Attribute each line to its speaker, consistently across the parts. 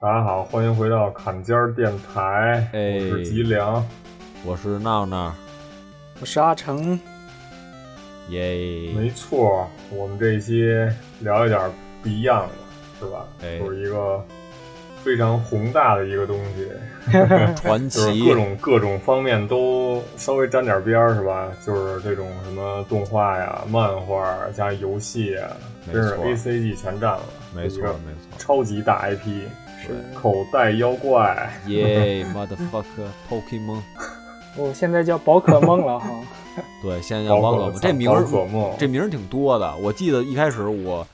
Speaker 1: 大家好，欢迎回到坎肩儿电台，
Speaker 2: 哎
Speaker 1: 我是吉良。
Speaker 2: 我是闹闹，
Speaker 3: 我是阿成，
Speaker 2: 耶！
Speaker 1: 没错，我们这一期聊一点不一样的，是吧？
Speaker 2: 哎
Speaker 1: 就是一个非常宏大的一个东西，
Speaker 2: 传
Speaker 1: 就是
Speaker 2: 奇
Speaker 1: 各种各种方面都稍微沾点边儿，是吧？就是这种什么动画呀、漫画加游戏啊，
Speaker 2: 没
Speaker 1: 真是
Speaker 2: 错
Speaker 1: A C G 全占了，
Speaker 2: 没
Speaker 1: 一
Speaker 2: 错
Speaker 1: 个
Speaker 2: 没 错，
Speaker 1: 超级大 I P，
Speaker 2: 对，
Speaker 1: 口袋妖怪。
Speaker 2: 耶，motherfucker Pokemon，
Speaker 3: 我现在叫宝可梦了哈。
Speaker 2: 对，现在叫
Speaker 1: 宝
Speaker 2: 宝
Speaker 1: 可
Speaker 2: 可梦，这名
Speaker 1: 宝
Speaker 2: 儿
Speaker 1: 可梦，
Speaker 2: 这名儿挺多的。我记得一开始我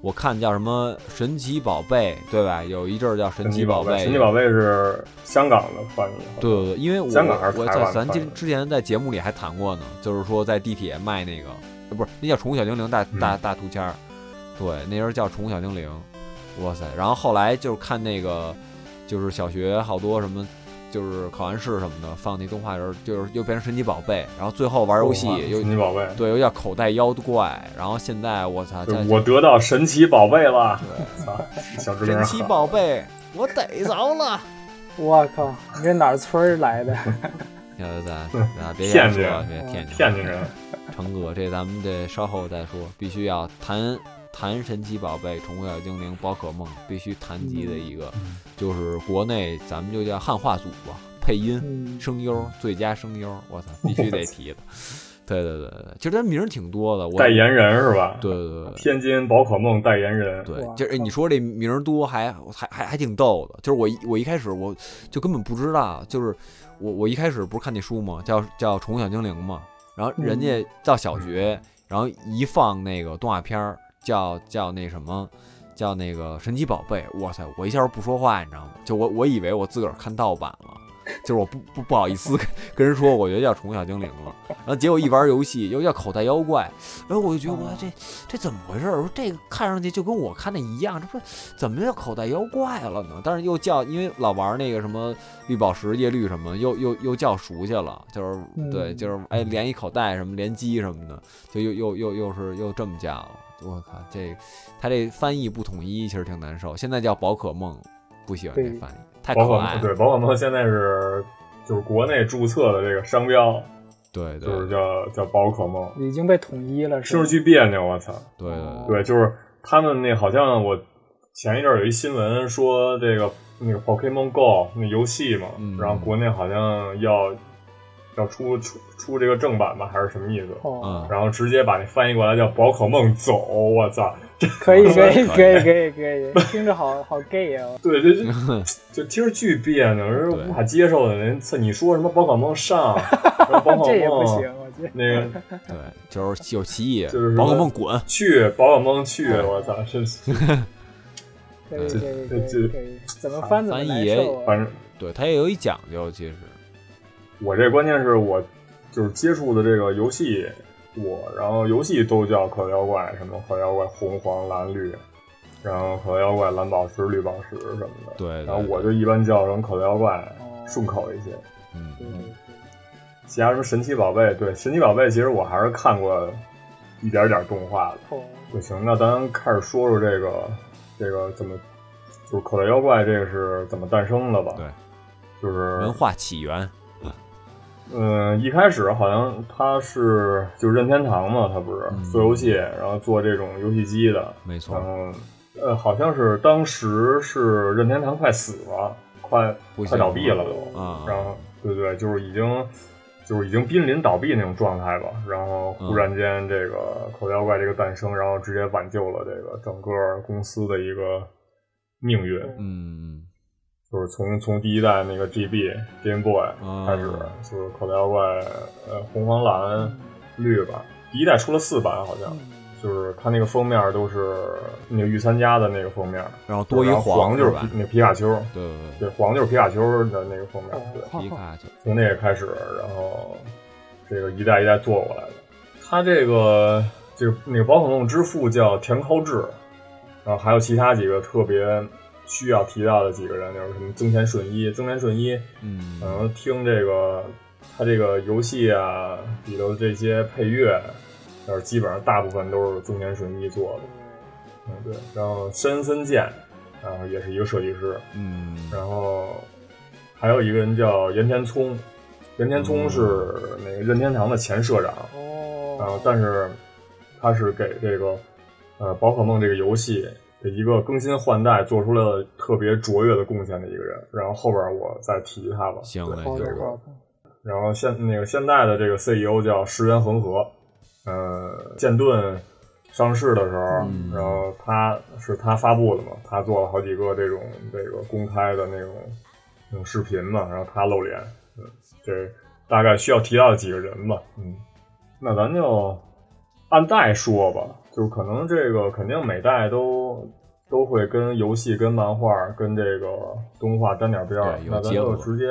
Speaker 2: 我看叫什么神奇宝贝，对吧？有一阵儿叫神
Speaker 1: 神
Speaker 2: 奇
Speaker 1: 奇
Speaker 2: 宝
Speaker 1: 宝
Speaker 2: 贝，
Speaker 1: 神奇宝贝是香港的翻译，
Speaker 2: 对对对，因为我
Speaker 1: 香港还是
Speaker 2: 我
Speaker 1: 台湾
Speaker 2: 在咱
Speaker 1: 翻
Speaker 2: 这
Speaker 1: 译的
Speaker 2: 之前在节目里还谈过呢，就是说在地铁卖那个，呃不是那叫宠物小精灵大
Speaker 1: 嗯
Speaker 2: 大大图签儿，对，那时候叫宠物小精灵，哇塞！然后后来就是看那个，就是小学好多什么，就是考完试什么的放那动画人儿，就是又变成神奇宝贝，然后最后玩游戏又
Speaker 1: 神奇宝贝，
Speaker 2: 对又叫口袋妖怪，然后现在我操，
Speaker 1: 就
Speaker 2: 叫
Speaker 1: 我得到神奇宝贝了，操，小志明
Speaker 2: 神奇宝贝，我逮 着了。
Speaker 3: 我靠，你这哪儿村儿来的？
Speaker 2: 对对对，别
Speaker 1: 天
Speaker 2: 瞎
Speaker 1: 津
Speaker 2: 说了，别天津
Speaker 1: 天津嗯人，
Speaker 2: 成哥，这咱们得稍后再说，必须要谈谈神奇宝贝、宠物小精灵、宝可梦，必须谈及的一个，就是国内咱们就叫汉化组吧，配音
Speaker 3: 嗯，
Speaker 2: 声优最佳声优，我操，必须得提的。 对对对对对，其实这名儿挺多的，我
Speaker 1: 代言人是吧？
Speaker 2: 对对对对。
Speaker 1: 天津宝可梦代言人，
Speaker 2: 对
Speaker 3: 哇，
Speaker 2: 就是哎
Speaker 3: 靠
Speaker 2: 你说这名儿多还还还还挺逗的，就是我一我一开始我就根本不知道，就是我我一开始不是看那书嘛，叫叫《宠物小精灵》嘛，然后人家到小学，然后一放那个动画片儿，叫叫那什么。叫那个神奇宝贝，哇塞！我一下不说话，你知道吗？就我我以为我自个儿看盗版了，就是我不不不好意思跟跟人说，我觉得叫宠物小精灵了。然后结果一玩游戏又叫口袋妖怪，然后我就觉得我操这这怎么回事儿？我说这个看上去就跟我看的一样，这不怎么叫口袋妖怪了呢？但是又叫，因为老玩那个什么绿宝石、叶绿什么，又又又叫熟悉了，就是
Speaker 3: 嗯
Speaker 2: 对，就是哎连一口袋什么连击什么的，就又又又又是又这么叫了。我靠，这他这翻译不统一，其实挺难受。现在叫宝可梦，不喜欢这
Speaker 3: 对
Speaker 2: 翻译，太
Speaker 1: 宝
Speaker 2: 可
Speaker 1: 可梦，
Speaker 2: 爱了。
Speaker 1: 对宝可梦现在是就是国内注册的这个商标，
Speaker 2: 对对
Speaker 1: 就是
Speaker 2: 对
Speaker 1: 叫叫宝可梦，
Speaker 3: 已经被统一了，是
Speaker 1: 听
Speaker 3: 吧
Speaker 1: 着巨别扭，啊我操，
Speaker 2: 对对
Speaker 1: 对，就是他们那好像我前一阵儿有一新闻说这个那个 Pokemon Go 那游戏嘛，
Speaker 2: 嗯
Speaker 1: 然后国内好像要要出出出这个正版吧，还是什么意思？
Speaker 3: 哦，
Speaker 2: 嗯
Speaker 1: 然后直接把那翻译过来叫宝可梦走，我操！
Speaker 3: 可以可以
Speaker 2: 可
Speaker 3: 可
Speaker 2: 以
Speaker 3: 以可以可以，听着好好 gay 啊！
Speaker 1: 对， 这这就听着巨别扭，是
Speaker 2: 对
Speaker 1: 无法接受的。人操，你说什么宝可梦上，然后宝可
Speaker 3: 这也不行
Speaker 1: 梦，
Speaker 3: 我觉得。
Speaker 1: 那个
Speaker 2: 对，就是有歧义
Speaker 1: 就是什。么
Speaker 2: 宝可梦滚！
Speaker 1: 去宝可梦去，我操，是
Speaker 3: 可以
Speaker 2: 这
Speaker 3: 可以可以
Speaker 1: 这
Speaker 3: 可以，怎么翻怎么
Speaker 2: 翻译
Speaker 3: 难
Speaker 2: 也
Speaker 3: 受啊
Speaker 1: 反！正
Speaker 2: 对，它也有一讲究，其实。
Speaker 1: 我这关键是我就是接触的这个游戏多，然后游戏都叫口袋妖怪，什么口袋妖怪红黄蓝绿，然后口袋妖怪蓝宝石绿宝石什么的。
Speaker 2: 对，对
Speaker 1: 然后我
Speaker 2: 对
Speaker 1: 就一般叫成口袋妖怪，
Speaker 3: 哦
Speaker 1: 顺口一些。
Speaker 2: 嗯
Speaker 3: 对对对
Speaker 1: 其他什么神奇宝贝，对神奇宝贝，其实我还是看过一点点动画的。
Speaker 3: 哦，
Speaker 1: 就行，那咱开始说说这个这个怎么就是口袋妖怪这个是怎么诞生的吧？
Speaker 2: 对，
Speaker 1: 就是
Speaker 2: 文化起源，
Speaker 1: 嗯，一开始好像他是就是任天堂嘛，他不是
Speaker 2: 嗯哦
Speaker 1: 做游戏，然后做这种游戏机的，
Speaker 2: 没
Speaker 1: 然
Speaker 2: 错，
Speaker 1: 后呃，好像是当时是任天堂快死了，快
Speaker 2: 不
Speaker 1: 快
Speaker 2: 行
Speaker 1: 倒闭了都，
Speaker 2: 啊，
Speaker 1: 然后对对，就是已经就是已经濒临倒闭那种状态吧，然后
Speaker 2: 嗯
Speaker 1: 忽然间这个口袋妖怪这个诞生，然后直接挽救了这个整个公司的一个命运，
Speaker 2: 嗯，
Speaker 1: 就是从从第一代那个 GB Game Boy
Speaker 2: 嗯
Speaker 1: 开始，就是口袋妖怪呃红黄蓝绿吧，第一代出了四版好像，
Speaker 3: 嗯
Speaker 1: 就是它那个封面都是那个御三家的那个封面，
Speaker 2: 然后多一
Speaker 1: 然后黄就是是
Speaker 2: 吧？
Speaker 1: 那皮卡丘，
Speaker 2: 对对
Speaker 1: 对，黄就是皮卡丘的那个封面，对，
Speaker 2: 对，皮
Speaker 3: 哦，
Speaker 2: 卡丘，
Speaker 1: 从那个开始，然后这个一代一代做过来的。它这个这个那个宝可梦之父叫田尻智，然后还有其他几个特别需要提到的几个人，就是什么增田顺一，增田顺一，
Speaker 2: 嗯
Speaker 1: 可能听这个他这个游戏啊里头的这些配乐，就是基本上大部分都是增田顺一做的。嗯，对。然后深森健，然后也是一个设计师，
Speaker 2: 嗯
Speaker 1: 然后还有一个人叫岩田聪，岩田聪是那个任天堂的前社长，然后
Speaker 3: 哦，
Speaker 1: 啊但是他是给这个呃宝可梦这个游戏的一个更新换代做出了特别卓越的贡献的一个人，然后后边我再提他吧。
Speaker 2: 行
Speaker 1: 对
Speaker 2: 嘞
Speaker 3: 好
Speaker 1: 这
Speaker 3: 的
Speaker 1: 个
Speaker 3: 好的，
Speaker 1: 然后现那个现在的这个 CEO 叫石原恒和，呃，剑盾上市的时候，
Speaker 2: 嗯
Speaker 1: 然后他是他发布的嘛，他做了好几个这种这个公开的那种那种视频嘛，然后他露脸，嗯，这大概需要提到几个人吧，嗯，那咱就按代说吧，就是可能这个肯定每代都。都会跟游戏、跟漫画、跟这个动画沾点边儿
Speaker 2: 对，有
Speaker 1: 那咱
Speaker 2: 结
Speaker 1: 就
Speaker 2: 合
Speaker 1: 直接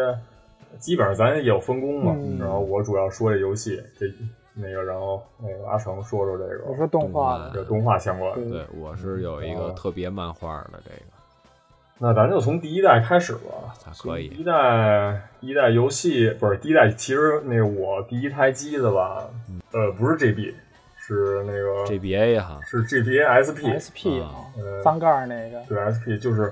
Speaker 1: 基本上咱也有分工嘛，
Speaker 3: 嗯
Speaker 1: 然后我主要说这游戏，这那个，然后那个阿成说说这
Speaker 3: 我
Speaker 1: 个
Speaker 3: 说动画的，
Speaker 1: 这动画相关。
Speaker 3: 对
Speaker 2: 对，我
Speaker 1: 嗯
Speaker 2: 是有一个特别漫画的这个，
Speaker 1: 那咱就从第一代开始吧
Speaker 2: 啊，可以
Speaker 1: 第一代第一代游戏不是第一代，其实那个我第一台机子吧，
Speaker 2: 嗯
Speaker 1: 呃，不是 GB，是那个
Speaker 2: GBA 哈，
Speaker 1: 是 GBA SP，
Speaker 3: SP
Speaker 2: 啊
Speaker 3: 啊
Speaker 1: 呃，
Speaker 3: 翻盖儿那个，
Speaker 1: 对 SP 就是，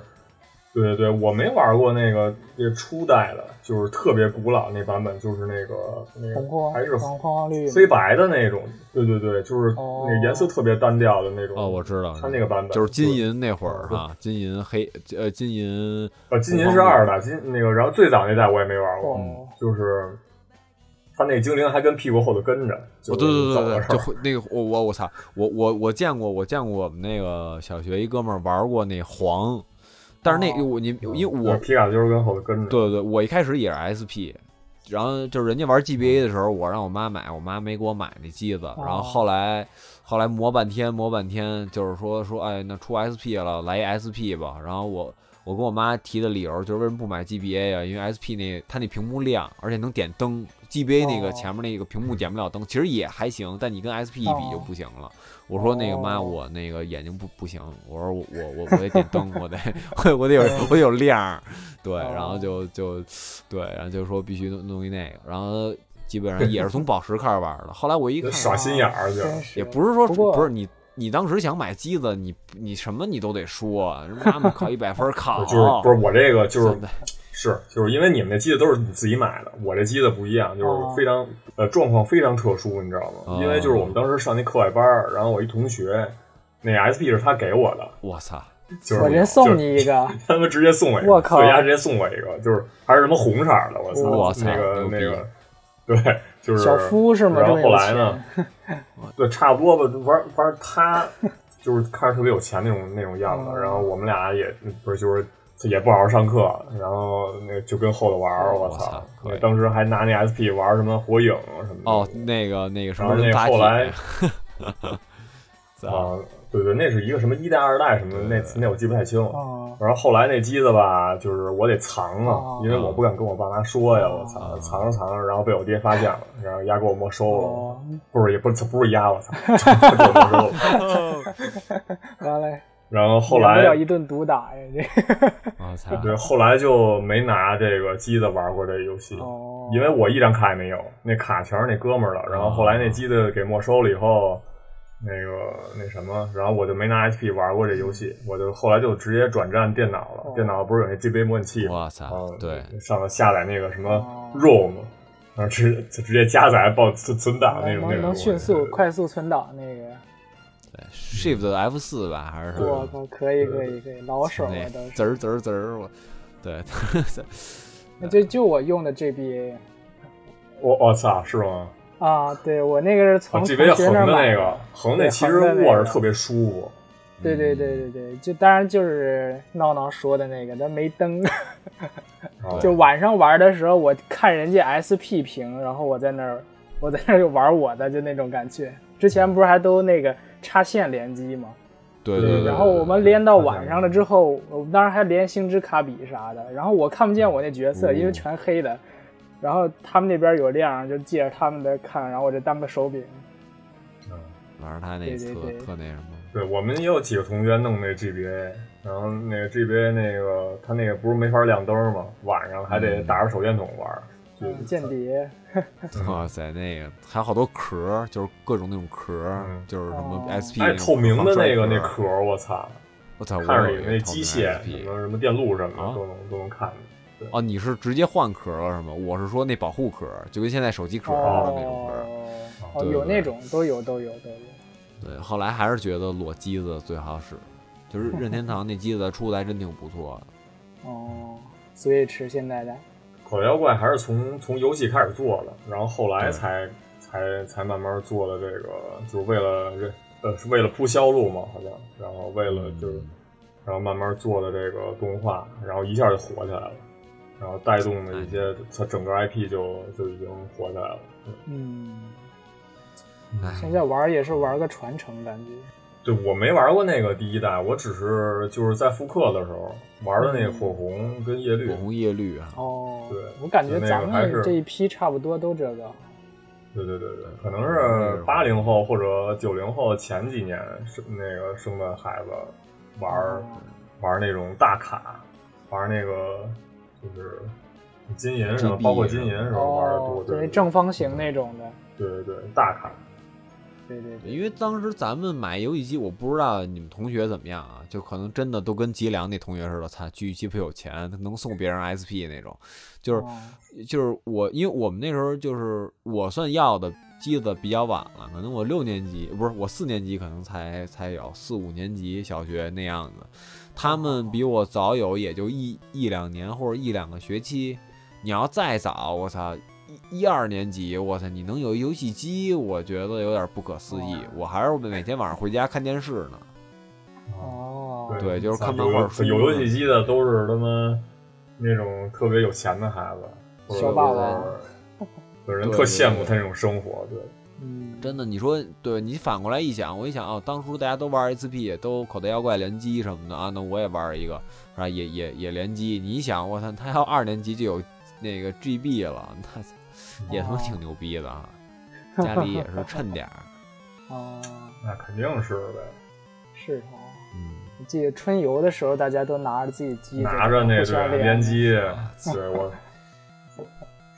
Speaker 1: 对对对，我没玩过那个那初代的，就是特别古老那版本，就是那个那
Speaker 3: 红
Speaker 1: 个
Speaker 3: 黄
Speaker 1: 还是
Speaker 3: 黄黄绿
Speaker 1: 黑白的那种，对对对，就是
Speaker 3: 哦
Speaker 1: 那个颜色特别单调的那种。
Speaker 2: 哦，我知道，
Speaker 1: 它那个版本
Speaker 2: 就是金银那会儿哈，金银黑呃金银
Speaker 1: 呃，金银是二代，金那个，然后最早那代我也没玩过，
Speaker 3: 哦，
Speaker 1: 就是它那精灵还跟屁股后头跟着，就
Speaker 2: 哦，对对
Speaker 1: 走
Speaker 2: 对
Speaker 1: 的
Speaker 2: 对
Speaker 1: 事儿
Speaker 2: 对，就会那个我我我操，我我我见过，我见过我们那个小学一哥们儿玩过那黄，但是那
Speaker 3: 哦
Speaker 2: 我你因为
Speaker 1: 嗯
Speaker 2: 我
Speaker 1: 皮卡丘跟后头跟着，
Speaker 2: 对对对，我一开始也是 SP，然后就是人家玩
Speaker 3: 嗯
Speaker 2: GBA 的时候，我让我妈买，我妈没给我买那机子，
Speaker 3: 哦
Speaker 2: 然后后来后来磨半天磨半天，就是说说哎，那出 SP 了，来一 SP 吧。然后我我跟我妈提的理由就是为什么不买 GBA 啊？因为 SP 那它那屏幕亮，而且能点灯，GBA 那个
Speaker 3: 哦
Speaker 2: 前面那个屏幕点不了灯，其实也还行，但你跟 SP 一比就不行了。我说那个妈，
Speaker 3: 哦
Speaker 2: 我那个眼睛不不行，我说我我我我得点灯，我得 我我得有
Speaker 1: 哎
Speaker 2: 我得有亮儿，对，然后
Speaker 3: 哦
Speaker 2: 就就对，然后就说必须弄弄一那个，然后基本上也是从宝石开始玩的。后来我一
Speaker 1: 就
Speaker 2: 看，
Speaker 1: 耍心眼儿去了。
Speaker 3: 真是
Speaker 2: 也不是说
Speaker 3: 不过
Speaker 2: 不是你你当时想买机子，你你什么你都得说，妈妈考一百分儿 考，
Speaker 1: 就是不是我这个就是
Speaker 2: 哦真的
Speaker 1: 是就是因为你们那机子都是你自己买的，我这机子不一样，就
Speaker 3: 哦
Speaker 1: 是非常、呃状况非常特殊，你知道吗？
Speaker 2: 哦
Speaker 1: 因为就是我们当时上那课外班儿，然后我一同学，那 SP 是他给我的，
Speaker 2: 我操，
Speaker 1: 就是
Speaker 3: 我
Speaker 1: 就
Speaker 3: 人送
Speaker 1: 是
Speaker 3: 你一个，
Speaker 1: 他们直接送我一个，
Speaker 3: 我靠
Speaker 1: 对，家直接送我一个，就是还是什么红色儿的，我操，
Speaker 2: 我操
Speaker 1: 那个
Speaker 2: 牛逼
Speaker 1: 那个，对， 就是
Speaker 3: 小夫是吗
Speaker 1: 然后
Speaker 3: 这么
Speaker 1: 后
Speaker 3: 有
Speaker 1: 来呢，对，差不多吧，玩玩 他就是看着特别有钱那种那种样子，
Speaker 3: 嗯
Speaker 1: 然后我们俩也不是就是。也不好好上课，然后那就跟后头玩儿，我
Speaker 2: 我
Speaker 1: 操
Speaker 2: 操！可以
Speaker 1: 当时还拿那 SP 玩儿什么火影什么的。
Speaker 2: 哦，那个那个什
Speaker 1: 然嗯后
Speaker 2: 么
Speaker 1: 那
Speaker 2: 人打
Speaker 1: 后来
Speaker 2: 铁，操，
Speaker 1: 啊，对对，那是一个什么一代、二代什么的，那那我记不太清了。
Speaker 3: 哦，
Speaker 1: 然后后来那机子吧，就是我得藏啊
Speaker 3: 哦，
Speaker 1: 因为我不敢跟我爸妈说呀，
Speaker 3: 哦
Speaker 1: 我操，藏着藏着，然后被我爹发现了，然后丫给我没收了，
Speaker 3: 哦，
Speaker 1: 不是也不是不是丫，我操， 被我没收了。
Speaker 3: 完了，
Speaker 1: 然后后
Speaker 3: 免不
Speaker 1: 来
Speaker 3: 了一顿毒打呀，
Speaker 2: 我操，
Speaker 1: 对，后来就没拿这个机子玩过这游戏
Speaker 3: 这，哦，
Speaker 1: 因为我一张卡也没有，那卡全是那哥们儿的。然后后来
Speaker 3: 哦
Speaker 1: 那机子给没收了以后，那个那什么，然后我就没拿 SP 玩过这游戏，我就后来就直接转战电脑了
Speaker 3: 哦。
Speaker 1: 电脑不是有那 GB 模拟器吗？
Speaker 2: 我
Speaker 1: 啊
Speaker 2: 操，，对，
Speaker 1: 上头下载那个什么
Speaker 3: 哦
Speaker 1: ROM，然后直直接加载爆存存档那
Speaker 3: 能
Speaker 1: 种那
Speaker 3: 能
Speaker 1: 种
Speaker 3: 哦能
Speaker 1: 东西。
Speaker 3: 迅速快速存档那个，
Speaker 2: 对，Shift F 四吧，还是什
Speaker 3: 我
Speaker 2: 么？
Speaker 3: 靠，可以可以可以，老手
Speaker 2: 那
Speaker 3: 了都
Speaker 2: 滋
Speaker 3: 是，
Speaker 2: 儿滋儿滋儿，我 对，
Speaker 3: 那就就我用的 GBA
Speaker 1: 我我操，是吗？
Speaker 3: 啊，对我那个是
Speaker 1: 啊
Speaker 3: 从同
Speaker 1: ，G
Speaker 3: 学
Speaker 1: B 横的
Speaker 3: 那儿买
Speaker 1: 那
Speaker 3: 的
Speaker 1: 个，，横那其实
Speaker 3: 对横的那个
Speaker 1: 握着特别舒服。
Speaker 3: 对对对对对，就当然就是闹闹说的那个，它没 灯，
Speaker 1: 然
Speaker 2: 哦
Speaker 1: 后
Speaker 3: 就晚上玩的时候，我看人家 SP 屏，然后我在那儿，我在那儿就玩我的，就那种感觉。之前不是还都那个插线联机吗？
Speaker 2: 对
Speaker 1: 对
Speaker 2: 对，
Speaker 3: 然后我们连到晚上了之
Speaker 1: 后，
Speaker 3: 后，我们当时还连星之卡比啥的。然后我看不见我那角色，
Speaker 2: 嗯
Speaker 3: 因为全黑的。然后他们那边有亮，就借着他们的看，然后我就当个手柄。
Speaker 2: 晚上他那
Speaker 3: 对对
Speaker 2: 特
Speaker 3: 对
Speaker 2: 特那什么，
Speaker 1: 对我们也有几个同学弄那 G B A，然后那个 G B A 那个他那个不是没法亮灯吗？晚上还得打着手电筒玩。就
Speaker 3: 嗯间谍，
Speaker 2: 哇塞，那个还有好多壳儿，就是各种那种壳儿
Speaker 1: 嗯，
Speaker 2: 就是什么
Speaker 3: 哦
Speaker 2: SP，
Speaker 1: 哎，
Speaker 2: 那种
Speaker 1: 透明的那个
Speaker 2: 防
Speaker 1: 那
Speaker 2: 摔
Speaker 1: 壳儿，我操！
Speaker 2: 我操，我
Speaker 1: 看着里
Speaker 2: 有一
Speaker 1: 面那
Speaker 2: 个
Speaker 1: 机
Speaker 2: 透明
Speaker 1: 械
Speaker 2: SP
Speaker 1: 什么什么电路什么
Speaker 2: 啊
Speaker 1: 的都能都能看见。
Speaker 2: 哦，你是直接换壳了是吗？我是说那保护壳，就跟现在手机壳似的那种壳。
Speaker 3: 哦
Speaker 1: 啊对
Speaker 3: 哦，
Speaker 2: 对
Speaker 3: 有
Speaker 2: 对
Speaker 3: 那种都有都有都有，
Speaker 2: 对，后来还是觉得裸机子最好使，就是任天堂那机子出的还真挺不错的。
Speaker 3: 哦，Switch 现在的，
Speaker 1: 口袋妖怪还是从从游戏开始做的，然后后来
Speaker 2: 对
Speaker 1: 才才才慢慢做的这个，就是为了这呃是为了铺销路嘛，好像，然后为了就是、
Speaker 2: 嗯
Speaker 1: 然后慢慢做的这个动画，然后一下就火起来了，然后带动
Speaker 2: 哎
Speaker 1: 的一些它整个 IP 就就已经火起来了。
Speaker 3: 嗯，
Speaker 2: 哎，
Speaker 3: 现在玩也是玩个传承感觉，
Speaker 1: 对，我没玩过那个第一代，我只是就是在复刻的时候玩的那个火红跟叶绿
Speaker 2: 火，红叶绿啊，
Speaker 3: 哦
Speaker 1: 对，
Speaker 3: 我感觉
Speaker 1: 那个
Speaker 3: 咱
Speaker 1: 还
Speaker 3: 们
Speaker 1: 是
Speaker 3: 这一批差不多都这个，
Speaker 1: 对对对对，
Speaker 2: 嗯
Speaker 1: 可能是八零后或者九零后前几年生那个生的孩子玩儿、
Speaker 2: 嗯
Speaker 3: 哦
Speaker 1: 玩儿那种大卡，玩儿那个就是金银什么，
Speaker 2: GB
Speaker 1: 包括金银什么玩的多，
Speaker 3: 哦，就
Speaker 1: 对
Speaker 3: 那
Speaker 1: 对
Speaker 3: 正方形那种的，
Speaker 1: 对对对大卡，
Speaker 3: 对对对，
Speaker 2: 因为当时咱们买游戏机，我不知道你们同学怎么样啊，就可能真的都跟吉良那同学似的，他巨鸡巴有钱，他能送别人 SP 那种，就是
Speaker 3: 哦
Speaker 2: 就是我，因为我们那时候就是我算要的机子比较晚了，可能我六年级不是我四年级可能才才有，四五年级小学那样子，他们比我早有也就一一两年或者一两个学期，你要再早，我操！一一二年级，我操！你能有一游戏机，我觉得有点不可思议
Speaker 3: 哦。
Speaker 2: 我还是每天晚上回家看电视呢。
Speaker 1: 啊
Speaker 3: 哦，
Speaker 2: 对就是看漫
Speaker 1: 有
Speaker 2: 画
Speaker 1: 游
Speaker 2: 书
Speaker 1: 有游戏机的都是他妈那种特别有钱的孩子，
Speaker 3: 小霸王，
Speaker 1: 有人
Speaker 2: 对
Speaker 1: 特
Speaker 2: 对
Speaker 1: 羡慕
Speaker 2: 对
Speaker 1: 他那种生活，对。
Speaker 3: 嗯，
Speaker 2: 真的，你说对你反过来一想，我一想啊，当初大家都玩 SP，都口袋妖怪联机什么的啊，那我也玩一个，是吧？也也也联机。你一想，我操，他要二年级就有那个 GB 了，那也他妈挺牛逼的啊！家里也是趁点儿，
Speaker 3: 哦，
Speaker 1: 那肯定是呗，
Speaker 3: 是哦。
Speaker 2: 嗯，
Speaker 3: 我记得春游的时候，大家都拿着自己机子，
Speaker 1: 拿着那
Speaker 3: 互相
Speaker 1: 对
Speaker 3: 连啊
Speaker 1: 联机，对我，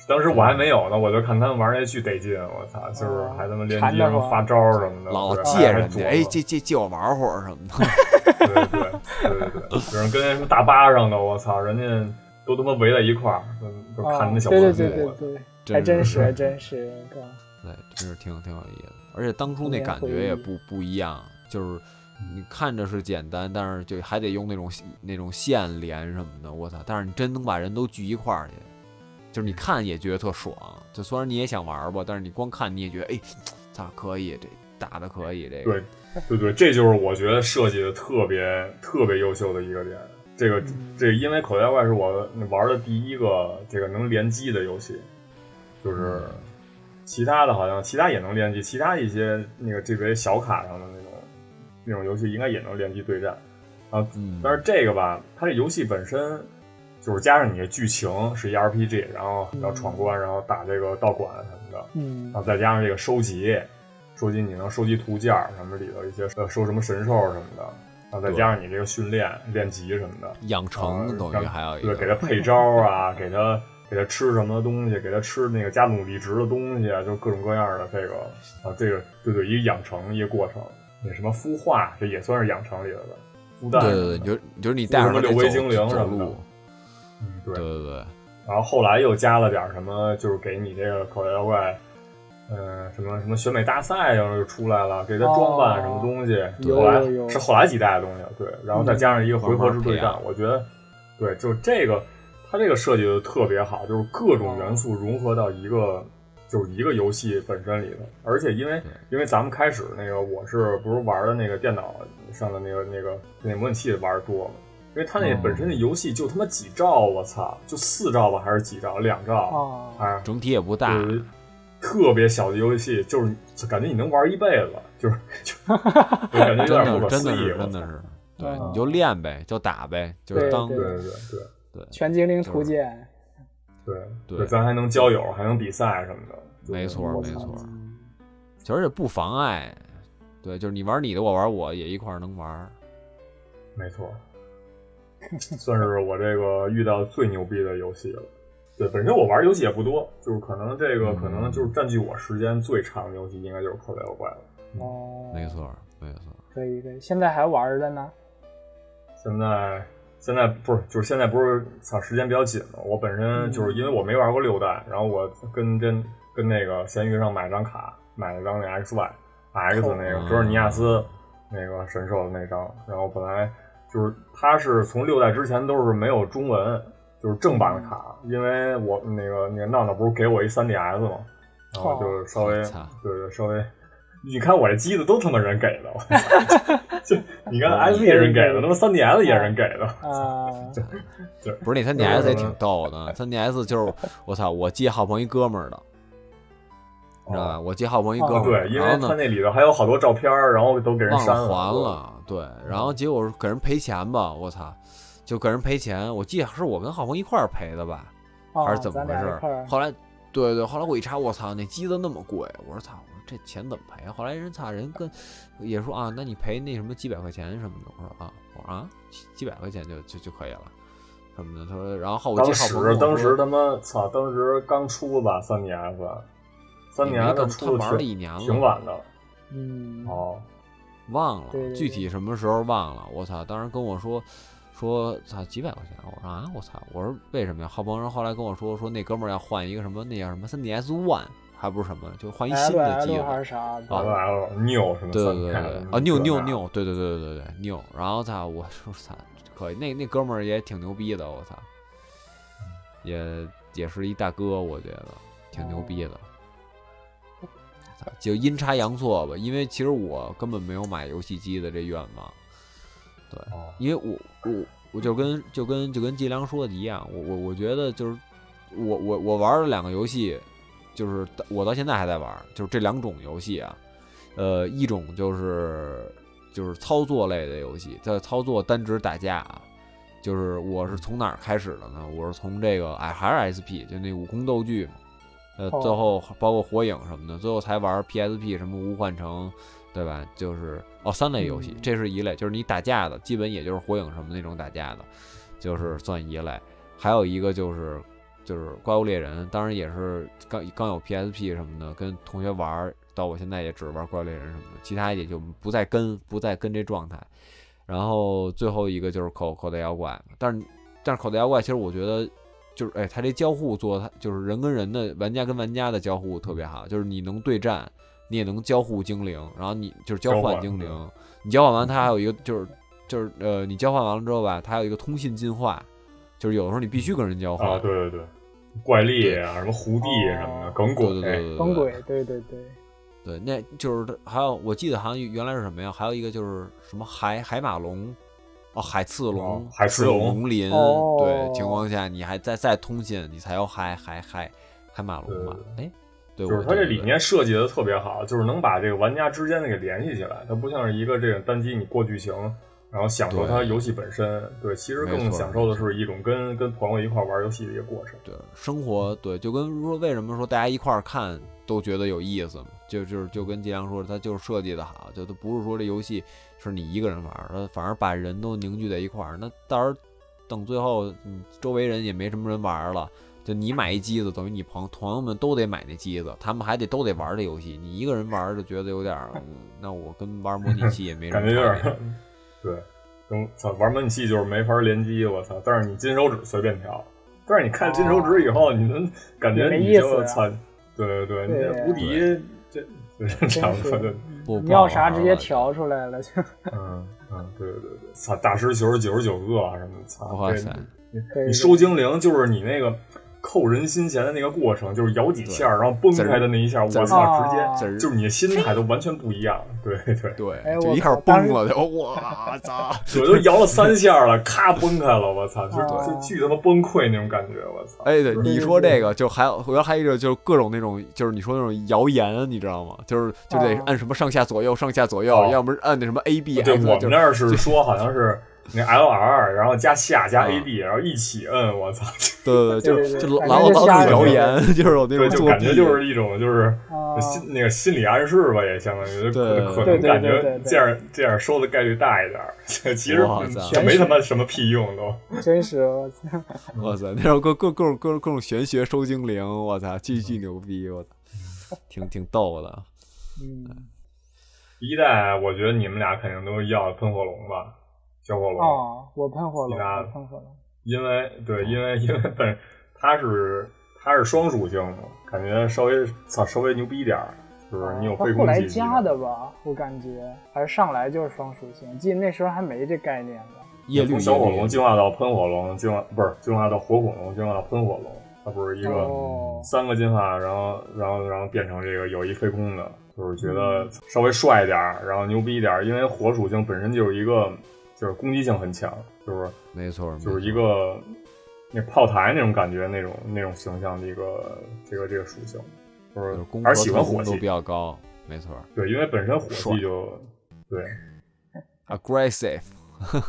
Speaker 1: 当时我还没有呢，我就看他们玩那巨得劲，我操，
Speaker 3: 哦
Speaker 1: 就是还他妈联机
Speaker 3: 馋得慌
Speaker 1: 上发招什么的，
Speaker 2: 老
Speaker 1: 对
Speaker 2: 借人家，
Speaker 1: 还
Speaker 2: 哎，
Speaker 1: 琢磨
Speaker 2: 借借借我玩会儿什么的。
Speaker 1: 对对对对对对，有人跟人说大巴上的，我操，人家都他妈围在一块儿，就就
Speaker 3: 啊
Speaker 1: 看那小
Speaker 3: 对
Speaker 1: 朋
Speaker 3: 对
Speaker 1: 友，
Speaker 3: 对对对，
Speaker 2: 真
Speaker 3: 还真
Speaker 2: 是
Speaker 3: 是还真是，对
Speaker 2: 对，真是挺挺有意思。而且当初那
Speaker 3: 童年
Speaker 2: 感
Speaker 3: 回
Speaker 2: 觉也
Speaker 3: 忆
Speaker 2: 不不一样，就是你看着是简单，但是就还得用那种那种线连什么的，我操！但是你真能把人都聚一块儿去，就是你看也觉得特爽。就虽然你也想玩儿吧，但是你光看你也觉得，哎，咋可以？这打的可以，这个
Speaker 1: 对对对，这就是我觉得设计的特别特别优秀的一个点。这个这因为口袋妖怪是我玩的第一个这个能联机的游戏，就是其他的好像其他也能联机，其他一些那个这边小卡上的那种那种游戏应该也能联机对战。
Speaker 2: 嗯，
Speaker 1: 但是这个吧，它这游戏本身就是加上你的剧情是一 RPG，然后要闯关，然后打这个道馆什么的，
Speaker 3: 嗯
Speaker 1: 然，后再加上这个收集，收集你能收集图鉴儿什么里头一些呃收什么神兽什么的，然后再加上你这个训练练级什么的，
Speaker 2: 养成
Speaker 1: 啊
Speaker 2: 等于
Speaker 1: 让
Speaker 2: 还有一
Speaker 1: 对，给它
Speaker 2: 个，
Speaker 1: 配招儿啊，给它给它吃什么东西，给它吃那个加努力值的东西啊，就各种各样的这个啊，这个对对，一个养成一个过程，那什么孵化这也算是养成里头的，孵蛋
Speaker 2: 对
Speaker 1: 什么的
Speaker 2: 对对，你就就是你
Speaker 1: 附
Speaker 2: 带
Speaker 1: 什
Speaker 2: 上
Speaker 1: 么
Speaker 2: 它得
Speaker 1: 六微
Speaker 2: 走
Speaker 1: 精灵
Speaker 2: 走
Speaker 1: 什么的
Speaker 2: 路，
Speaker 1: 嗯对
Speaker 2: 对对对，
Speaker 1: 然后后来又加了点儿什么，就是给你这个口袋妖怪，呃，什么什么选美大赛，然后就出来了，给他装扮什么东西。
Speaker 2: 对
Speaker 1: 后来
Speaker 3: 哦有有有嗯
Speaker 1: 是后来几代的东西，对。然后再加上一个回合制对
Speaker 2: 慢慢培
Speaker 1: 战，
Speaker 2: 养
Speaker 1: 我觉得，对，就这个，它这个设计的特别好，就是各
Speaker 3: 哦
Speaker 1: 种元素融合到一个。就是一个游戏本身里头，而且因为
Speaker 2: 对
Speaker 1: 因为咱们开始那个我是不是玩的那个电脑上的那个那个那模拟器玩得多嘛，因为它那
Speaker 2: 嗯
Speaker 1: 本身那游戏就他妈几兆，我操，就四兆吧，还是几兆？两兆，
Speaker 3: 哦，
Speaker 1: 哎，
Speaker 2: 整体也不大，
Speaker 1: 就是特别小的游戏，就是就感觉你能玩一辈子，就是就就感觉有
Speaker 2: 真
Speaker 1: 点不
Speaker 2: 的
Speaker 1: 可
Speaker 2: 真
Speaker 1: 思
Speaker 2: 的
Speaker 1: 议
Speaker 2: 是，真
Speaker 1: 我
Speaker 2: 的
Speaker 1: 操
Speaker 2: 是，对，
Speaker 3: 嗯
Speaker 2: 你就练呗，就打呗，就是
Speaker 3: 对
Speaker 2: 当
Speaker 1: 对对对
Speaker 2: 对
Speaker 3: 全精灵
Speaker 2: 就
Speaker 3: 图
Speaker 2: 是
Speaker 3: 鉴，
Speaker 1: 对
Speaker 2: 对
Speaker 1: 就咱还能交友，还能比赛什么的，就是
Speaker 2: 没错
Speaker 1: 我
Speaker 2: 没
Speaker 1: 操
Speaker 2: 错，其实也不妨碍，对，就是你玩你的，我玩我也一块儿能玩儿，
Speaker 1: 没错， 算是我这个遇到最牛逼的游戏了。对，本身我玩游戏也不多，就是可能这个
Speaker 2: 嗯
Speaker 1: 可能就是占据我时间最长的游戏，应该就是《口袋妖怪》了。
Speaker 2: 嗯
Speaker 3: 哦，
Speaker 2: 没错没错，
Speaker 3: 可以可以，现在还玩着呢，
Speaker 1: 现在现在不是就是现在不是操时间比较紧嘛，我本身就是因为我没玩过六代，然后我跟跟跟那个闲鱼上买张卡，买了张那 X Y X 那个
Speaker 2: 嗯
Speaker 1: 德尔尼亚斯那个神兽的那张，然后本来就是它是从六代之前都是没有中文，就是正版的卡，因为我那个那个闹闹不是给我一 3DS 嘛，然后就稍微、
Speaker 2: 我操
Speaker 1: 对对稍微。你看我这机子都他妈人给的，我 操就哦你看 S 也人给的，他妈 3DS 也人给的，
Speaker 3: 啊，
Speaker 2: 不是那 3DS 也挺逗的，3DS 就是我操，我借好朋友一哥们儿的，你知道吧？我借好朋友一哥们儿，
Speaker 1: 哦对，因为
Speaker 2: 然后
Speaker 1: 他
Speaker 2: 呢
Speaker 1: 那里头还有好多照片儿，然后都给人
Speaker 2: 忘
Speaker 1: 删嗯
Speaker 2: 了还。了，对，然后结果给人赔钱吧，我操，就给人赔钱，我记得是我跟好朋友一块儿赔的吧，
Speaker 3: 啊
Speaker 2: 还是怎么回
Speaker 3: 咱俩一
Speaker 2: 事
Speaker 3: 块
Speaker 2: 儿？
Speaker 3: 儿
Speaker 2: 后来，对对，后来我一查，我操，那机子那么贵，我说操，我说这钱怎么赔啊？后来人操人跟也说啊，那你赔那什么几百块钱什么的，我说啊，我说啊，几几百块钱就就就可以了，什么的。他说，然后我记
Speaker 1: 当
Speaker 2: 得好朋
Speaker 1: 时
Speaker 2: 友
Speaker 1: 当时
Speaker 2: 说
Speaker 1: 他妈操，当时刚出吧三 DS，三
Speaker 2: 也没干
Speaker 1: DS
Speaker 2: 他
Speaker 1: 出
Speaker 2: 玩
Speaker 1: 的
Speaker 2: 了一
Speaker 1: 挺
Speaker 2: 年了，
Speaker 1: 挺晚的
Speaker 3: 嗯，
Speaker 1: 哦，
Speaker 2: 忘了
Speaker 3: 对对对
Speaker 2: 具体什么时候忘了，我操！当时跟我说说操几百块钱，我说啊，我操！我说为什么呀？浩鹏人后来跟我说说那哥们儿要换一个什么那叫什么 3DS One 还不是什么，就换一新
Speaker 3: L
Speaker 2: 的机
Speaker 3: L
Speaker 2: 子。
Speaker 3: 还是啥的？
Speaker 1: 完了完了，new 什么
Speaker 2: 对
Speaker 1: 三
Speaker 2: 对对
Speaker 1: DS
Speaker 2: 对啊，牛牛
Speaker 1: 这那
Speaker 2: 牛，对对对对对对牛。然后他我说操，可以，那那哥们儿也挺牛逼的，我操，也也是一大哥，我觉得挺牛逼的。操就阴差阳错吧，因为其实我根本没有买游戏机的这愿望，
Speaker 1: 哦
Speaker 2: 因为我我我就跟就跟就跟季良说的一样，我我我觉得就是我我我玩了两个游戏，就是到我到现在还在玩，就是这两种游戏啊，呃，一种就是就是操作类的游戏，在操作单指打架啊，就是我是从哪儿开始的呢？我是从这个哎还是 SP，就那武功斗剧嘛，呃，
Speaker 3: 哦
Speaker 2: 最后包括火影什么的，最后才玩 PSP 什么无幻城，对吧？就是哦三类游戏
Speaker 3: 嗯，
Speaker 2: 这是一类，就是你打架的，基本也就是火影什么那种打架的，就是算一类。还有一个就是就是怪物猎人，当然也是刚刚有 PSP 什么的，跟同学玩儿，到我现在也只玩怪物猎人什么的，其他也就不再跟不再跟这状态。然后最后一个就是口口袋妖怪嘛，但是但是口袋妖怪其实我觉得就是哎，它这交互做它就是人跟人的玩家跟玩家的交互特别好，就是你能对战，你也能交互精灵，然后你就是交
Speaker 1: 交
Speaker 2: 换
Speaker 1: 换
Speaker 2: 精
Speaker 1: 对
Speaker 2: 灵，你交换完它还有一个就是就是呃你交换完了之后吧，它还有一个通信进化，就是有的时候你必须跟人交换，
Speaker 1: 啊，对对对，怪力啊，什么胡地什么的，耿
Speaker 2: 对对对
Speaker 1: 鬼哎
Speaker 2: 对
Speaker 3: 崩
Speaker 2: 对
Speaker 3: 轨，对对 对，
Speaker 2: 对，那就是它还有，我记得好像原来是什么呀？还有一个就是什么海海马龙，哦，海刺龙，
Speaker 1: 哦海刺
Speaker 2: 赤
Speaker 1: 龙
Speaker 2: 龙鳞，
Speaker 3: 哦
Speaker 2: 对，情况下你还再再通信，你才有海海海海马龙嘛？哎，对，
Speaker 1: 就是
Speaker 2: 我
Speaker 1: 它这
Speaker 2: 对
Speaker 1: 里
Speaker 2: 对
Speaker 1: 面设计的特别好，就是能把这个玩家之间的给联系起来。它不像是一个这种单机你过剧情，然后享受
Speaker 2: 对
Speaker 1: 它游戏本身。对，其实
Speaker 2: 没
Speaker 1: 更
Speaker 2: 错
Speaker 1: 享受的是一种跟跟朋友一块玩游戏的一个过程。
Speaker 2: 对生活，
Speaker 1: 嗯
Speaker 2: 对，就跟说为什么说大家一块儿看都觉得有意思嘛？就就是就跟季良说的，它就是设计的好，就它不是说这游戏是你一个人玩儿，它反而把人都凝聚在一块儿。那到时候等最后，嗯，周围人也没什么人玩儿了，就你买一机子，等于你朋朋友们都得买那机子，他们还得都得玩儿这游戏。你一个人玩儿就觉得有 点儿，嗯那我跟玩儿模拟器也没什
Speaker 1: 感
Speaker 2: 么
Speaker 1: 觉有
Speaker 2: 差别。
Speaker 1: 点，对，嗯操，玩闷器就是没法联机，我操！但是你金手指随便调，但是你看金手指以后，你能感觉
Speaker 3: 哦也没
Speaker 1: 你
Speaker 3: 意思
Speaker 1: 就
Speaker 3: 啊
Speaker 1: 操，对对对，你
Speaker 3: 对
Speaker 1: 这无敌这这这
Speaker 3: 真
Speaker 1: 场
Speaker 3: 是嗯
Speaker 1: 合就。
Speaker 2: 不
Speaker 3: 你
Speaker 2: 不
Speaker 3: 要
Speaker 2: 好
Speaker 3: 啥
Speaker 2: 玩
Speaker 3: 直
Speaker 2: 儿
Speaker 3: 接
Speaker 2: 了
Speaker 3: 调出来了，就
Speaker 1: 嗯，嗯，对对对，操，大师九十九十九个啊什么的，操，
Speaker 2: 哇
Speaker 1: 这
Speaker 2: 塞
Speaker 1: 你
Speaker 3: 对
Speaker 1: 你收精灵就是你那个扣人心弦的那个过程，就是咬几下，然后崩开的那一下，我
Speaker 2: 滋儿
Speaker 1: 操，直接
Speaker 2: 滋儿
Speaker 1: 就是你的心态都完全不一样，对对，
Speaker 2: 对
Speaker 3: 哎，
Speaker 2: 就
Speaker 3: 我
Speaker 2: 一下
Speaker 3: 靠当
Speaker 2: 崩
Speaker 3: 时
Speaker 2: 了，就我操！
Speaker 1: 我都摇了三下了，咔崩开了，我操，就
Speaker 3: 啊
Speaker 1: 就巨他妈崩溃那种感觉，我操，
Speaker 2: 哎，对，
Speaker 1: 就是
Speaker 2: 你说这个就还有，我觉得还有一个就是各种那种，就是你说那种谣言，你知道吗？就是就得
Speaker 3: 哦
Speaker 2: 按什么上下左右，上下左右，
Speaker 1: 哦
Speaker 2: 要不是按那什么 A B
Speaker 1: 哎对
Speaker 2: X，
Speaker 1: 我
Speaker 2: 就
Speaker 1: 们那儿是哦说好像是。那 L R，然后加下加
Speaker 2: 啊
Speaker 1: A B，然后一起摁，我操！
Speaker 2: 对对
Speaker 3: 对
Speaker 2: 对，就
Speaker 3: 对对
Speaker 2: 就
Speaker 3: 反
Speaker 2: 老
Speaker 3: 正
Speaker 2: 有
Speaker 3: 就
Speaker 2: 老
Speaker 3: 瞎
Speaker 2: 有谣
Speaker 3: 说
Speaker 2: 言， 就是 有那
Speaker 1: 对，
Speaker 2: 种
Speaker 1: 就
Speaker 2: 作
Speaker 1: 感
Speaker 2: 弊
Speaker 1: 觉，就是一种就是
Speaker 3: 啊，
Speaker 1: 心那个心理暗示吧，也相当于就
Speaker 2: 对
Speaker 1: 可可
Speaker 3: 对
Speaker 1: 能
Speaker 3: 对
Speaker 1: 感
Speaker 3: 对
Speaker 1: 觉
Speaker 3: 对对
Speaker 1: 这样这样收的概率大一点儿， 其实
Speaker 2: 哇塞
Speaker 1: 就没他妈什么屁用都。
Speaker 3: 真是我操，
Speaker 2: 哇塞，那种各各各种各种各种玄学收精灵，我操，巨巨牛逼，我操，挺挺逗的。
Speaker 3: 嗯，
Speaker 1: 一代我觉得你们俩肯定都要喷火龙吧，小火龙，
Speaker 3: 哦，我喷火龙，
Speaker 1: 你拿
Speaker 3: 我
Speaker 1: 的
Speaker 3: 喷火龙，
Speaker 1: 因为
Speaker 2: 哦
Speaker 1: 对，因为因为本它是它是双属性嘛，感觉稍微操稍微牛逼一点儿，就是你有
Speaker 3: 哦他
Speaker 1: 会
Speaker 3: 啊后
Speaker 1: 攻
Speaker 3: 来
Speaker 1: 击技
Speaker 3: 加
Speaker 1: 能。
Speaker 3: 的吧，我感觉还是上来就是双属性，记得那时候还没这概念呢。
Speaker 2: 叶
Speaker 1: 从
Speaker 2: 绿
Speaker 1: 小火
Speaker 2: 叶
Speaker 1: 龙
Speaker 2: 绿
Speaker 1: 进化到喷火龙，进化不是进化到火火龙，进化到喷火龙，它不是一个
Speaker 3: 哦，
Speaker 1: 三个进化，然后然后然后变成这个有一飞空的，就是觉
Speaker 2: 嗯
Speaker 1: 得稍微帅一点儿，然后牛逼一点儿，因为火属性本身就是一个就是攻击性很强，就是
Speaker 2: 没错，没错
Speaker 1: 就是一个那炮台那种感觉，那种那种形象的一个这个这个属性，就
Speaker 2: 就是是攻
Speaker 1: 还
Speaker 2: 和
Speaker 1: 是喜
Speaker 2: 特
Speaker 1: 欢
Speaker 2: 攻
Speaker 1: 火
Speaker 2: 都
Speaker 1: 系
Speaker 2: 比，较高，没错
Speaker 1: 对，因为本身火
Speaker 2: 帅
Speaker 1: 系就对，
Speaker 2: ，aggressive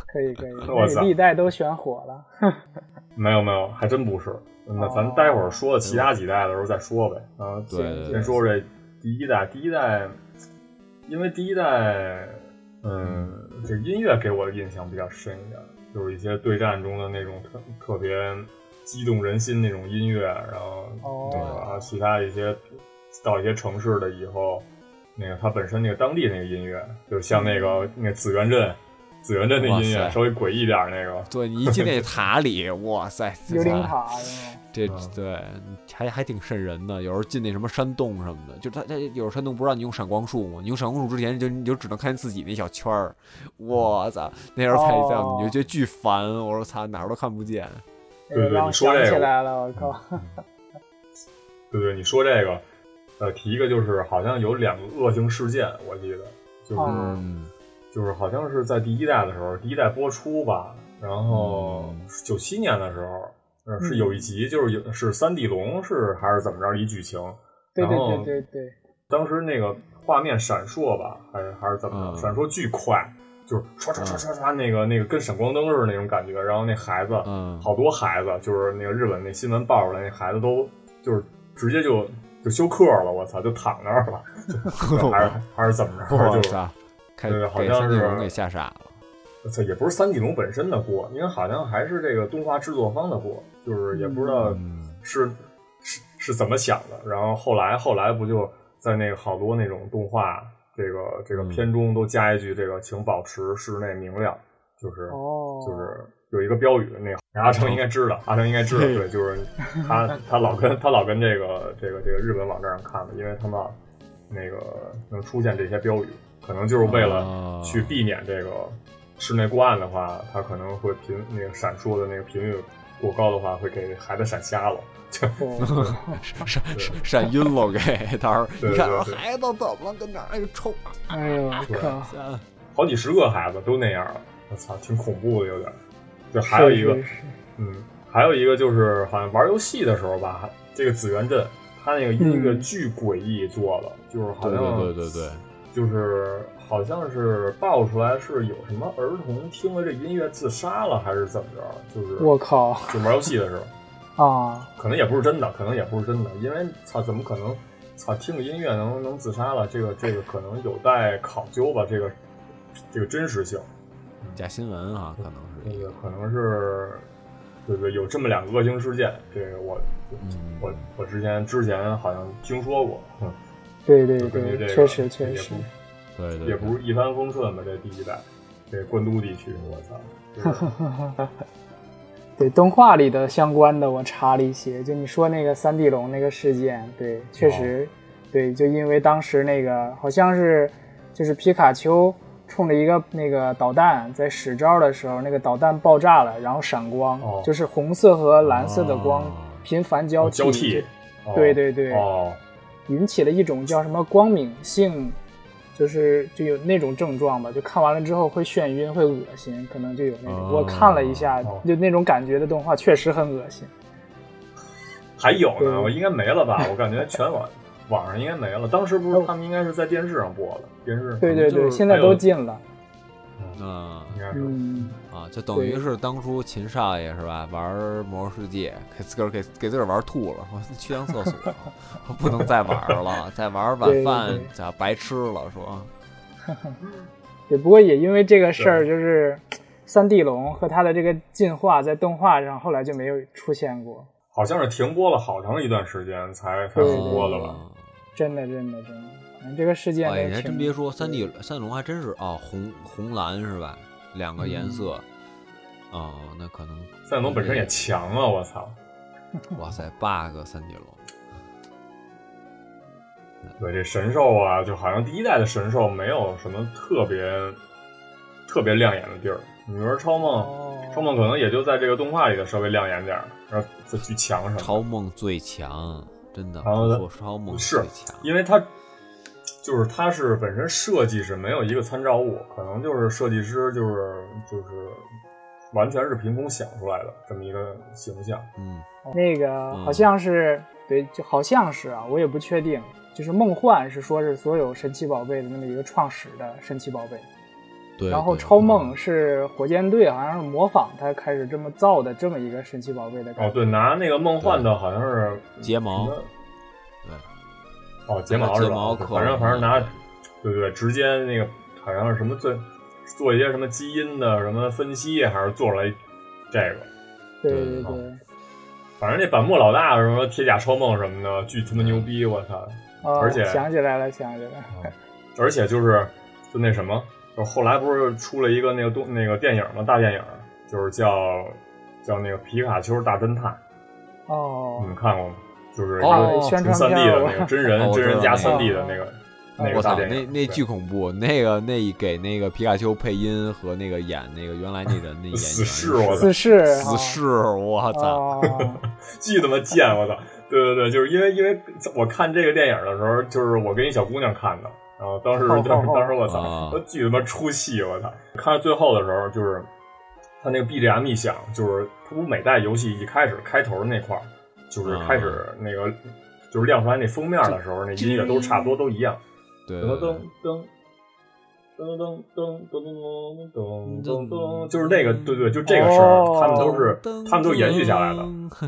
Speaker 3: 可以 可以，
Speaker 1: 我
Speaker 3: 那
Speaker 1: 操
Speaker 3: 你历代都选火了。
Speaker 1: 没有没有，还真不是。那
Speaker 3: 哦
Speaker 1: 咱待会儿说其他几代的时候再说呗，然后
Speaker 2: 对对
Speaker 1: 先
Speaker 2: 对
Speaker 1: 说这第一代，第一代，因为第一代，嗯，这音乐给我的印象比较深一点，就是一些对战中的那种特特别激动人心那种音乐，然后
Speaker 3: 哦
Speaker 1: 那个啊，其他的一些到一些城市了以后，那个它本身那个当地那个音乐，就像那
Speaker 3: 嗯
Speaker 1: 个那个紫园镇，紫园镇那音
Speaker 2: 哇
Speaker 1: 乐
Speaker 2: 塞
Speaker 1: 稍微诡异点儿那个，
Speaker 2: 对你一进那塔里，哇塞，
Speaker 3: 幽灵塔 是吗？
Speaker 2: 这
Speaker 1: 嗯
Speaker 2: 对还还挺瘆人的。有时候进那什么山洞什么的，就是它它有时候山洞不让你用闪光术嘛，你用闪光术之前就你就只能看见自己那小圈儿。
Speaker 1: 嗯
Speaker 2: 我操，那时候太像、
Speaker 3: 哦
Speaker 2: 你就觉得巨烦。我说操，哪儿都看不见。
Speaker 1: 对对
Speaker 3: 哎让我
Speaker 1: 你说这
Speaker 3: 想
Speaker 1: 个
Speaker 3: 起来了，我靠！
Speaker 1: 对对，你说这个，呃，提一个就是好像有两个恶性事件，我记得就是、
Speaker 3: 哦
Speaker 2: 嗯，
Speaker 1: 就是好像是在第一代的时候，第一代播出吧，然后
Speaker 2: 嗯
Speaker 1: 九七年的时候，呃，是
Speaker 3: 嗯
Speaker 1: 有一集就是有是三地龙是还是怎么着一剧情，
Speaker 3: 对对
Speaker 1: 然后
Speaker 3: 对对对，
Speaker 1: 当时那个画面闪烁吧，还是还是怎么
Speaker 2: 嗯
Speaker 1: 着，闪烁巨快，就是唰唰唰唰唰那个那个跟闪光灯似的那种感觉，然后那孩子，
Speaker 2: 嗯
Speaker 1: 好多孩子，就是那个日本那新闻报出来，那孩子都就是直接就就休克了，我操，就躺那 儿了，
Speaker 2: 嗯
Speaker 1: 就还是还是怎么着，
Speaker 2: 我
Speaker 1: 就是
Speaker 2: 操，开
Speaker 1: 对好
Speaker 2: 啊给
Speaker 1: 像
Speaker 2: 三地
Speaker 1: 是
Speaker 2: 龙给吓傻了。
Speaker 1: 我操，也不是三地龙本身的锅，因为好像还是这个动画制作方的锅，就是也不知道
Speaker 2: 嗯，
Speaker 1: 是是是怎么想的。然后后来后来不就在那个好多那种动画这个这个
Speaker 2: 嗯
Speaker 1: 片中都加一句这个请保持室内明亮，就是
Speaker 3: 哦，
Speaker 1: 就是有一个标语，那个阿成应该知道，阿成应该知道，
Speaker 2: 对
Speaker 1: 对，就是他他老跟他老跟这个这个这个日本网站上看的，因为他们那个能出现这些标语，可能就是为了
Speaker 2: 哦
Speaker 1: 去避免这个室内过暗的话，它可能会频那个闪烁的那个频率过高的话，会给孩子闪瞎了。
Speaker 3: 哦
Speaker 2: 闪闪闪闪晕了，给到时候
Speaker 1: 对
Speaker 2: 你看，
Speaker 1: 对
Speaker 2: 啊
Speaker 1: 对
Speaker 2: 孩子怎么了？跟哪儿又冲啊？
Speaker 3: 哎呦我靠！
Speaker 2: 啊
Speaker 1: 好几十个孩子都那样了，我操，挺恐怖的，有点儿。就还有一个，
Speaker 3: 是是是
Speaker 1: 嗯，还有一个就是好像玩游戏的时候吧，这个紫园镇，它那个音乐
Speaker 3: 嗯
Speaker 1: 巨诡异做的，就是好
Speaker 2: 对
Speaker 1: 像
Speaker 2: 对对对对，
Speaker 1: 就是好像是爆出来是有什么儿童听了这音乐自杀了还是怎么着，就是
Speaker 3: 我靠
Speaker 1: 就玩游戏的时候，
Speaker 3: 啊！
Speaker 1: 可能也不是真的，可能也不是真的，因为操怎么可能操听个音乐能能自杀了？这个这个可能有待考究吧，这个这个真实性。
Speaker 2: 假新闻啊，可能是
Speaker 1: 嗯那
Speaker 2: 一
Speaker 1: 个
Speaker 2: 个。
Speaker 1: 可能是，对对，有这么两个恶性事件，这个我
Speaker 2: 嗯
Speaker 1: 我我之前之前好像听说过，嗯，
Speaker 3: 对对
Speaker 1: 就感觉
Speaker 3: 对，
Speaker 1: 这个
Speaker 3: 确实
Speaker 1: 也
Speaker 3: 确
Speaker 1: 不
Speaker 3: 实，
Speaker 2: 对对，
Speaker 1: 也
Speaker 2: 对
Speaker 1: 不是一帆风顺吧，这第一代，这关东地区，我操， 哦这个
Speaker 3: 对动画里的相关的我查了一些，就你说那个三地龙那个事件，对，
Speaker 1: 哦
Speaker 3: 确实，对，就因为当时那个好像是就是皮卡丘冲着一个那个导弹在使招的时候，那个导弹爆炸了，然后闪光，
Speaker 1: 哦
Speaker 3: 就是红色和蓝色的光
Speaker 2: 哦
Speaker 3: 频繁交替，
Speaker 1: 交替，哦
Speaker 3: 对对对
Speaker 1: 哦，
Speaker 3: 引起了一种叫什么光敏性，就是就有那种症状吧，就看完了之后会眩晕、会恶心，可能就有那种。
Speaker 2: 哦
Speaker 3: 我看了一下，
Speaker 1: 哦
Speaker 3: 就那种感觉的动画确实很恶心。
Speaker 2: 哦
Speaker 1: 还有
Speaker 3: 对
Speaker 1: 呢，我应该没了吧？我感觉全网网上应该没了，当时不是他们应该是在电视上播的，电视上
Speaker 3: 哦对对
Speaker 2: 就
Speaker 3: 对，
Speaker 2: 是
Speaker 3: 现在
Speaker 1: 还有
Speaker 3: 都禁了。
Speaker 2: 嗯
Speaker 1: 应该是，
Speaker 3: 嗯，
Speaker 2: 啊，就等于
Speaker 3: 对
Speaker 2: 是当初秦少爷是吧，玩《魔兽世界》，给自个儿给给自个儿玩吐了，说去趟厕所，我不能再玩了，再玩晚
Speaker 3: 对
Speaker 2: 饭
Speaker 3: 对
Speaker 2: 咋白吃了？说
Speaker 3: 也不过也因为这个事儿，就是三地龙和它的这个进化在动画上后来就没有出现过。
Speaker 1: 好像是停播了好长一段时间才才
Speaker 3: 对对
Speaker 1: 复播的吧？
Speaker 2: 哦
Speaker 3: 真的，真的，真的，反正这个事件
Speaker 2: 哎，
Speaker 3: 也
Speaker 2: 你还哦
Speaker 3: 挺
Speaker 2: 真别说，三地三地龙还真是啊，红红蓝是吧？两个
Speaker 3: 嗯
Speaker 2: 颜色，哦，那可能
Speaker 1: 赛龙本身也强啊，我操！
Speaker 2: 哇塞 bug 三角龙，
Speaker 1: 对这神兽啊，就好像第一代的神兽没有什么特别特别亮眼的地儿。你说超梦，超梦可能也就在这个动画里的稍微亮眼点儿，然后再去强什么的。
Speaker 2: 超梦最强，真的，
Speaker 1: 然后
Speaker 2: 我
Speaker 1: 呢
Speaker 2: 说超梦
Speaker 1: 是
Speaker 2: 最强，
Speaker 1: 因为它就是它是本身设计是没有一个参照物，可能就是设计师就是就是完全是凭空想出来的这么一个形象。
Speaker 2: 嗯，
Speaker 3: 那个
Speaker 2: 嗯
Speaker 3: 好像是对，就好像是啊，我也不确定。就是梦幻是说是所有神奇宝贝的那么一个创始的神奇宝贝，
Speaker 2: 对。
Speaker 3: 然后
Speaker 2: 对嗯
Speaker 3: 超梦，是火箭队好像是模仿他开始这么造的这么一个神奇宝贝的感
Speaker 1: 哦，
Speaker 3: 觉。
Speaker 1: 对，拿那个梦幻的好像是
Speaker 2: 嗯睫毛
Speaker 1: 什么
Speaker 2: 对，
Speaker 1: 哦，睫毛
Speaker 2: 睫
Speaker 1: 是
Speaker 2: 毛嗯
Speaker 1: 吧？
Speaker 2: 刻
Speaker 1: 反正反正拿对
Speaker 2: 对，
Speaker 1: 对，直接那个好像是什么做做一些什么基因的什么分析，还是做出来这个。
Speaker 2: 哦对嗯
Speaker 3: 对对
Speaker 2: 对
Speaker 3: 对，
Speaker 1: 反正那板木老大什么铁甲超梦什么的，巨他妈牛逼！我操！
Speaker 3: 哦
Speaker 1: 而且
Speaker 3: 想起来了，想起来了，
Speaker 1: 而且就是就那什么，就是后来不是出了一个那个东那个电影嘛，大电影，就是叫叫那个皮卡丘大侦探，
Speaker 3: 哦
Speaker 1: 你，们看过吗？就是一
Speaker 2: 哦
Speaker 1: 个
Speaker 3: 对，宣
Speaker 1: 纯
Speaker 3: 传
Speaker 1: 三 D
Speaker 3: 片
Speaker 1: 的
Speaker 3: 我
Speaker 1: 那个真人、
Speaker 2: 哦我知
Speaker 1: 真
Speaker 2: 道
Speaker 1: 人加
Speaker 2: 那个
Speaker 1: 三 D 的那个那
Speaker 2: 我
Speaker 1: 个大
Speaker 2: 操，
Speaker 1: 电
Speaker 2: 那
Speaker 1: 影，
Speaker 2: 那
Speaker 1: 对
Speaker 2: 巨恐怖，那个那一给那个皮卡丘配音和那个演那个原来那人那演员
Speaker 1: 死侍
Speaker 2: 是
Speaker 1: 我操
Speaker 3: 死侍，
Speaker 2: 嗯
Speaker 3: 啊
Speaker 2: 死侍，啊我操，
Speaker 3: 哦，
Speaker 1: 巨他妈贱！我操！对对对，就是因为因为我看这个电影的时候，就是我跟一小姑娘看的，然后当时
Speaker 3: 哦
Speaker 1: 当时
Speaker 3: 哦哦
Speaker 1: 当时我
Speaker 2: 啊
Speaker 1: 操，我巨他妈出戏！我操！看到最后的时候，就是他那个 BGM 一响，就是他不每代游戏一开始开头那块儿，就是
Speaker 2: 啊
Speaker 1: 开始那个、就是亮出来那封面的时候，那音乐都差不多都一样，
Speaker 2: 对
Speaker 1: 噔
Speaker 2: 对
Speaker 1: 噔
Speaker 2: 对
Speaker 1: 噔。噔噔噔噔噔噔
Speaker 2: 嗯
Speaker 1: 噔噔噔，就是那个，对对，就这个声儿，
Speaker 3: 哦
Speaker 1: 他们都是，他们都是延续下来的。
Speaker 2: 的，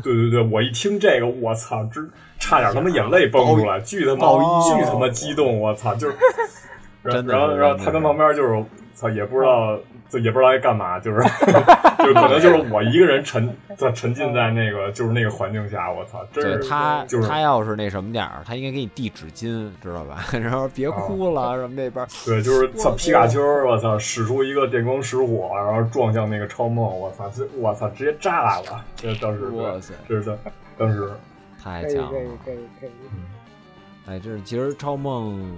Speaker 1: 对对对，我一听这个，我操，真差点他妈眼泪崩
Speaker 2: 哎
Speaker 1: 出来，巨他妈
Speaker 3: 哦
Speaker 1: 巨他妈激动，我操，就是，然
Speaker 2: 真的
Speaker 1: 然后
Speaker 2: 是
Speaker 1: 然后
Speaker 2: 真的嗯
Speaker 1: 他跟
Speaker 2: 是
Speaker 1: 旁边就是，操，也不知道，就也不知道该干嘛，就是， 就可能就是我一个人沉在沉浸在那 个就是那个环境下，我操，真
Speaker 2: 对
Speaker 1: 是
Speaker 2: 他
Speaker 1: 就，是
Speaker 2: 他要是那什么点儿，他应该给你递纸巾，知道吧？ 然后别哭了，啊什么那边儿
Speaker 1: 对，啊就是操皮卡丘，我操，使出一个电光石火，然后撞向那个超梦，我操，这我操，直接炸了，这当时，
Speaker 2: 哇塞
Speaker 1: 这是当当时，
Speaker 2: 太
Speaker 3: 可以
Speaker 2: 强
Speaker 3: 可以
Speaker 2: 了。
Speaker 3: 可以可以，
Speaker 2: 哎，这是其实超梦，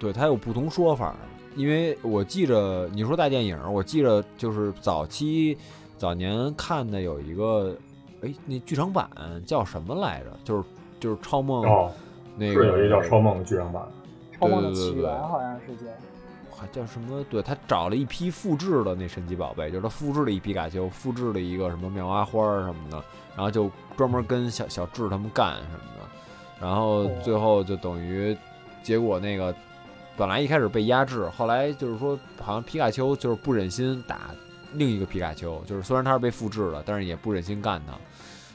Speaker 2: 对它有不同说法儿，因为我记着你说大电影儿，我记着就是早期早年看的有一个，哎，那剧场版叫什么来着？就是就是超梦、
Speaker 1: 哦，
Speaker 2: 那个
Speaker 1: 是有一个叫超梦的剧场版。
Speaker 3: 超梦的起
Speaker 2: 对对对
Speaker 3: 源好像是叫。
Speaker 2: 还叫什么？对他找了一批复制的那神奇宝贝，就是他复制了一皮卡丘，复制了一个什么妙蛙花儿什么的，然后就专门跟小小智他们干什么的，然后
Speaker 3: 哦
Speaker 2: 最后就等于结果那个本来一开始被压制，后来就是说好像皮卡丘就是不忍心打另一个皮卡丘，就是虽然他是被复制了，但是也不忍心干他。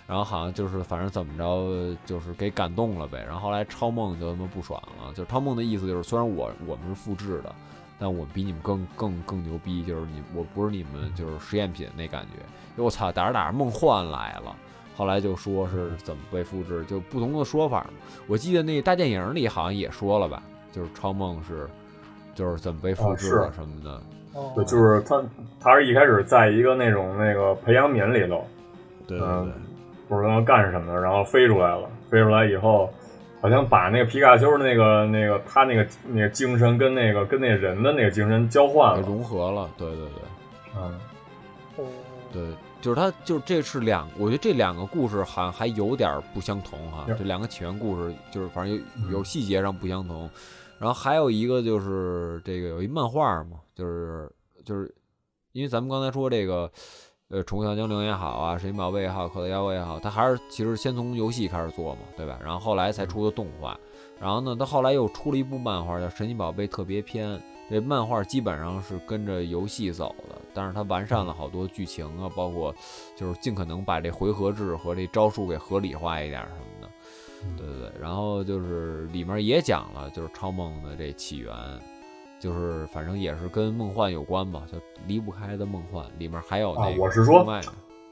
Speaker 2: 然后好像就是反正怎么着，就是给感动了呗。然后后来超梦就他妈不爽了，就是超梦的意思就是，虽然我我们是复制的，但我比你们更更更牛逼，就是你我不是你们
Speaker 1: 嗯
Speaker 2: 就是实验品那感觉。因为我操，打着打着梦幻来了，后来就说是怎么被复制，就不同的说法嘛。我记得那大电影里好像也说了吧，就是超梦是就是怎么被复
Speaker 1: 啊
Speaker 2: 制
Speaker 1: 是
Speaker 2: 了什么的。
Speaker 3: 哦
Speaker 1: 对，就是他，他是一开始在一个那种那个培养皿里头，
Speaker 2: 对
Speaker 1: 对对不知道干什么的，然后飞出来了。飞出来以后，好像把那个皮卡丘那个那个他那个那个精神跟那个跟那人的那个精神交换
Speaker 2: 给
Speaker 1: 了。
Speaker 2: 融合了，对对对。
Speaker 1: 嗯，
Speaker 3: 哦
Speaker 2: 对，就是它，就是这是两，我觉得这两个故事好像还有点儿不相同哈，
Speaker 1: 是
Speaker 2: 这两个起源故事就是反正有
Speaker 1: 嗯
Speaker 2: 有细节上不相同，然后还有一个就是这个有一漫画嘛，就是就是因为咱们刚才说这个。呃，宠物小精灵也好啊，神奇宝贝也好，口袋妖怪也好，它还是其实先从游戏开始做嘛，对吧？然后后来才出的动画，然后呢，它后来又出了一部漫画叫《神奇宝贝特别篇》，这漫画基本上是跟着游戏走的，但是它完善了好多剧情啊，包括就是尽可能把这回合制和这招数给合理化一点什么的。
Speaker 1: 嗯
Speaker 2: 对对对，然后就是里面也讲了，就是超梦的这起源，就是反正也是跟梦幻有关吧，就离不开的梦幻。里面还有那
Speaker 1: 啊
Speaker 2: 个、
Speaker 1: 我是说
Speaker 2: 另外的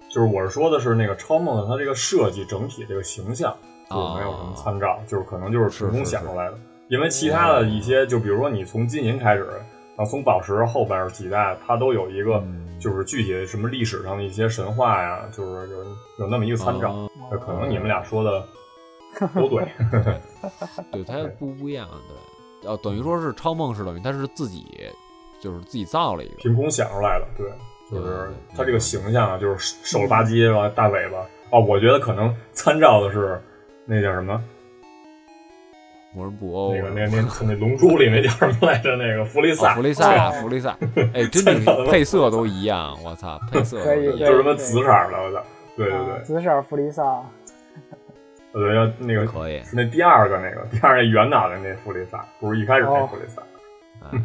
Speaker 1: 就是我是说的是那个超梦的他这个设计整体这个形象，就
Speaker 2: 啊
Speaker 1: 没有什么参哦照，就是可能就是凭
Speaker 2: 是
Speaker 1: 空
Speaker 2: 是
Speaker 1: 想
Speaker 2: 是
Speaker 1: 出来的。因为其他的一些，就比如说你从金银开始，然后从宝石后边几代，它都有一个
Speaker 2: 嗯
Speaker 1: 就是具体什么历史上的一些神话呀，就是有有那么一个参照。
Speaker 2: 哦
Speaker 1: 呃可能你们俩说的都对，
Speaker 2: 对，它不不一样，对，哦，等于说是超梦是等于它是自己，就是自己造了一个，
Speaker 1: 凭空想出来的。对，就是
Speaker 2: 对
Speaker 1: 它这个形象啊，就是手了吧唧吧，大尾巴。哦，我觉得可能参照的是那叫什么，
Speaker 2: 魔人布欧，
Speaker 1: 那个那那那龙珠里那叫什么来着？那个弗利
Speaker 2: 哦
Speaker 1: 萨
Speaker 2: 弗，利萨，
Speaker 3: 哦
Speaker 2: 弗 利萨，哎，真的配色都一样，我操，配色
Speaker 3: 可以
Speaker 2: 都一
Speaker 1: 就
Speaker 2: 样
Speaker 1: 是什么紫色儿的，我操！对对
Speaker 3: 啊
Speaker 1: 对，
Speaker 3: 紫色弗利萨，
Speaker 1: 我觉得那个
Speaker 2: 可以，
Speaker 1: 是那第二个那个，第二那圆脑袋那弗利萨，不是一开始那弗利萨。
Speaker 2: 哎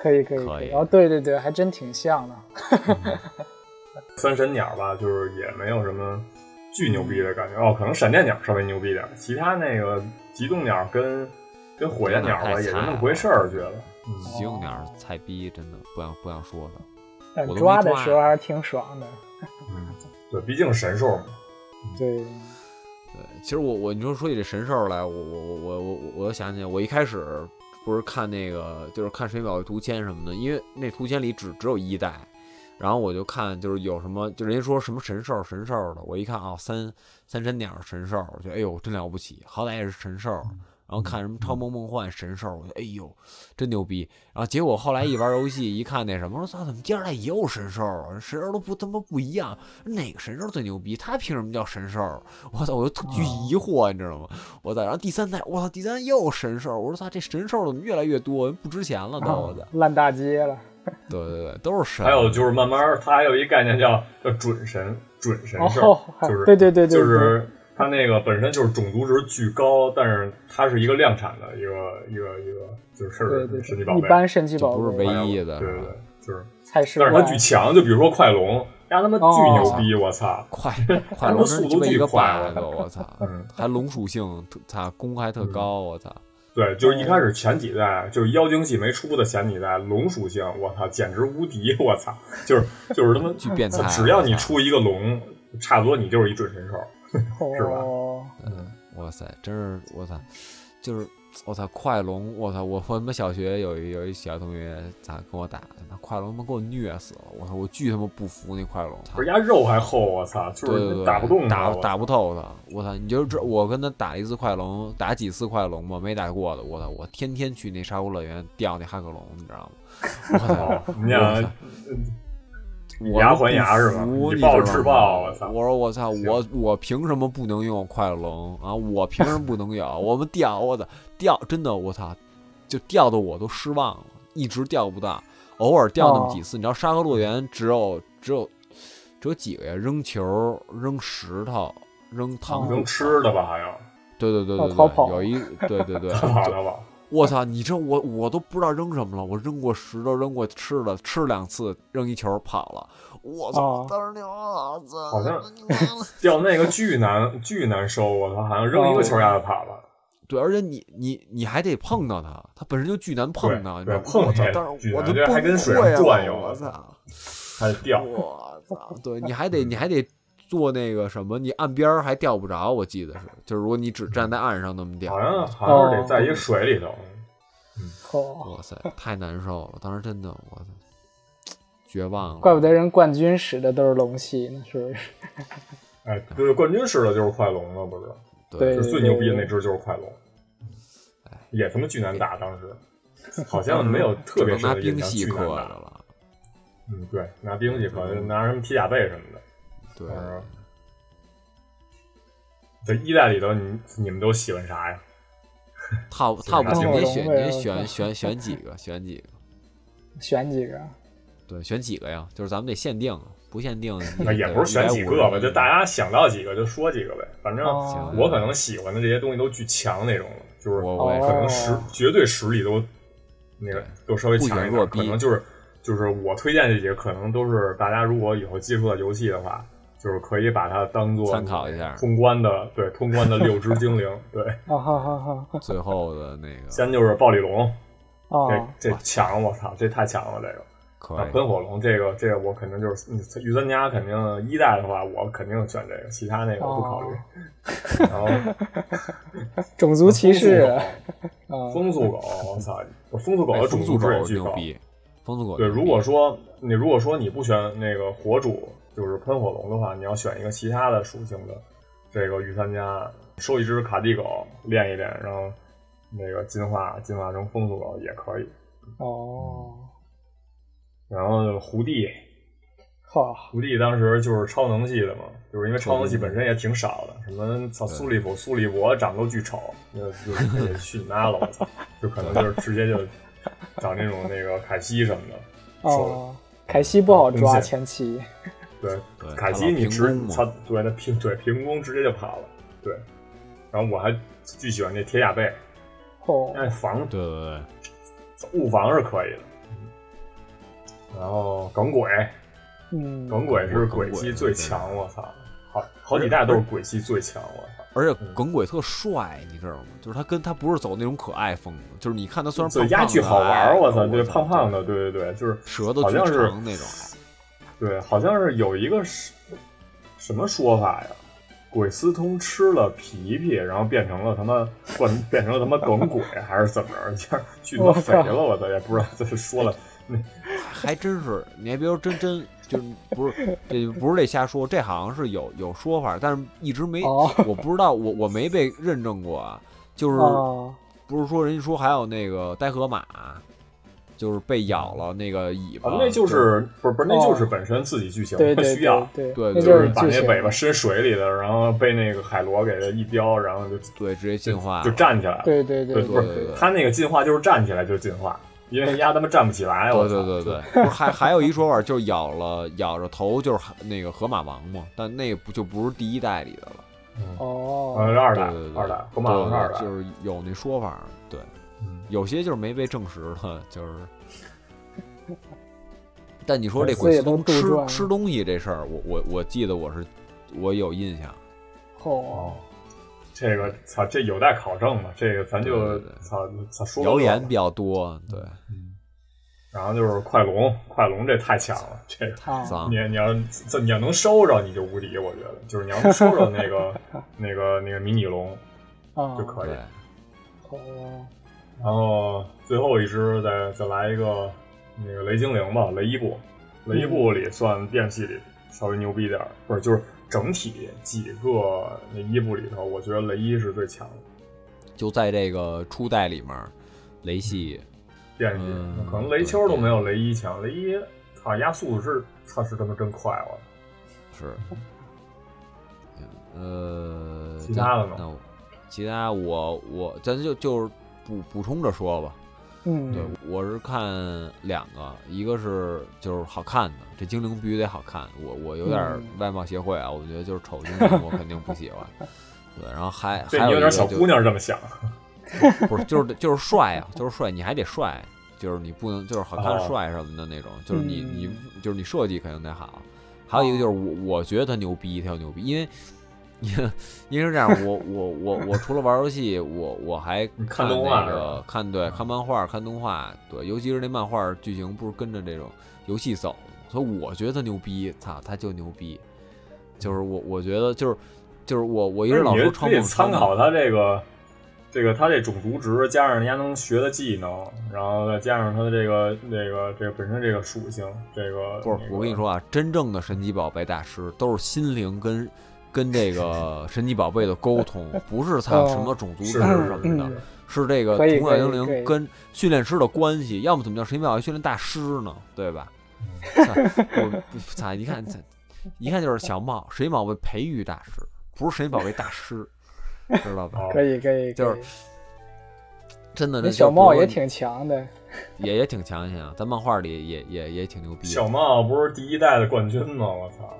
Speaker 3: 可以可以
Speaker 2: 可以
Speaker 3: 然后对对对，还真挺像的。
Speaker 1: 三神鸟吧，就是也没有什么巨牛逼的感觉。哦，可能闪电鸟稍微牛逼点儿，其他那个极冻鸟跟跟火焰鸟吧，也就那么回事儿，觉得。嗯，
Speaker 2: 极用点儿菜逼，真的不想不想说了。
Speaker 3: 但
Speaker 2: 我都没
Speaker 3: 呃抓的
Speaker 2: 抓
Speaker 3: 时候还是挺爽的。
Speaker 1: 对，毕竟是神兽嘛。
Speaker 2: 嗯
Speaker 3: 对，
Speaker 2: 对，其实我我你说说起这神兽来，我我我我我我又想起来，我一开始不是看那个就是看水表图签什么的，因为那图签里只只有一代，然后我就看就是有什么，就人家说什么神兽神兽的，我一看啊、三三神鸟神兽，我觉得哎呦真了不起，好歹也是神兽。然后看什么超梦梦幻神兽，我觉得哎呦真牛逼。然后结果后来一玩游戏一看那什么，我说操，怎么第二代也有神兽啊？神兽都不他妈不一样，哪个神兽最牛逼？它凭什么叫神兽？我操，我就特巨疑惑，你知道吗？我操，然后第三代，我操，第三代又神兽，我说操，这神兽怎么越来越多，不值钱了都？我操，
Speaker 3: 烂大街了。
Speaker 2: 对对对，都是神。
Speaker 1: 还有就是慢慢儿，它还有一概念叫叫准神，准神兽，
Speaker 3: 哦
Speaker 1: 就是
Speaker 3: 对对对对
Speaker 1: 就是它那个本身就是种族值巨高，但是它是一个量产的一个一个一个，就是
Speaker 3: 对对
Speaker 1: 神奇
Speaker 3: 对
Speaker 1: 宝
Speaker 3: 一
Speaker 1: 贝，
Speaker 3: 般神奇宝
Speaker 2: 就不是
Speaker 3: 贝
Speaker 2: 唯一的
Speaker 1: 对
Speaker 2: 是
Speaker 1: 对
Speaker 2: 吧
Speaker 1: 对，就是，
Speaker 3: 菜市
Speaker 1: 但
Speaker 3: 怪
Speaker 1: 是它巨强，就比如说快龙，呀他妈巨
Speaker 3: 哦
Speaker 1: 牛逼，我操！
Speaker 2: 快快龙真鸡巴一个
Speaker 1: 快
Speaker 2: bug，我操
Speaker 1: 嗯，
Speaker 2: 还龙属性，特操攻还特高，我操，
Speaker 1: 对，就是一开始前几代，就是妖精系没出的前几代，龙属性，我操，简直无敌！我操，就是就是 他妈
Speaker 2: 巨变态
Speaker 1: 只要你
Speaker 2: 我操啊
Speaker 1: 出一个龙，差不多你就是一准神兽。是吧
Speaker 3: 哦，
Speaker 2: 哇塞，真是我操，就是我操快龙，我操，我我他妈小学有一有一小学同学咋跟我打，他妈快龙他妈给我虐死了，我操，我巨他妈不服那快龙，操
Speaker 1: 不是，人家肉还厚，我操，就
Speaker 2: 对对对，
Speaker 1: 是打不动他。
Speaker 2: 打
Speaker 1: 我
Speaker 2: 打不透他。我操，你就知我跟他打一次快龙，打几次快龙吧，没打过的。我操，我天天去那沙湖乐园钓那哈克龙，你知道吗？我操
Speaker 1: 操，哦你想以牙还牙是吧？
Speaker 2: 我不服
Speaker 1: 以
Speaker 2: 你
Speaker 1: 暴
Speaker 2: 知道
Speaker 1: 制
Speaker 2: 吗
Speaker 1: 暴，我操！
Speaker 2: 我说我操，我我凭什么不能用快龙啊？我凭什么不能有？我们钓，我操，钓真的我操，就钓的我都失望了，一直钓不到，偶尔钓那么几次。
Speaker 3: 哦
Speaker 2: 你知道沙河乐园只有只有只有几个呀？扔球、扔石头、扔糖
Speaker 3: 哦
Speaker 2: 果
Speaker 1: 能吃的吧？还要
Speaker 2: 对对对对
Speaker 3: 哦
Speaker 2: 对，
Speaker 3: 逃跑
Speaker 2: 有一对对 对，
Speaker 1: 好
Speaker 2: 就
Speaker 1: 的吧？
Speaker 2: 我操！你这我我都不知道扔什么了，我扔过石头，扔过吃的，吃了两次，扔一球跑了。我操
Speaker 3: 哦！
Speaker 2: 当时那啊我操，嗯
Speaker 1: 好像钓那个巨难巨难收，我操，好像扔一个球压就跑了。
Speaker 2: 对，而且你你你还得碰到它，它本身就巨难碰到，你知
Speaker 1: 对对
Speaker 2: 道吗？
Speaker 1: 碰
Speaker 2: 我操
Speaker 1: 见！
Speaker 2: 当
Speaker 1: 巨
Speaker 2: 时我
Speaker 1: 难
Speaker 2: 都
Speaker 1: 这还
Speaker 2: 崩
Speaker 1: 跟水
Speaker 2: 溃
Speaker 1: 上转悠啊
Speaker 2: 了，我
Speaker 1: 我
Speaker 2: 操！
Speaker 1: 还钓，
Speaker 2: 哦我操！对你还得你还得做那个什么，你岸边儿还钓不着，我记得是，就是如果你只站在岸上那么钓
Speaker 1: 好，像好像是得在一个水里头。
Speaker 3: 哦，
Speaker 2: 哇塞，太难受了，当时真的我操，绝望了。
Speaker 3: 怪不得人冠军使的都是龙系呢，是不是？
Speaker 1: 哎，对，冠军式的就是快龙了，不是？
Speaker 2: 对哎
Speaker 1: 就是最牛逼的那只就是快龙，也他妈巨难打，当 时好像没有特别
Speaker 2: 只能
Speaker 1: 深
Speaker 2: 拿
Speaker 1: 的印
Speaker 2: 兵
Speaker 1: 象，
Speaker 2: 系
Speaker 1: 巨
Speaker 2: 克
Speaker 1: 难
Speaker 2: 的
Speaker 1: 打。
Speaker 2: 了。
Speaker 1: 嗯，对，拿兵器可能拿什么皮甲贝什么的。
Speaker 2: 对，
Speaker 1: 嗯，在一代里头，你你们都喜欢啥呀？
Speaker 2: 套套不
Speaker 1: 拿
Speaker 2: 进，
Speaker 1: 兵
Speaker 2: 您
Speaker 3: 器
Speaker 2: 选
Speaker 3: 克
Speaker 2: 您
Speaker 3: 的
Speaker 2: 选选选几个？选几个？
Speaker 3: 选几个？
Speaker 2: 对，选几个呀？就是咱们得限定，不限定
Speaker 1: 那也不是选几个吧，就大家想到几个就说几个呗。反正
Speaker 3: 哦
Speaker 1: 我可能喜欢的这些东西都巨强那种了，就是
Speaker 2: 我我也
Speaker 1: 可
Speaker 2: 是
Speaker 1: 能实
Speaker 3: 哦
Speaker 1: 绝对实力都那个都稍微强一
Speaker 2: 不言若
Speaker 1: 点，
Speaker 2: 逼
Speaker 1: 可能就是就是我推荐这几个，可能都是大家如果以后接触到游戏的话，就是可以把它当做
Speaker 2: 参考一下
Speaker 1: 通关的，对通关的六只精灵，对，
Speaker 3: 啊哈哈哈！
Speaker 2: 最后的那个
Speaker 1: 先就是暴力龙，
Speaker 3: 哦，
Speaker 1: 这这强，我操，这太强了，这个。
Speaker 2: 可
Speaker 1: 那
Speaker 2: 以。
Speaker 1: 喷火龙这个，这个我肯定就是嗯御三家，肯定一代的话，我肯定选这个，其
Speaker 2: 哦
Speaker 1: 他那个我不考虑。然后
Speaker 3: 种族歧视，啊，
Speaker 1: 风速狗，我操，风速狗
Speaker 2: 哎
Speaker 1: 的
Speaker 2: 风
Speaker 1: 种
Speaker 2: 速
Speaker 1: 族
Speaker 2: 狗
Speaker 1: 值也巨
Speaker 2: 牛
Speaker 1: 高。
Speaker 2: 逼，风速狗
Speaker 1: 对，
Speaker 2: 牛
Speaker 1: 如
Speaker 2: 逼
Speaker 1: 果说你如果说你不选那个火主，就是喷火龙的话，你要选一个其他的属性的这个御三家，收一只卡地狗练一练，然后那个进化进化成风速狗也可以。
Speaker 3: 哦，
Speaker 1: 然后胡地，
Speaker 3: 哈，
Speaker 1: 胡地当时就是超能系的嘛，就是因为超能系本身也挺少的，什么操苏利普、苏利博长得都巨丑，那个就是也去你 妈了，我操，就可能就是直接就长那种那个凯西什么的。
Speaker 3: 哦，凯西不好抓
Speaker 1: 明显
Speaker 3: 前期，
Speaker 1: 对
Speaker 2: 对，
Speaker 1: 凯
Speaker 2: 他
Speaker 1: 西
Speaker 2: 老
Speaker 1: 你
Speaker 2: 平
Speaker 1: 直
Speaker 2: 攻嘛
Speaker 1: 他对那平对平攻直接就跑了，对。然后我还巨喜欢这铁甲贝，
Speaker 3: 哦，
Speaker 1: 但是防
Speaker 2: 对嗯对对，
Speaker 1: 物防是可以的。然后耿鬼，
Speaker 3: 嗯，
Speaker 1: 耿鬼是
Speaker 2: 耿鬼
Speaker 1: 鬼系最强，
Speaker 2: 对
Speaker 1: 我操，好好几代都是鬼系最强，我操。
Speaker 2: 而且耿鬼特帅，你知道吗？就是他跟他不是走那种可爱风的，就是你看他虽然
Speaker 1: 对
Speaker 2: 胖
Speaker 1: 鸭
Speaker 2: 胖
Speaker 1: 巨
Speaker 2: 的，
Speaker 1: 好玩
Speaker 2: 哎
Speaker 1: 儿，我操，对
Speaker 2: 对
Speaker 1: 胖胖的，对对对，就是
Speaker 2: 舌头
Speaker 1: 好
Speaker 2: 巨
Speaker 1: 像是
Speaker 2: 长那种，哎
Speaker 1: 对，好像是有一个是什么说法呀？鬼司通吃了皮皮，然后变成了他妈变变成了他妈耿鬼，还是怎么着？一下去他妈肥了，我操，也不知道这是说了。
Speaker 2: 还真是，你还别说，真真就是不是这不是这瞎说，这好像是有有说法，但是一直没，
Speaker 3: 哦
Speaker 2: 我不知道，我我没被认证过啊。就是
Speaker 3: 哦，
Speaker 2: 不是说人家说还有那个呆河马，就是被
Speaker 3: 嗯
Speaker 2: 咬了那个尾巴，
Speaker 1: 啊，那就是不是不是，那
Speaker 3: 哦
Speaker 1: 就是本身自己剧情
Speaker 3: 对对
Speaker 1: 需要
Speaker 3: 对，对
Speaker 2: 对对
Speaker 3: 那就
Speaker 1: 就是是把
Speaker 3: 剧
Speaker 1: 那
Speaker 3: 情
Speaker 1: 尾巴伸水里的，然后被那个海螺给它一叼，然后就
Speaker 2: 对直接进化
Speaker 1: 就
Speaker 2: 了
Speaker 1: 站起来了。
Speaker 3: 对对对
Speaker 1: 不
Speaker 2: 对对
Speaker 1: 是
Speaker 2: 对
Speaker 1: 他那个进化就是站起来就进化，因为鸭他妈站不起来，我
Speaker 2: 对
Speaker 1: 操。
Speaker 2: 对对对，不是还还有一说法，就是咬了咬着头就是那个河马王嘛，但那不就不是第一代里的了，
Speaker 1: 好像
Speaker 3: 哦，
Speaker 1: 是呃二
Speaker 2: 对
Speaker 1: 代
Speaker 2: 对对，，
Speaker 1: 二代河马王是二
Speaker 2: 对
Speaker 1: 代，
Speaker 2: 就是有那说法，对，
Speaker 1: 嗯
Speaker 2: 有些就是没被证实的，就是。 但你说
Speaker 1: 粉
Speaker 2: 这
Speaker 1: 丝
Speaker 2: 鬼
Speaker 3: 也
Speaker 2: 司
Speaker 3: 都
Speaker 2: 东
Speaker 3: 杜撰
Speaker 2: 吃
Speaker 3: 了
Speaker 2: 吃东西这事儿，我我我记得我是我有印象，
Speaker 3: 哦
Speaker 1: 哦，，这个操，这有待考证吧？这个咱
Speaker 2: 对
Speaker 1: 就
Speaker 2: 对对
Speaker 1: 操操说个
Speaker 2: 谣言
Speaker 1: 乐吧
Speaker 2: 比较多，对，
Speaker 1: 然后就是快龙，快龙这太强了，这个
Speaker 3: 啊，
Speaker 2: 脏
Speaker 1: 你你要这你要能收着你就无敌，我觉得就是你要能收着那 个那个那个迷你龙
Speaker 3: 啊
Speaker 1: 就可以
Speaker 2: 对。，
Speaker 3: 哦，
Speaker 1: 然后最后一只再再来一个那个雷精灵吧，雷伊布，雷伊布
Speaker 2: 嗯
Speaker 1: 里算电器里稍微牛逼点儿，不是就是整体几个那伊布里头，我觉得雷伊是最强的。
Speaker 2: 就在这个初代里面，雷系
Speaker 1: 电击，
Speaker 2: 嗯
Speaker 1: 可能雷丘都没有雷伊强。雷伊，操，压速度是，他是他妈真快我操
Speaker 2: 是，呃，
Speaker 1: 其他的呢
Speaker 2: 那我其他我我咱就就是补补充着说吧，对
Speaker 3: 嗯，，
Speaker 2: 我是看两个，一个是就是好看的，这精灵必须得好看。我我有点儿
Speaker 3: 嗯
Speaker 2: 外貌协会啊，我觉得就是丑精灵我肯定不喜欢。 对，然后还
Speaker 1: 这
Speaker 2: 还
Speaker 1: 你
Speaker 2: 有一
Speaker 1: 点
Speaker 2: 个
Speaker 1: 小
Speaker 2: 就
Speaker 1: 姑娘这么想，
Speaker 2: 不是就是就是帅啊，就是帅，你还得帅，就是你不能就是好看
Speaker 1: 哦
Speaker 2: 帅什么的那种，就是你
Speaker 3: 嗯
Speaker 2: 你就是你设计肯定得好。还有一个就是我我觉得他牛逼，他要牛逼，因为。因为因为是这样，我我我我除了玩游戏，我我还
Speaker 1: 你看
Speaker 2: 看
Speaker 1: 动画
Speaker 2: 那
Speaker 1: 是吧嗯
Speaker 2: 个看对看漫画看动画，对，尤其是那漫画剧情不是跟着这种游戏走，所以我觉得他牛逼，操，他就牛逼，就是我我觉得就是就是我我一
Speaker 1: 你
Speaker 2: 直老说
Speaker 1: 你
Speaker 2: 超
Speaker 1: 得
Speaker 2: 梦
Speaker 1: 参
Speaker 2: 超梦
Speaker 1: 考他这个，这个他这种族值，加上人家能学的技能，然后再加上他的这个这个这个本身这个属性，这个
Speaker 2: 不是，我跟你，说啊，真正的神奇宝贝大师都是心灵跟跟这 个神奇宝贝的沟通，不是他有什么种族
Speaker 1: 是
Speaker 2: 知识
Speaker 1: 是
Speaker 2: 什么的
Speaker 3: 哦嗯，
Speaker 2: 是这个
Speaker 3: 可以
Speaker 2: 童话
Speaker 3: 可以
Speaker 2: 精
Speaker 3: 可以
Speaker 2: 灵跟训练师的关系，要么怎么叫神奇宝贝训练大师呢？对 吧？操我操！一看，操一看就是小帽神奇宝贝培育大师，不是神奇宝贝大师，知道吧？
Speaker 1: 哦
Speaker 3: 可以可以，
Speaker 2: 就是
Speaker 3: 可以
Speaker 2: 真的，
Speaker 3: 那
Speaker 2: 这
Speaker 3: 小
Speaker 2: 就比
Speaker 3: 茂
Speaker 2: 如
Speaker 3: 也
Speaker 2: 说
Speaker 3: 挺强的，
Speaker 2: 也也挺强行啊，在漫画里也也也挺牛逼的。
Speaker 1: 小茂不是第一代的冠军吗？我操，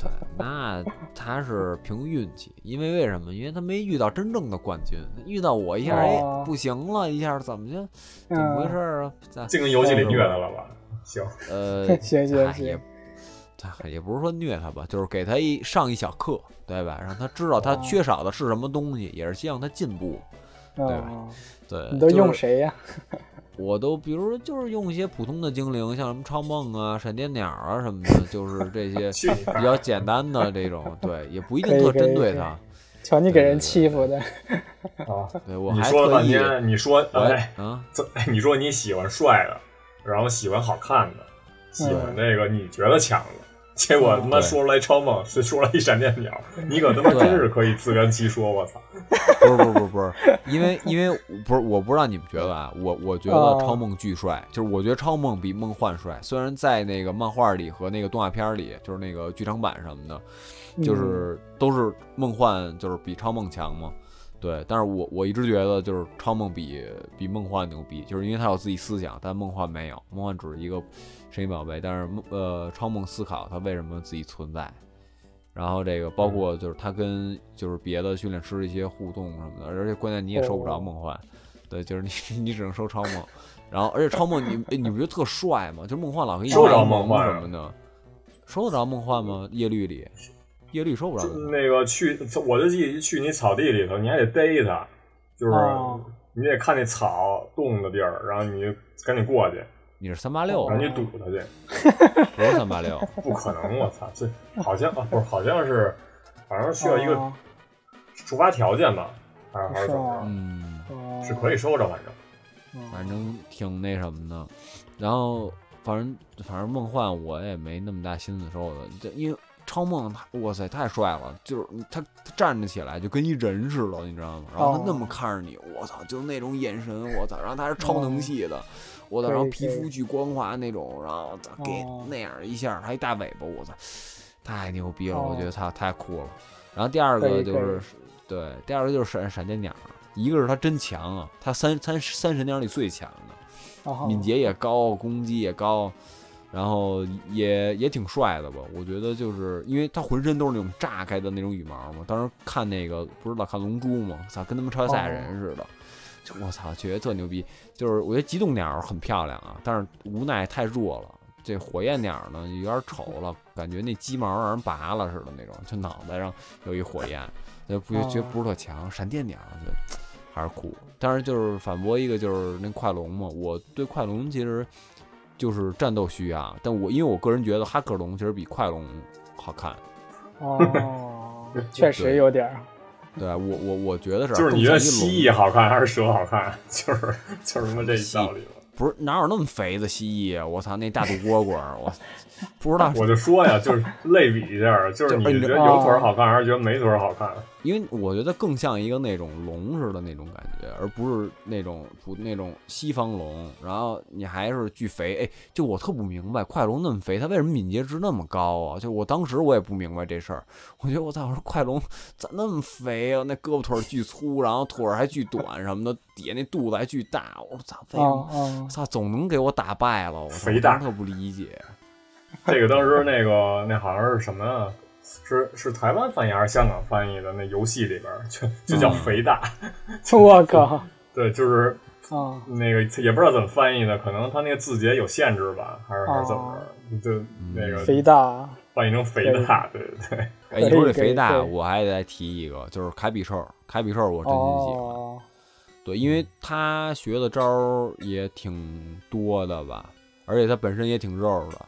Speaker 2: 对， 那他是凭运气，因为为什么？因为他没遇到真正的冠军，遇到我一下，哎
Speaker 3: 哦，
Speaker 2: 不行了，一下怎么就怎么回事
Speaker 3: 嗯，
Speaker 2: 儿啊？咱
Speaker 1: 净跟游戏里虐他了吧？行，
Speaker 2: 呃，
Speaker 3: 行行
Speaker 2: 哎
Speaker 3: 行
Speaker 2: 也他也不是说虐他吧，就是给他一上一小课，对吧？让他知道他
Speaker 3: 哦
Speaker 2: 缺少的是什么东西，也是希望他进步。对吧
Speaker 3: 嗯
Speaker 2: 对，
Speaker 3: 你都
Speaker 2: 就是
Speaker 3: 用谁呀？
Speaker 2: 我都比如说就是用一些普通的精灵，像什么超梦啊、闪电鸟啊什么的，就是这些
Speaker 1: 去你大
Speaker 2: 比较简单的这种，对，也不一定
Speaker 3: 可以
Speaker 2: 特
Speaker 3: 可以
Speaker 2: 针对
Speaker 3: 可以
Speaker 2: 他。
Speaker 3: 瞧你给人欺负的，
Speaker 1: 啊！
Speaker 2: 对我
Speaker 1: 你
Speaker 2: 还
Speaker 1: 说了
Speaker 2: 特
Speaker 1: 半
Speaker 2: 意，
Speaker 1: 天，你说
Speaker 2: 我还
Speaker 1: 哎，
Speaker 2: 啊，
Speaker 1: 怎 你说你喜欢帅的，然后喜欢好看的，喜欢那个你觉得强的，结果
Speaker 3: 嗯
Speaker 1: 他妈
Speaker 2: 对
Speaker 1: 说出来超梦，是说出来一闪电鸟，你可他妈
Speaker 2: 对
Speaker 1: 真是可以自圆其说，我操！
Speaker 2: 不是不是不是不是，因为因为不是我不知道你们觉得啊，我我觉
Speaker 3: 哦
Speaker 2: 得超梦巨帅，就是我觉得超梦比梦幻帅，虽然在那个漫画里和那个动画片里，就是那个剧场版什么的，嗯
Speaker 1: 嗯
Speaker 3: 嗯
Speaker 2: 就是都是梦幻就是比超梦强嘛。对，但是我我一直觉得就是超梦比比梦幻牛逼，就是因为他有自己思想，但梦幻没有，梦幻只是一个神奇宝贝，但是梦呃超梦思考他为什么自己存在，然后这个包括就是他跟就是别的训练师一些互动什么的，而且关键你也收
Speaker 1: 哦
Speaker 2: 不着梦幻，对，就是你 你只能收超梦，然后而且超梦你哎你不觉得特帅吗？就是梦幻老跟你
Speaker 1: 收不着
Speaker 2: 玩
Speaker 1: 梦幻啊
Speaker 2: 什么的，收得着梦幻吗？叶绿里，叶绿收不着
Speaker 1: 就
Speaker 2: 梦幻，
Speaker 1: 那个去，我就记得去你草地里头，你还得逮它，就是
Speaker 3: 哦
Speaker 1: 你得看那草动的地儿，然后你就赶紧过去，
Speaker 2: 你是三八六，
Speaker 1: 然后你堵它去。
Speaker 2: 不是三八六，
Speaker 1: 不可能，我操！这好像啊，不是，好像是，反正需要一个
Speaker 3: 哦
Speaker 1: 触发条件吧，还是还是
Speaker 3: 是
Speaker 1: 怎么
Speaker 3: 吗
Speaker 1: 着？
Speaker 2: 嗯。
Speaker 3: 哦嗯
Speaker 1: 是可以收着，反正
Speaker 2: 反正挺那什么的。然后反正反正梦幻我也没那么大心思收的，这因为超梦他哇塞太帅了，就是他他站着起来就跟一人似的，你知道吗？然后他那
Speaker 3: 哦
Speaker 2: 么看着你，我操，就那种眼神，我操，然后他是超
Speaker 3: 哦
Speaker 2: 能系的。我操，
Speaker 3: 可以
Speaker 2: 然后皮
Speaker 3: 可以
Speaker 2: 肤巨光滑那种，然后他给
Speaker 3: 哦
Speaker 2: 那样一下，还一大尾巴，我操，太牛逼了！
Speaker 3: 哦
Speaker 2: 我觉得他太酷了。然后第二
Speaker 3: 可
Speaker 2: 个
Speaker 3: 以
Speaker 2: 就
Speaker 3: 可以
Speaker 2: 是，对，第二个就是闪闪电鸟，一个是他真强啊，他三三三神鸟里最强的，
Speaker 3: 哦
Speaker 2: 敏捷也高，攻击也高，然后也也挺帅的吧？我觉得就是因为他浑身都是那种炸开的那种羽毛嘛。当时看那个不是老看龙珠嘛，操，跟他们超级赛亚人似的。就我操，觉得特牛逼。就是我觉得极冻鸟很漂亮啊，但是无奈太弱了。这火焰鸟呢，有点丑了，感觉那鸡毛让人拔了似的那种，就脑袋上有一火焰，就不觉得不是特强。闪电鸟，我觉得还是酷。当然就是反驳一个就是那快龙嘛，我对快龙其实就是战斗需要，但我因为我个人觉得哈克龙其实比快龙好看，
Speaker 3: 哦， 确实有点儿。啊
Speaker 2: 对我我我觉得是啊
Speaker 1: 就是你觉得
Speaker 2: 更像
Speaker 1: 蜥
Speaker 2: 一
Speaker 1: 蜴
Speaker 2: 龙
Speaker 1: 好看还是蛇好看， 就是就是他妈这一道理了。
Speaker 2: 不是哪有那么肥的蜥蜴啊？我操，那大肚蝈蝈儿，我不知道
Speaker 1: 我就说呀，就是类比一下，就是你
Speaker 2: 就哎
Speaker 1: 觉得有腿儿好看还是觉得没腿儿好看？
Speaker 2: 因为我觉得更像一个那种龙似的那种感觉，而不是那种普那种西方龙。然后你还是巨肥，哎，就我特不明白，快龙那么肥，它为什么敏捷值那么高啊？就我当时我也不明白这事儿，我觉得我操，我说快龙咋那么肥啊？那胳膊腿儿巨粗，然后腿儿还巨短什么的，底下那肚子还巨大，我说咋为什
Speaker 3: 哦
Speaker 2: 么？
Speaker 3: 哦
Speaker 2: 我，操，总能给我打败了，我操，
Speaker 1: 肥大
Speaker 2: 我当时特不理 解。
Speaker 1: 这个当时那个那好像是什么啊？是是台湾翻译还是香港翻译的？那游戏里边儿就就叫
Speaker 2: 嗯
Speaker 1: 肥大，
Speaker 3: 嗯我靠！
Speaker 1: 对，就是
Speaker 3: 啊，
Speaker 1: 那个也不知道怎么翻译的，可能他那个字节有限制吧，还是还是怎么
Speaker 2: 哦
Speaker 1: 着？就那个
Speaker 3: 肥大，啊
Speaker 1: 翻译成肥大，对对对，
Speaker 2: 哎，你说这
Speaker 3: 可以
Speaker 2: 肥大，
Speaker 3: 可以
Speaker 2: 我还得再提一个，就是凯比兽，凯比兽我真心喜欢。
Speaker 3: 哦，
Speaker 2: 对，因为他学的招儿也挺多的吧，而且他本身也挺肉的，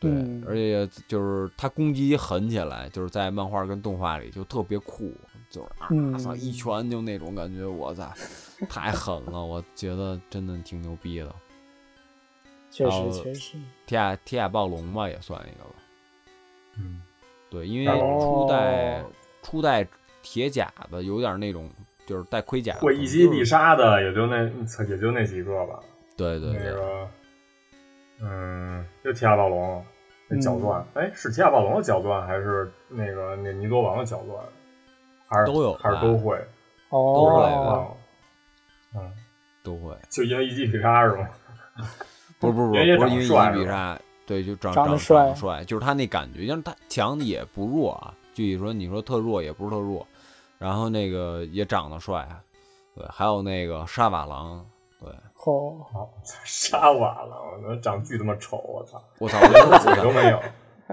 Speaker 2: 对，
Speaker 3: 嗯
Speaker 2: 而且就是他攻击狠起来，就是在漫画跟动画里就特别酷，就是啊
Speaker 3: 嗯
Speaker 2: 操、一拳就那种感觉，我操，太狠了，我觉得真的挺牛逼的。
Speaker 3: 确
Speaker 2: 然后
Speaker 3: 实确实，
Speaker 2: 铁甲铁甲暴龙吧，也算一个吧。
Speaker 1: 嗯，
Speaker 2: 对，因为
Speaker 1: 哦
Speaker 2: 初代、初代铁甲的有点那种，就是带盔甲的，
Speaker 1: 会一击必杀的也就那也就那几个吧。
Speaker 2: 对对
Speaker 1: 那
Speaker 2: 对，
Speaker 1: 个，嗯，就铁甲暴龙那脚钻，哎，是铁甲暴龙的脚钻还是那个那尼多王的脚钻？还是
Speaker 2: 都有
Speaker 1: 还是
Speaker 2: 吧
Speaker 1: 都会？
Speaker 2: 都是来
Speaker 1: 忘
Speaker 3: 哦，
Speaker 1: 了，嗯，
Speaker 2: 都会。
Speaker 1: 就因为一击必杀是吗？
Speaker 2: 不是不是不
Speaker 1: 人家
Speaker 2: 是不是因为一
Speaker 1: 长得帅
Speaker 2: 击必
Speaker 1: 是
Speaker 2: 杀，对，就长
Speaker 3: 长
Speaker 2: 长
Speaker 3: 得
Speaker 2: 得
Speaker 3: 帅
Speaker 2: 帅，就是他那感觉，但是他强也不弱啊。具体说，你说特弱也不是特弱，然后那个也长得帅，啊对，还有那个沙瓦狼，对，
Speaker 3: 哦，
Speaker 1: 啊，杀瓦了，我他妈长巨他妈丑，我操，
Speaker 2: 我操，我觉得
Speaker 1: 嘴都没有，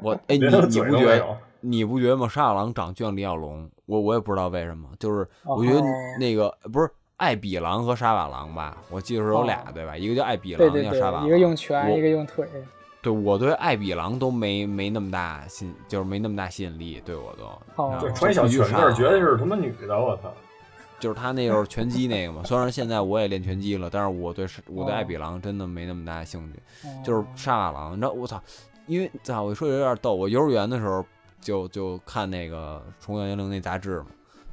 Speaker 2: 我哎，你
Speaker 1: 连他
Speaker 2: 你
Speaker 1: 嘴
Speaker 2: 不
Speaker 1: 都
Speaker 2: 觉
Speaker 1: 没
Speaker 2: 得
Speaker 1: 有。
Speaker 2: 你不觉得吗？沙瓦狼长就像李小龙，我我也不知道为什么，就是我觉得
Speaker 3: 哦
Speaker 2: 那个不是艾比狼和沙瓦狼吧？我记得是有俩
Speaker 3: 哦
Speaker 2: 对吧？一个叫艾比
Speaker 3: 对
Speaker 2: 狼，
Speaker 3: 对
Speaker 2: 一个叫沙瓦
Speaker 3: 对，
Speaker 2: 狼，
Speaker 3: 一个用
Speaker 2: 啊我
Speaker 3: 拳，一个用腿，
Speaker 2: 对我对艾比狼都没没那么大吸，就是没那么大吸引力，对我都。啊
Speaker 3: 哦
Speaker 2: 然后
Speaker 1: 对，穿一小
Speaker 2: 必须
Speaker 1: 裙子
Speaker 2: 上
Speaker 1: 觉得是他妈女的，我操！
Speaker 2: 就是他那就是拳击那个嘛。虽然现在我也练拳击了，但是我对我
Speaker 1: 哦
Speaker 2: 对艾比狼真的没那么大兴趣。
Speaker 3: 哦
Speaker 2: 就是沙瓦狼，你知道我操，因为操我说有点逗，我幼儿园的时候就就看那个《重阳英灵》那杂志嘛，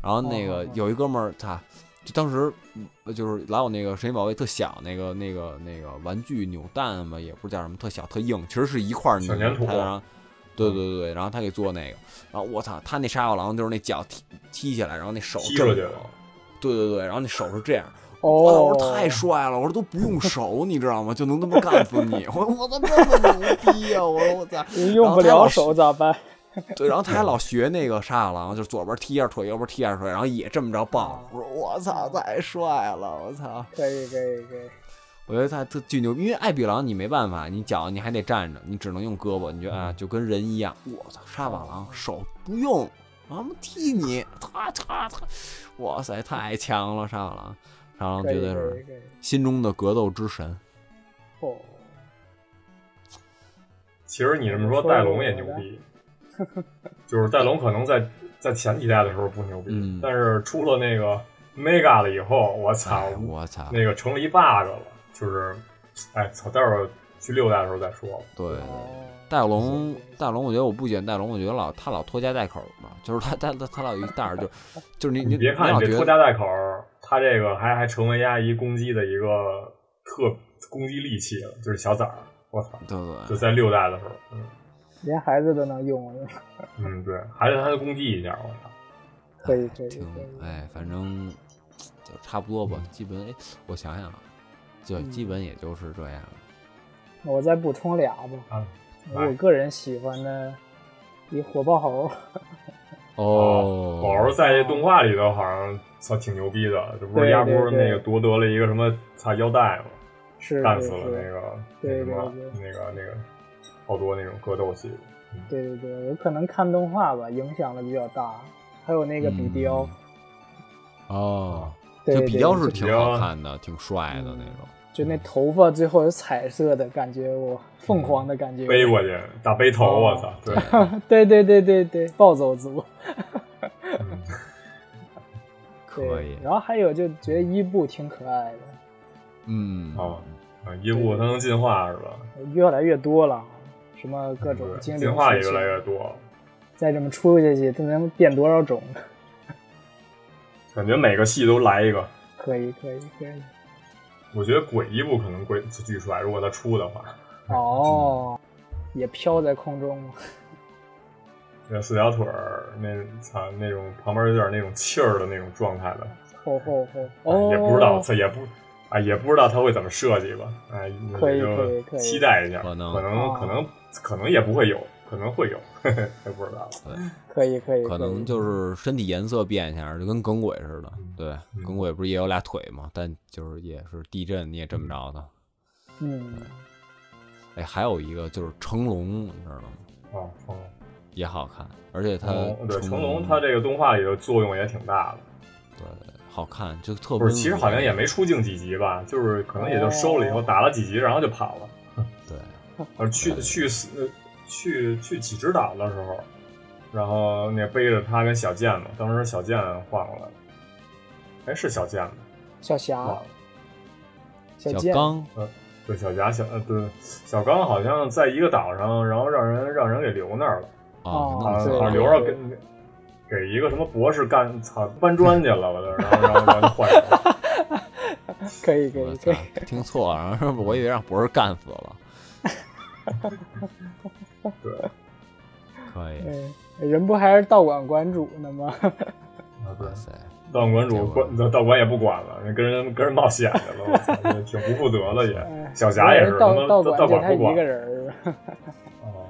Speaker 2: 然后那
Speaker 3: 哦
Speaker 2: 个
Speaker 3: 哦哦
Speaker 2: 有一哥们儿，操，就当时嗯就是来我那个神奇宝贝特小那个那个那个玩具扭蛋嘛，也不是叫什么特小特硬，其实是一块儿扭
Speaker 1: 小粘土
Speaker 2: 他然后对对对对，然后他给做那个，然后我操，他那沙瓦狼就是那脚踢踢起来，然后那手
Speaker 1: 踢
Speaker 2: 这
Speaker 1: 出
Speaker 2: 么
Speaker 1: 去
Speaker 2: 着，对对对，然后那手是这样，
Speaker 3: 哦
Speaker 2: 我，操我说太帅了，我说都不 用手，你知道吗？就能他妈干死 你！我说我操，这么牛逼呀！我说我操，
Speaker 3: 你用不了手咋办？
Speaker 2: 对，然后他还老学那个沙哑狼，就是左边踢一下腿，右边踢一下腿，然后也这么着抱。我说我操，太帅了！我操，
Speaker 3: 可以可以可以，
Speaker 2: 我觉得他特巨牛，因为艾比狼你没办法，你脚你还得站着，你只能用胳膊，你觉得啊就跟人一样。我操，沙哑狼手不用，他妈踢 你，他他他，哇塞，太强了！沙哑狼，沙哑狼
Speaker 3: 可
Speaker 2: 绝
Speaker 3: 以
Speaker 2: 对
Speaker 3: 可以
Speaker 2: 是
Speaker 3: 可以。
Speaker 2: 心中的格斗之神。
Speaker 3: 哦，
Speaker 1: 其实你这么说，戴龙也牛逼，就是戴龙可能在在前几代的时候不牛逼，
Speaker 2: 嗯
Speaker 1: 但是出了那个 Mega 了以后，我操
Speaker 2: 哎，我操！
Speaker 1: 那个成了一 bug 了，就是，哎操，待会儿去六代的时候再说吧。
Speaker 2: 对对，
Speaker 3: 哦
Speaker 2: 戴龙，戴龙，我觉得我不喜欢戴龙，我觉得老他老拖家带口嘛，就是他他他他老有一袋儿，就是就是你你
Speaker 1: 别看
Speaker 2: 老
Speaker 1: 你这
Speaker 2: 觉
Speaker 1: 拖
Speaker 2: 得
Speaker 1: 家带口，他这个还还成为阿姨攻击的一个特攻击利器了，就是小崽儿，我操，
Speaker 2: 对
Speaker 1: 就
Speaker 2: 对
Speaker 1: 在六代的时候，嗯
Speaker 3: 连孩子都能用，
Speaker 1: 嗯，对，还得他攻击一下，我操。
Speaker 3: 可以
Speaker 2: 哎
Speaker 3: 可以
Speaker 2: 挺
Speaker 3: 可以
Speaker 2: 哎，反正就差不多吧，基本哎，我想想啊，就
Speaker 3: 嗯
Speaker 2: 基本也就是这样。
Speaker 3: 我再补充俩吧。
Speaker 1: 啊来
Speaker 3: 我个人喜欢的一火爆猴，
Speaker 1: 哦宝儿在这动画里头好像操挺牛逼的，这不是
Speaker 3: 对
Speaker 1: 压锅
Speaker 3: 对对
Speaker 1: 那个夺得了一个什么操腰带吗？
Speaker 3: 是
Speaker 1: 干
Speaker 3: 是
Speaker 1: 死了
Speaker 3: 是
Speaker 1: 那个那
Speaker 3: 对
Speaker 1: 什么
Speaker 3: 对
Speaker 1: 那个那个好多那种格斗戏，
Speaker 3: 对对对，有可能看动画吧，影响的比较大。还有那个比雕，
Speaker 2: 哦，
Speaker 3: 对
Speaker 2: 这
Speaker 3: 对
Speaker 2: 嗯比较
Speaker 3: 对嗯
Speaker 2: 是
Speaker 1: 比啊
Speaker 2: 挺
Speaker 1: 较
Speaker 2: 好看的，挺帅的那种。
Speaker 3: 就那头发最后有彩色的感觉，我
Speaker 1: 嗯
Speaker 3: 凤凰的感觉，
Speaker 1: 背过去大背头，
Speaker 3: 哦
Speaker 1: 我操！ 对，
Speaker 3: 对对对对对，暴走族，
Speaker 1: 嗯
Speaker 2: 可以
Speaker 3: 对然后还有就觉得伊布挺可爱的，
Speaker 2: 嗯，
Speaker 1: 哦啊，伊布它能进化是吧？
Speaker 3: 越来越多了，什么各种
Speaker 1: 对
Speaker 3: 精灵
Speaker 1: 进化也
Speaker 3: 属
Speaker 1: 越
Speaker 3: 性
Speaker 1: 来越多，
Speaker 3: 再这么出下去，它能变多少种？
Speaker 1: 感觉每个系都来一个。
Speaker 3: 可以可以可以，
Speaker 1: 我觉得鬼伊布可能鬼巨帅，如果他出的话，
Speaker 3: 哦，也飘在空中吗？
Speaker 1: 那四条腿儿那操那种旁边有点那种气儿的那种状态的，
Speaker 3: 吼吼吼！哦，
Speaker 1: 啊哎也不知道，他也不啊，也不知道他会怎么设计吧，哎，
Speaker 3: 可以
Speaker 1: 也
Speaker 3: 可以可
Speaker 1: 就
Speaker 3: 哦以
Speaker 1: 期待一下，
Speaker 2: 可
Speaker 1: 可
Speaker 2: 能
Speaker 1: 能可能可能也不会有，可能会有，呵呵，还不知道。
Speaker 3: 可以可以，
Speaker 2: 可能就是身体颜色变一下，就跟耿鬼似的。对，
Speaker 1: 嗯
Speaker 2: 耿鬼不是也有俩腿嘛，但就是也是地震，你也这么着的。
Speaker 3: 嗯，
Speaker 2: 哎，还有一个就是成龙，你知道吗？
Speaker 1: 哦，成龙
Speaker 2: 也好看，而且他
Speaker 1: 成龙哦对成龙，
Speaker 2: 龙
Speaker 1: 他这个动画里的作用也挺大的。
Speaker 2: 好看，就特
Speaker 1: 不是，
Speaker 2: 温
Speaker 1: 其实
Speaker 2: 和
Speaker 1: 好像也没出镜几集吧，就是可能也就收了以后
Speaker 3: 哦
Speaker 1: 打了几集，然后就跑了。
Speaker 2: 对，
Speaker 1: 呃，去去死呃去去几只岛的时候，然后那背着他跟小剑嘛，当时小剑换过来了，哎，是小剑吗？
Speaker 3: 小
Speaker 1: 忘
Speaker 3: 霞
Speaker 1: 了。
Speaker 3: 小
Speaker 2: 小
Speaker 3: 健，
Speaker 2: 刚
Speaker 1: 对，小霞小呃对，小刚好像在一个岛上，然后让人让人给留那儿了，
Speaker 2: 啊，
Speaker 1: 好
Speaker 2: 弄
Speaker 1: 像
Speaker 2: 死
Speaker 3: 对
Speaker 1: 好像
Speaker 2: 了
Speaker 1: 留着给给一个什么博士干操搬砖去了，我这然后然后然后就换人 了，
Speaker 3: 可以可
Speaker 2: 我
Speaker 3: 以
Speaker 2: 操
Speaker 3: 可以，，
Speaker 2: 听错了， 然后我以为让博士干 死了。
Speaker 1: 对，
Speaker 2: 可以，
Speaker 3: 嗯，人不还是道馆馆主呢吗？
Speaker 1: 啊对
Speaker 2: 哇，
Speaker 3: 嗯
Speaker 2: 塞，
Speaker 1: 道馆
Speaker 2: 结
Speaker 1: 主
Speaker 2: 果
Speaker 1: 管道馆也不管了，跟人跟人冒险去了，我操，这挺不负责的 也
Speaker 3: 哎。
Speaker 1: 小霞也是，他
Speaker 3: 道
Speaker 1: 妈
Speaker 3: 道
Speaker 1: 道
Speaker 3: 馆就
Speaker 1: 馆
Speaker 3: 他
Speaker 1: 不
Speaker 3: 一
Speaker 1: 管
Speaker 3: 个。人儿，
Speaker 1: 哦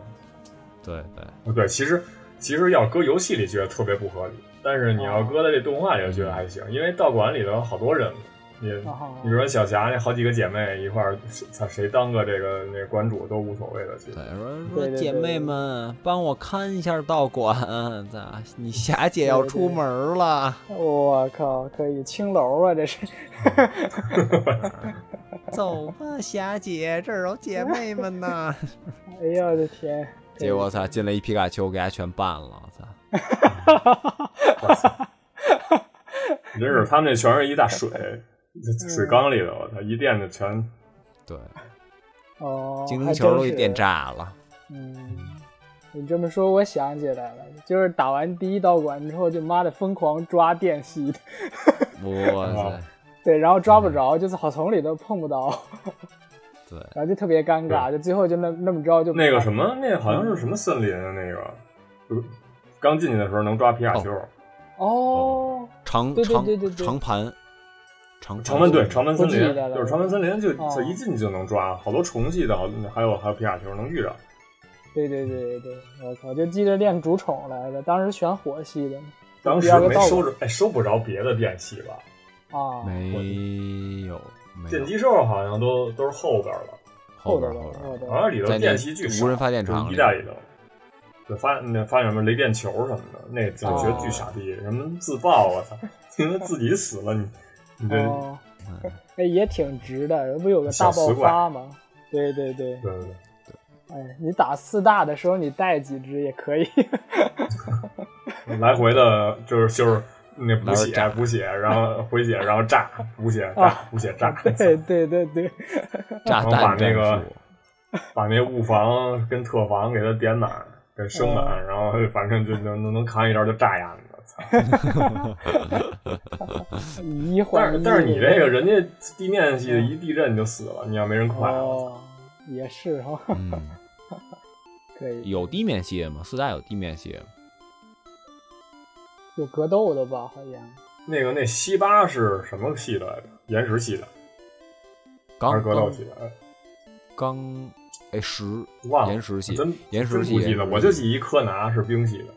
Speaker 2: 对对，
Speaker 1: 不对，其实其实要搁游戏里觉得特别不合理，但是你要
Speaker 3: 哦
Speaker 1: 搁在这动画里头觉得还行，因为道馆里头好多人，你
Speaker 3: 哦
Speaker 1: 嗯你比如说小霞那好几个姐妹一块儿，操谁当个这个那馆主都无所谓的，其实
Speaker 2: 对，说
Speaker 3: 对
Speaker 2: 说
Speaker 3: 对
Speaker 2: 姐
Speaker 3: 对
Speaker 2: 妹
Speaker 3: 对
Speaker 2: 们，帮我看一下道馆， 咋？你霞姐要
Speaker 3: 对对
Speaker 2: 出门儿了，
Speaker 3: 我靠，可以青楼啊，这是，
Speaker 2: 走吧，霞姐，这儿有姐妹们呢。
Speaker 3: 哎呀，我的天！
Speaker 2: 结果操，进来一皮卡丘，给他全办了，操！
Speaker 1: 真是他们那全是一大水
Speaker 3: 嗯
Speaker 1: 水缸里头，我操，一电就全
Speaker 2: 对，
Speaker 3: 哦，
Speaker 2: 精灵
Speaker 3: 还
Speaker 2: 球
Speaker 3: 真
Speaker 2: 都给
Speaker 3: 是
Speaker 2: 电炸了。
Speaker 3: 嗯，你这么说，我想起来了，就是打完第一道馆之后，就妈的疯狂抓电系，
Speaker 2: 哇
Speaker 3: 哦
Speaker 2: 塞，
Speaker 3: 对，然后抓不着，就是好从里头碰不到，
Speaker 2: 对，
Speaker 3: 然后就特别尴尬，就最后就那那么着就
Speaker 1: 那个什么，那好像是什么森林啊，那个，就刚进去的时候能抓皮卡丘，
Speaker 3: 哦，
Speaker 2: 长
Speaker 3: 对对
Speaker 2: 长
Speaker 3: 对对对
Speaker 2: 长盘，长
Speaker 1: 长门对长门森
Speaker 3: 我
Speaker 1: 林
Speaker 3: 记得，了
Speaker 1: 就是长门森林就
Speaker 3: 哦
Speaker 1: 就一进去就能抓，好多虫系的，好还有还有皮卡丘能遇着。
Speaker 3: 对对对对对，我靠，就记着练主宠来着，当时选火系的
Speaker 1: 当时
Speaker 3: 第二个
Speaker 1: 没
Speaker 3: 道
Speaker 1: 收
Speaker 3: 馆
Speaker 1: 着，哎，收不着别的电器吧？
Speaker 3: 啊，
Speaker 2: 没有没
Speaker 1: 电
Speaker 2: 有
Speaker 1: 击兽好像都都是后边啊了，哦
Speaker 2: 后边
Speaker 3: 边
Speaker 2: 儿
Speaker 3: 吧
Speaker 2: 后边儿
Speaker 3: 后边
Speaker 1: 好像里头
Speaker 2: 在那
Speaker 1: 电器巨少
Speaker 2: 无人发电厂
Speaker 1: 就
Speaker 2: 里
Speaker 1: 一代里头，对发那发现什么雷电球什么的，那自我觉得
Speaker 3: 哦
Speaker 1: 巨傻逼，什么自爆，啊我操， 你他妈自己死了，你你这
Speaker 3: 哦，哎，也挺值的，这不有个
Speaker 1: 嗯小
Speaker 3: 大爆
Speaker 1: 死管
Speaker 3: 发吗？对对对，
Speaker 1: 对对对，
Speaker 3: 哎，你打四大的时候你带几只也 可以，
Speaker 1: 来回的就是就是那补
Speaker 2: 来回
Speaker 1: 血
Speaker 2: 炸
Speaker 1: 补血，然后回血，然后炸补血炸
Speaker 3: 啊
Speaker 1: 补血炸，
Speaker 3: 对对对对，
Speaker 2: 炸
Speaker 1: 然后把那
Speaker 2: 弹战
Speaker 1: 个
Speaker 2: 术
Speaker 1: 把那物房跟特房给它点满，给升满，
Speaker 3: 嗯
Speaker 1: 然后反正就能能能扛一招就炸呀，我操！
Speaker 3: 你一会
Speaker 1: 但
Speaker 3: 儿
Speaker 1: 是但是你这个人家地面系的一地震你就死了，你要没人快，啊
Speaker 3: 哦，也是哈、
Speaker 2: 嗯，
Speaker 3: 可以
Speaker 2: 有地面系吗？四代有地面系 吗，
Speaker 3: 有格斗的吧？好像
Speaker 1: 那个那西巴是什么系的来着？岩石系的
Speaker 2: 啊
Speaker 1: 还是
Speaker 2: 钢
Speaker 1: 格斗
Speaker 2: 钢
Speaker 1: 系的？哎
Speaker 2: 钢哎石
Speaker 1: 忘了
Speaker 2: 岩石系，
Speaker 1: 真
Speaker 2: 岩石
Speaker 1: 真
Speaker 2: 系
Speaker 1: 不
Speaker 2: 岩
Speaker 1: 记得，
Speaker 2: 石
Speaker 1: 我就
Speaker 2: 系
Speaker 1: 记一柯南是冰系的，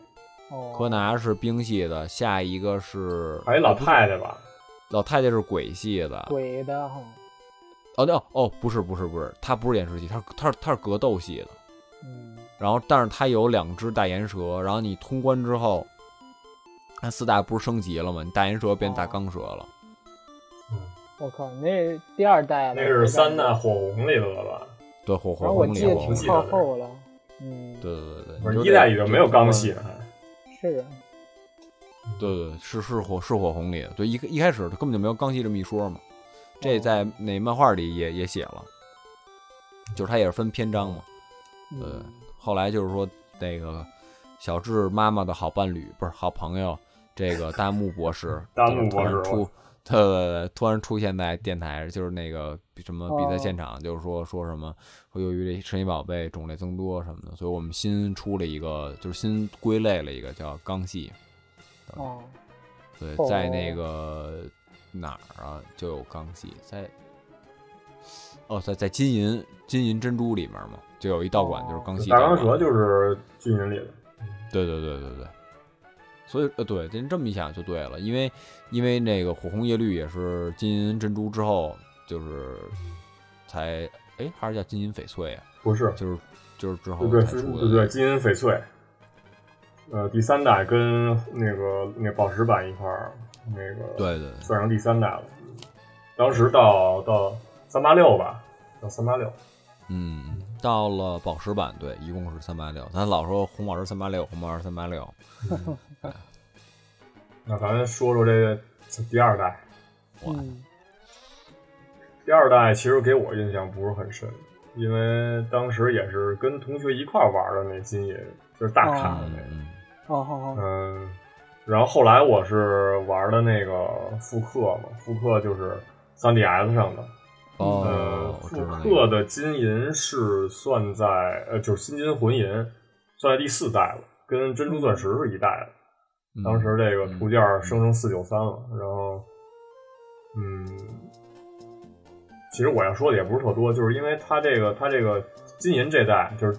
Speaker 3: 哦，
Speaker 2: 柯南是冰系的，下一个是
Speaker 1: 还有哎一老太太吧？
Speaker 2: 老太太是鬼系的，
Speaker 3: 鬼的哈，
Speaker 2: 哦哦哦，不是不是不是，她不是岩石系，她是她是她是格斗系的，
Speaker 3: 嗯，
Speaker 2: 然后但是它有两只大岩蛇，然后你通关之后，它四大不是升级了吗？你大岩蛇
Speaker 1: 哦
Speaker 2: 变大钢蛇了，
Speaker 3: 我靠，你那第二代
Speaker 1: 那
Speaker 3: 了，
Speaker 1: 是三代火红里头的吧？
Speaker 2: 对，火火
Speaker 3: 然后我
Speaker 2: 红
Speaker 3: 记
Speaker 2: 里
Speaker 3: 得
Speaker 2: 火
Speaker 3: 挺
Speaker 2: 红里，
Speaker 1: 记
Speaker 3: 靠后了，嗯，
Speaker 2: 对对对
Speaker 1: 不
Speaker 2: 对，
Speaker 1: 是
Speaker 2: 你就
Speaker 1: 一代
Speaker 2: 得
Speaker 1: 里头没有钢系，呢，还
Speaker 3: 是啊的，
Speaker 2: 对对对是是火是火红里的，对一一开始根本就没有钢系这么一说
Speaker 1: 哦
Speaker 2: 嘛，这在那漫画里也也写了，就是它也是分篇章嘛，对
Speaker 3: 嗯，，
Speaker 2: 后来就是说那个小智妈妈的好伴侣不是好朋友，这个大木博士
Speaker 1: ，大
Speaker 2: 就是
Speaker 1: 木博士
Speaker 2: 突然出，对对对，突然出现在电台，就是那个比什么比赛
Speaker 1: 哦
Speaker 2: 现场，就是说说什么说由于这神奇宝贝种类增多什么的，所以我们新出了一个，就是新归类了一个叫钢系，
Speaker 3: 哦，
Speaker 2: 对，
Speaker 3: 哦
Speaker 2: 在那个哪儿啊就有钢系，在哦在在金银金银珍珠里面嘛，就有一道馆就是钢系
Speaker 1: 大
Speaker 2: 道
Speaker 1: 钢
Speaker 2: 馆
Speaker 1: 蛇哦就是军人里的。
Speaker 2: 对对对对对，所以呃对，您这么一想就对了，因为因为那个火红叶绿也是金银珍珠之后，就是才哎还是叫金银翡翠啊，
Speaker 1: 不是，
Speaker 2: 就是就是之后
Speaker 1: 对对
Speaker 2: 才
Speaker 1: 是
Speaker 2: 出
Speaker 1: 对
Speaker 2: 的
Speaker 1: 对，金银翡翠，呃，第三代跟那个那宝石版一块儿，那个
Speaker 2: 对对
Speaker 1: 算上第三代了。当时到到三八六吧，到三八六，
Speaker 2: 嗯，到了宝石版对，一共是三八六，咱老说红宝石三八六，红宝石三八六，
Speaker 1: 那咱说说这第二代。
Speaker 2: 哇
Speaker 3: 嗯，
Speaker 1: 第二代其实给我印象不是很深，因为当时也是跟同学一块儿玩的那金银，就是大卡的
Speaker 2: 嗯
Speaker 1: 那个。
Speaker 2: 嗯
Speaker 3: 哦好好，
Speaker 1: 嗯，然后后来我是玩的那个复刻嘛，复刻就是 3DS 上的。呃
Speaker 2: 哦，，我知
Speaker 1: 复
Speaker 2: 道那
Speaker 1: 刻
Speaker 2: 个
Speaker 1: 的金银是算在呃，就是新金魂银，算在第四代了，跟珍珠钻石是一代的。
Speaker 2: 嗯
Speaker 1: 当时这个图鉴升成四九三了，然后，嗯，其实我要说的也不是特多，就是因为它这个它这个金银这代就是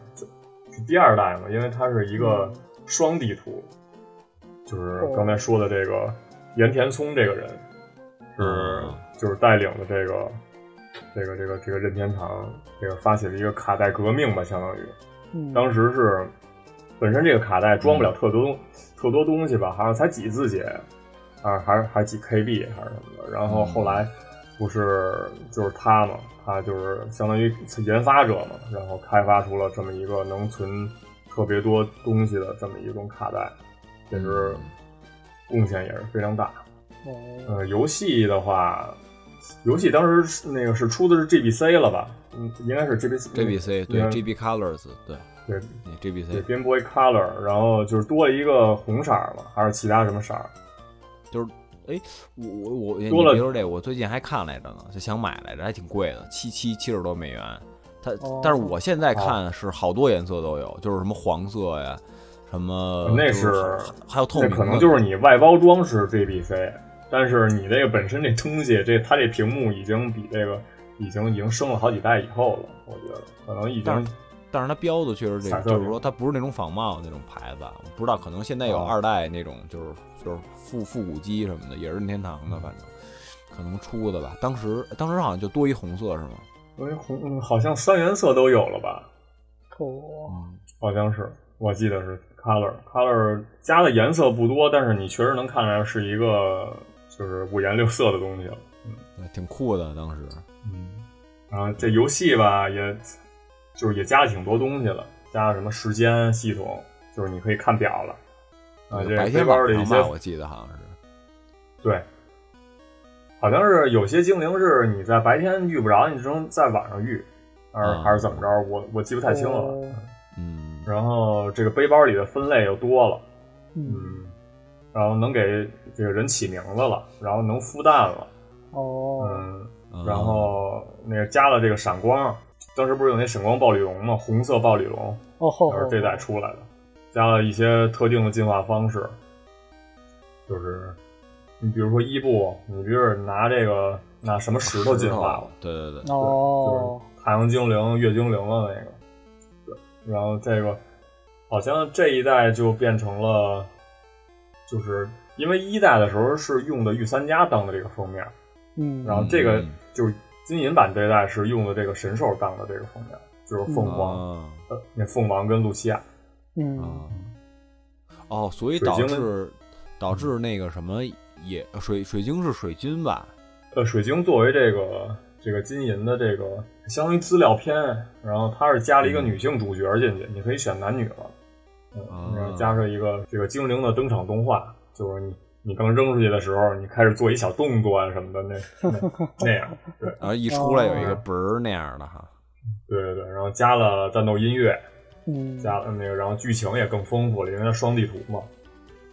Speaker 1: 是第二代嘛，因为它是一个
Speaker 3: 嗯
Speaker 1: 双地图，就是刚才说的这个盐田聪这个人是
Speaker 2: 嗯
Speaker 1: 就是带领的这个这个这个这个任天堂这个发起了一个卡带革命吧，相当于，
Speaker 3: 嗯，
Speaker 1: 当时是本身这个卡带装不了特多东特多东西吧，好像才几字节，啊，还是还是几 KB 还是什么的。然后后来不是就是他嘛，他就是相当于研发者嘛，然后开发出了这么一个能存特别多东西的这么一种卡带，确实贡献也是非常大。
Speaker 3: 哦，
Speaker 1: 呃，游戏的话，游戏当时是那个是出的是 GBC 了吧？嗯，应该是 GBC。
Speaker 2: GBC
Speaker 1: 应
Speaker 2: 对
Speaker 1: 该
Speaker 2: GB Colors 对
Speaker 1: 对
Speaker 2: 那
Speaker 1: 对
Speaker 2: GBC
Speaker 1: ，Game Boy Color，然后就是多了一个红色儿嘛，还是其他什么色儿？
Speaker 2: 哎我我我你别
Speaker 1: 多了
Speaker 2: 说这个，我最近还看来着呢，就想买来着，还挺贵的，七七七十多美元。它
Speaker 3: 哦
Speaker 2: 但是我现在看是好多颜色都有，就是什么黄色呀，什么
Speaker 1: 那
Speaker 2: 就是还有透
Speaker 1: 这
Speaker 2: 明的，
Speaker 1: 可能就是你外包装是 GBC，但是你这个本身这东西，这它这屏幕已经比这个已经已经升了好几代以后了，我觉得可能已
Speaker 2: 但
Speaker 1: 经
Speaker 2: 是但是它标的确实这
Speaker 1: 彩
Speaker 2: 个，
Speaker 1: 色
Speaker 2: 就是
Speaker 1: 屏
Speaker 2: 说它不是那种仿冒那种牌子，我不知道可能现在有
Speaker 1: 哦
Speaker 2: 二代那种，就是就是复复古机什么的，也是任天堂
Speaker 1: 嗯
Speaker 2: 的，反正可能出的吧。当时当时好像就多一红色是吗？
Speaker 1: 因为红嗯好像三原色都有了吧？
Speaker 3: 哦，
Speaker 2: 嗯，
Speaker 1: 好像是，我记得是 color color 加的颜色不多，但是你确实能看出来是一个就是五颜六色的东西了。
Speaker 2: 那挺酷的当时。
Speaker 1: 嗯，然后这游戏吧，也就是也加了挺多东西了，加了什么时间系统，就是你可以看表了。啊，这
Speaker 2: 呃白
Speaker 1: 背
Speaker 2: 天
Speaker 1: 包
Speaker 2: 晚
Speaker 1: 的一
Speaker 2: 上
Speaker 1: 些
Speaker 2: 吧，我记得好像是。
Speaker 1: 对，好像是有些精灵是你在白天遇不着，你只能在晚上遇，还是、
Speaker 2: 嗯
Speaker 1: 还是怎么着？我我记不太清了。
Speaker 3: 哦
Speaker 2: 嗯，
Speaker 1: 然后这个背包里的分类又多了，
Speaker 3: 嗯，
Speaker 1: 嗯，然后能给这个人起名字了，然后能孵蛋了，
Speaker 3: 哦，
Speaker 1: 嗯，
Speaker 2: 嗯
Speaker 1: 然后那个加了这个闪光，当时不是有那闪光暴鲤龙吗？红色暴鲤龙，
Speaker 3: 哦吼
Speaker 1: 嗯就是
Speaker 3: 吼，
Speaker 1: 这代出来的，加了一些特定的进化方式，就是你比如说伊布，你比如说拿这个拿什么石头进化了，
Speaker 2: 对对对，
Speaker 3: 哦，
Speaker 1: 太阳精灵、月精灵的那个，对，然后这个好像这一代就变成了，就是因为一代的时候是用的御三家当的这个封面，
Speaker 3: 嗯，
Speaker 1: 然后这个
Speaker 2: 嗯
Speaker 1: 就是金银版这一代是用的这个神兽当的这个封面，就是凤凰，
Speaker 2: 啊
Speaker 1: 呃，那凤凰跟露西亚。
Speaker 3: 嗯，
Speaker 2: 啊哦，所以
Speaker 1: 水
Speaker 2: 导
Speaker 1: 晶
Speaker 2: 致导致那个什么也水水晶是水晶吧？
Speaker 1: 呃，水晶作为这个这个金银的这个相当于资料片，然后它是加了一个女性主角进去，你可以选男女了，嗯，然后加上一个这个精灵的登场动画，就是你你刚扔出去的时候，你开始做一小动作啊什么的，那那那样，对
Speaker 2: 然后一出来有一个
Speaker 1: 哦
Speaker 2: 嘣儿那样的哈。
Speaker 1: 对对对，然后加了战斗音乐，
Speaker 3: 嗯，
Speaker 1: 加了那个，然后剧情也更丰富了，因为它双地图嘛，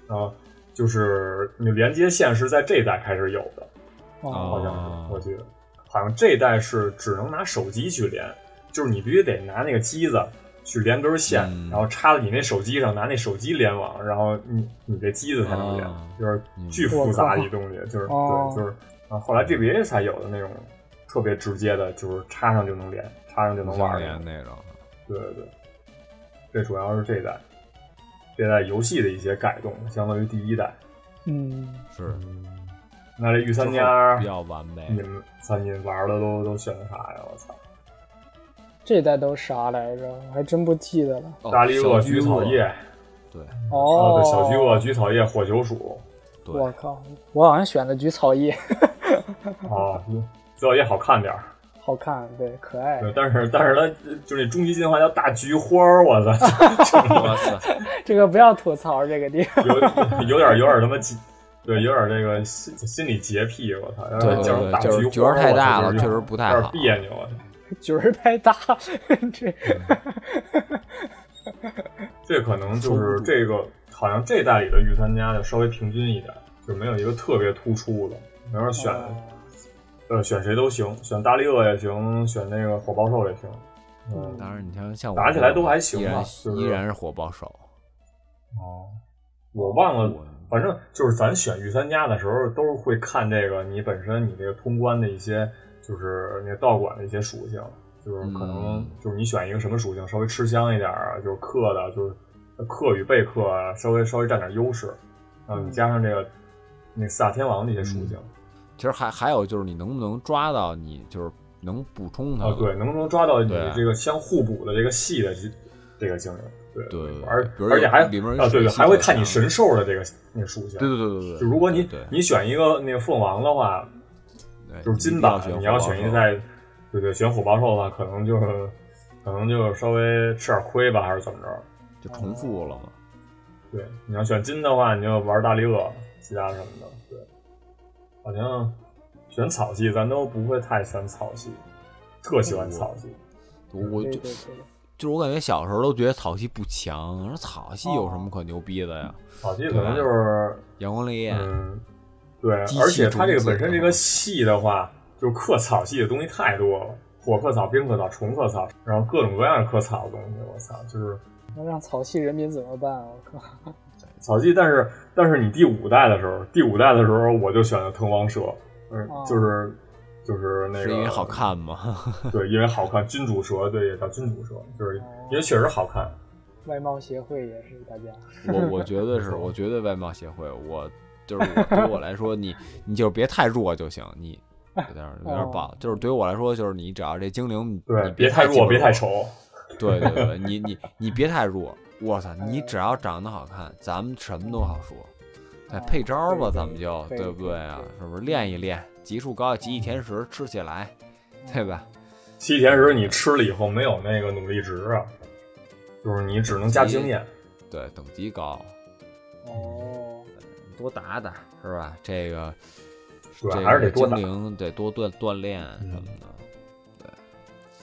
Speaker 1: 然后就是你连接线是在这一代开始有的，
Speaker 3: 哦，
Speaker 1: 好像
Speaker 2: 哦
Speaker 1: 是，我记得，好像这一代是只能拿手机去连，就是你必须得拿那个机子去连根线，
Speaker 2: 嗯
Speaker 1: 然后插在你那手机上，拿那手机联网，然后你你这机子才能连，
Speaker 2: 啊
Speaker 1: 就是巨复杂一东西，就是
Speaker 3: 哦
Speaker 1: 对，就是啊，后来 GBA 才有的那种特别直接的，就是插上就能连，插上就能玩
Speaker 2: 玩
Speaker 1: 儿
Speaker 2: 年那种。
Speaker 1: 对对对，这主要是这一代，这代游戏的一些改动，相当于第一代。
Speaker 3: 嗯，
Speaker 2: 是
Speaker 1: 那这御三
Speaker 2: 之后
Speaker 1: 家嗯
Speaker 2: 比较完美
Speaker 1: 你们操，你们玩的都都选的啥呀？我操！
Speaker 3: 这代都啥来着？我还真不记得了。
Speaker 2: 哦
Speaker 1: 大力鳄、
Speaker 2: 小
Speaker 1: 菊
Speaker 2: 菊
Speaker 1: 草叶，
Speaker 2: 对
Speaker 1: 啊，
Speaker 3: 哦，
Speaker 1: 对，小菊鳄、菊草叶、火球鼠，
Speaker 3: 我
Speaker 2: 对，
Speaker 3: 靠，我好像选的菊草叶，
Speaker 1: 啊，菊草叶好看点儿，
Speaker 3: 好看，对，可爱，
Speaker 1: 对，但是但是它就那终极进化叫大菊花儿，我 操，
Speaker 2: 哇塞，
Speaker 3: 这个不要吐槽这个地方。
Speaker 1: 有有点有点他妈急。对，有点这个心心理洁癖，我操！
Speaker 2: 对对
Speaker 1: 叫成
Speaker 2: 对
Speaker 1: 大
Speaker 2: 就是
Speaker 1: 菊
Speaker 2: 角
Speaker 1: 花
Speaker 2: 儿
Speaker 1: 儿
Speaker 2: 太
Speaker 1: 我操
Speaker 2: 大了
Speaker 1: 就是
Speaker 2: 确实不太
Speaker 1: 有
Speaker 2: 好
Speaker 1: 点别扭。我啊操
Speaker 3: 角儿太大， 这
Speaker 1: 嗯这可能就
Speaker 2: 收不
Speaker 1: 是
Speaker 2: 住
Speaker 1: 这个，好像这代里的御三家的稍微平均一点，就没有一个特别突出的。你要是选
Speaker 3: 哦
Speaker 1: 呃，选谁都行，选大力鳄也行，选那个火爆兽也行。嗯，
Speaker 2: 当然你像像我
Speaker 1: 打起来都还行
Speaker 2: 依
Speaker 1: 吧
Speaker 2: 然
Speaker 1: 就是
Speaker 2: 依然是火爆手。
Speaker 1: 哦，我忘了，反正就是咱选御三家的时候，都是会看这个你本身你这个通关的一些，就是那道馆的一些属性，就是可能
Speaker 2: 嗯
Speaker 1: 就是你选一个什么属性稍微吃香一点儿啊，就是克的，就是克与被克啊，稍微稍微占点优势，然
Speaker 2: 嗯
Speaker 1: 后你加上这个那四大天王的一些属性，
Speaker 2: 其实还还有就是你能不能抓到你就是能补充它
Speaker 1: 啊，
Speaker 2: 的？
Speaker 1: 对，能不能抓到你
Speaker 2: 对啊
Speaker 1: 这个相互补的这个系的这这个精灵？对
Speaker 2: 对
Speaker 1: 而
Speaker 2: 比如有
Speaker 1: 而且还
Speaker 2: 里面有
Speaker 1: 啊，对
Speaker 2: 水
Speaker 1: 对，
Speaker 2: 系
Speaker 1: 还会
Speaker 2: 特
Speaker 1: 看你
Speaker 2: 像
Speaker 1: 神兽的这个那个属性。
Speaker 2: 对对对对对
Speaker 1: 就如果你
Speaker 2: 对
Speaker 1: 你选一个那个凤凰的话，
Speaker 2: 对，
Speaker 1: 就是金
Speaker 2: 大
Speaker 1: 版，你要选一代，对对，选火爆兽的话，可能就是可能就是稍微吃点亏吧，还是怎么着？
Speaker 2: 就重复了嘛。
Speaker 1: 对，你要选金的话，你就玩大力鳄、其他什么的。对，好像选草系咱都不会太选草系，特喜欢草系。
Speaker 2: 我我
Speaker 1: 嗯
Speaker 3: 对
Speaker 2: 就
Speaker 3: 对对，
Speaker 2: 就是我感觉小时候都觉得草系不强，说草系有什么可牛逼的呀？
Speaker 1: 草系可能就是
Speaker 2: 阳光烈焰，
Speaker 1: 啊嗯，对，
Speaker 2: 机器
Speaker 1: 而且它这个
Speaker 2: 种子
Speaker 1: 本身这个系的话，就克草系的东西太多了，火克草、冰克草、虫克草，然后各种各样的克草的东西，我操，就是
Speaker 3: 那让草系人民怎么办啊？我靠！
Speaker 1: 草系。但是但是你第五代的时候，第五代的时候我就选了藤王蛇，嗯，
Speaker 3: 哦
Speaker 1: 就是就是那个
Speaker 2: 是因为好，看 吗？
Speaker 1: 对，因为好看，君主蛇对也叫君主蛇，就是因为确实好看，
Speaker 3: 外贸协会也是大家，
Speaker 2: 我我觉得是，我觉得外貌协会，我就是我对我来说，你你就是别太弱就行，你 有点有点暴，就是对于我来说，就是你只要这精灵，你
Speaker 1: 哦对
Speaker 2: 你，
Speaker 1: 别太
Speaker 2: 鸡巴
Speaker 1: 弱，别太，丑，
Speaker 2: 对对对， 你你你别太弱，我操，
Speaker 1: 嗯
Speaker 2: 你只要长得好看，咱们什么都好
Speaker 1: 哦
Speaker 2: 说，哎，配招儿吧，
Speaker 3: 对对
Speaker 2: 咱们就
Speaker 3: 对
Speaker 2: 对不对啊？是不是练一练，
Speaker 1: 嗯
Speaker 2: 级数高，集一甜食吃起来，对吧？
Speaker 1: 七甜食你吃了以后没有那个努力值啊，就是你只能加经验。
Speaker 2: 对，等级高，
Speaker 3: 哦，
Speaker 2: 多打打是吧？这个
Speaker 1: 对
Speaker 2: 这
Speaker 1: 还是得
Speaker 2: 个
Speaker 1: 多
Speaker 2: 精
Speaker 1: 打嗯
Speaker 2: 灵得多锻锻炼什么的。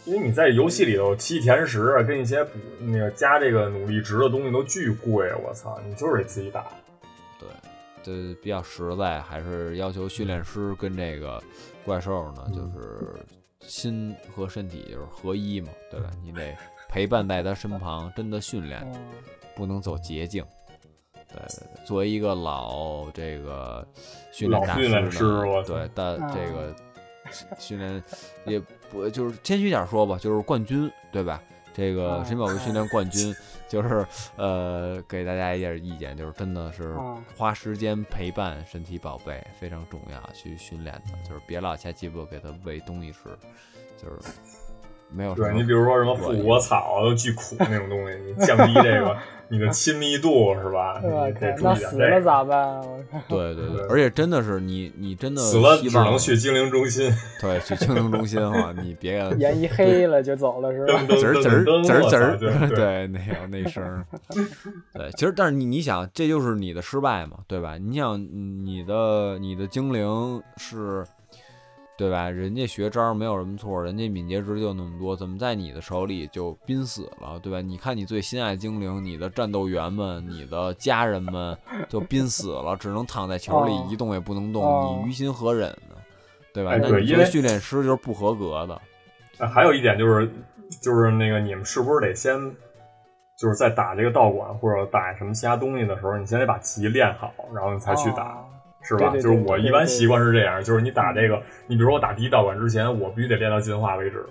Speaker 1: 因为你在游戏里头七甜食啊，跟一些补那个加这个努力值的东西都巨贵，我操，你就是得自己打。
Speaker 2: 对，这比较实在，还是要求训练师跟这个怪兽
Speaker 1: 嗯
Speaker 2: 呢，就是心和身体就是合一嘛，对
Speaker 1: 嗯
Speaker 2: 吧？你得陪伴在他身旁，真的训练，
Speaker 3: 嗯，
Speaker 2: 不能走捷径。对，对对作为一个老这个训练
Speaker 1: 老
Speaker 2: 大
Speaker 1: 训练
Speaker 2: 师
Speaker 1: 师
Speaker 2: 呢
Speaker 1: 我操
Speaker 2: 对，但
Speaker 3: 啊
Speaker 2: 这个训练也不就是谦虚点说吧，就是冠军，对吧？这个
Speaker 3: 啊
Speaker 2: 神奇宝贝训练冠军，就是呃，给大家一点意见，就是真的是
Speaker 3: 啊
Speaker 2: 花时间陪伴神奇宝贝非常重要，去训练它，就是别老瞎鸡巴给它喂东西吃，就是没啊有什
Speaker 1: 对
Speaker 2: 么
Speaker 1: 你比如说什么复活草都巨苦那种东西，你降低这 个你的亲密度是 吧？
Speaker 3: 我
Speaker 1: 你嗯得
Speaker 3: 靠，
Speaker 1: 注
Speaker 3: 那
Speaker 1: 意点
Speaker 3: 死
Speaker 1: 这
Speaker 3: 了
Speaker 1: 个。
Speaker 3: 咋办啊？我靠，
Speaker 2: 对对对
Speaker 1: 对，
Speaker 2: 而且真的是你，你真的
Speaker 1: 死了
Speaker 2: 希
Speaker 1: 只
Speaker 2: 望
Speaker 1: 能去精灵中 心，
Speaker 2: 对，去精灵中心哈，你别 给
Speaker 3: 眼一黑了就走了是吧
Speaker 1: 噔？噔
Speaker 2: 滋儿
Speaker 1: 噔
Speaker 2: 滋儿
Speaker 1: 噔
Speaker 2: 滋儿滋
Speaker 1: 噔，
Speaker 2: 儿，
Speaker 1: 我操对对，
Speaker 2: 对，那有那声 儿。对，其实但是你你想，这就是你的失败嘛，对吧？你想你的你的精灵是，对吧？人家学招儿没有什么错，人家敏捷值就那么多，怎么在你的手里就濒死了，对吧？你看你最心爱的精灵，你的战斗员们，你的家人们就濒死了，只能躺在球里
Speaker 3: 哦
Speaker 2: 一动也不能动，
Speaker 3: 哦
Speaker 2: 你于心何忍呢？对吧？
Speaker 1: 哎
Speaker 2: 那
Speaker 1: 对
Speaker 2: 你
Speaker 1: 因
Speaker 2: 作为
Speaker 1: 为
Speaker 2: 训练师就是不合格 的。
Speaker 1: 哎还有一点就是，就是那个你们是不是得先，就是在打这个道馆或者打什么其他东西的时候，你先得把级练好，然后你才去打。
Speaker 3: 哦
Speaker 1: 是吧？
Speaker 3: 对对对嗯
Speaker 1: 就是我一般习惯是这样，就是你打这个，你比如说我打第一道馆之前，我必须得练到进化为止。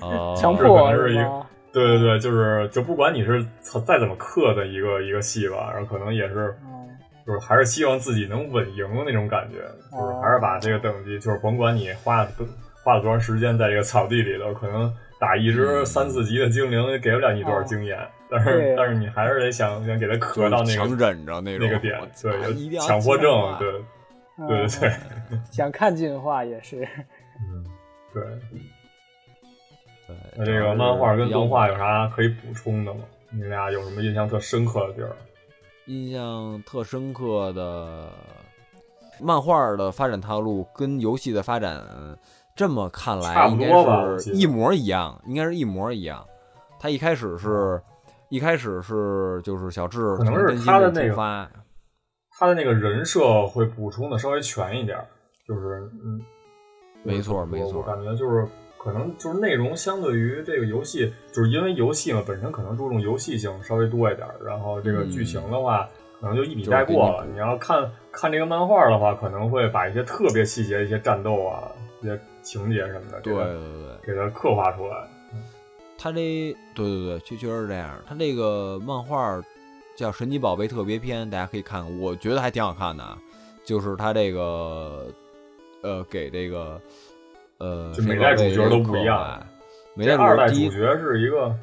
Speaker 2: 哦
Speaker 3: 强
Speaker 1: 这可
Speaker 3: 迫
Speaker 1: 能是一个
Speaker 3: 吗？
Speaker 1: 对对对，就是就不管你是再怎么克的一个一个戏吧，然后可能也是
Speaker 3: 嗯
Speaker 1: 就是还是希望自己能稳赢的那种感觉，就是还是把这个等级，就是甭管你花了多花了多长时间在这个草地里头，可能打一只
Speaker 2: 嗯
Speaker 1: 三四级的精灵也给不了你多少经验，但是
Speaker 3: 对
Speaker 1: 但是你还是得想想给它
Speaker 2: 就是
Speaker 1: 克到那
Speaker 2: 强
Speaker 1: 个
Speaker 2: 忍着那种
Speaker 1: 那个点
Speaker 2: 我，操
Speaker 1: 对，
Speaker 2: 一
Speaker 1: 有
Speaker 2: 定要啊
Speaker 1: 强迫症
Speaker 2: 进化，
Speaker 1: 对对对对，
Speaker 3: 嗯想看进化也是，
Speaker 1: 嗯，对。
Speaker 2: 对
Speaker 1: 那这个漫画跟动画有啥可以补充的吗？你俩有什么印象特深刻的地儿？
Speaker 2: 印象特深刻的漫画的发展套路跟游戏的发展，这么看来
Speaker 1: 差
Speaker 2: 应
Speaker 1: 不多吧
Speaker 2: 该是一模一样，应该是一模一样。他一开始是，一开始是就是小智
Speaker 1: 嗯可能
Speaker 2: 从
Speaker 1: 是
Speaker 2: 真心
Speaker 1: 他的
Speaker 2: 里
Speaker 1: 那
Speaker 2: 出
Speaker 1: 个
Speaker 2: 发，
Speaker 1: 他的那个人设会补充的稍微全一点儿，就是嗯，
Speaker 2: 没错
Speaker 1: 我
Speaker 2: 没错
Speaker 1: 我感觉就是可能就是内容相对于这个游戏，就是因为游戏嘛本身可能注重游戏性稍微多一点儿，然后这个
Speaker 2: 嗯
Speaker 1: 剧情的话。可能就一笔
Speaker 2: 就是
Speaker 1: 带
Speaker 2: 给
Speaker 1: 过
Speaker 2: 你
Speaker 1: 了。你要看看这个漫画的话，可能会把一些特别细节、一些战斗啊、一些情节什么的，
Speaker 2: 对
Speaker 1: 给
Speaker 2: 对
Speaker 1: 它
Speaker 2: 对。
Speaker 1: 给它刻画出来。
Speaker 2: 他这对对对，确确实是这样。他这个漫画叫《神奇宝贝特别篇》，大家可以看看，我觉得还挺好看的啊。就是他这个呃，给这个呃，
Speaker 1: 就每代主角都不一样
Speaker 2: 神奇宝贝这个刻画，每
Speaker 1: 这
Speaker 2: 代
Speaker 1: 二代
Speaker 2: 主第
Speaker 1: 主
Speaker 2: 一
Speaker 1: 角是一个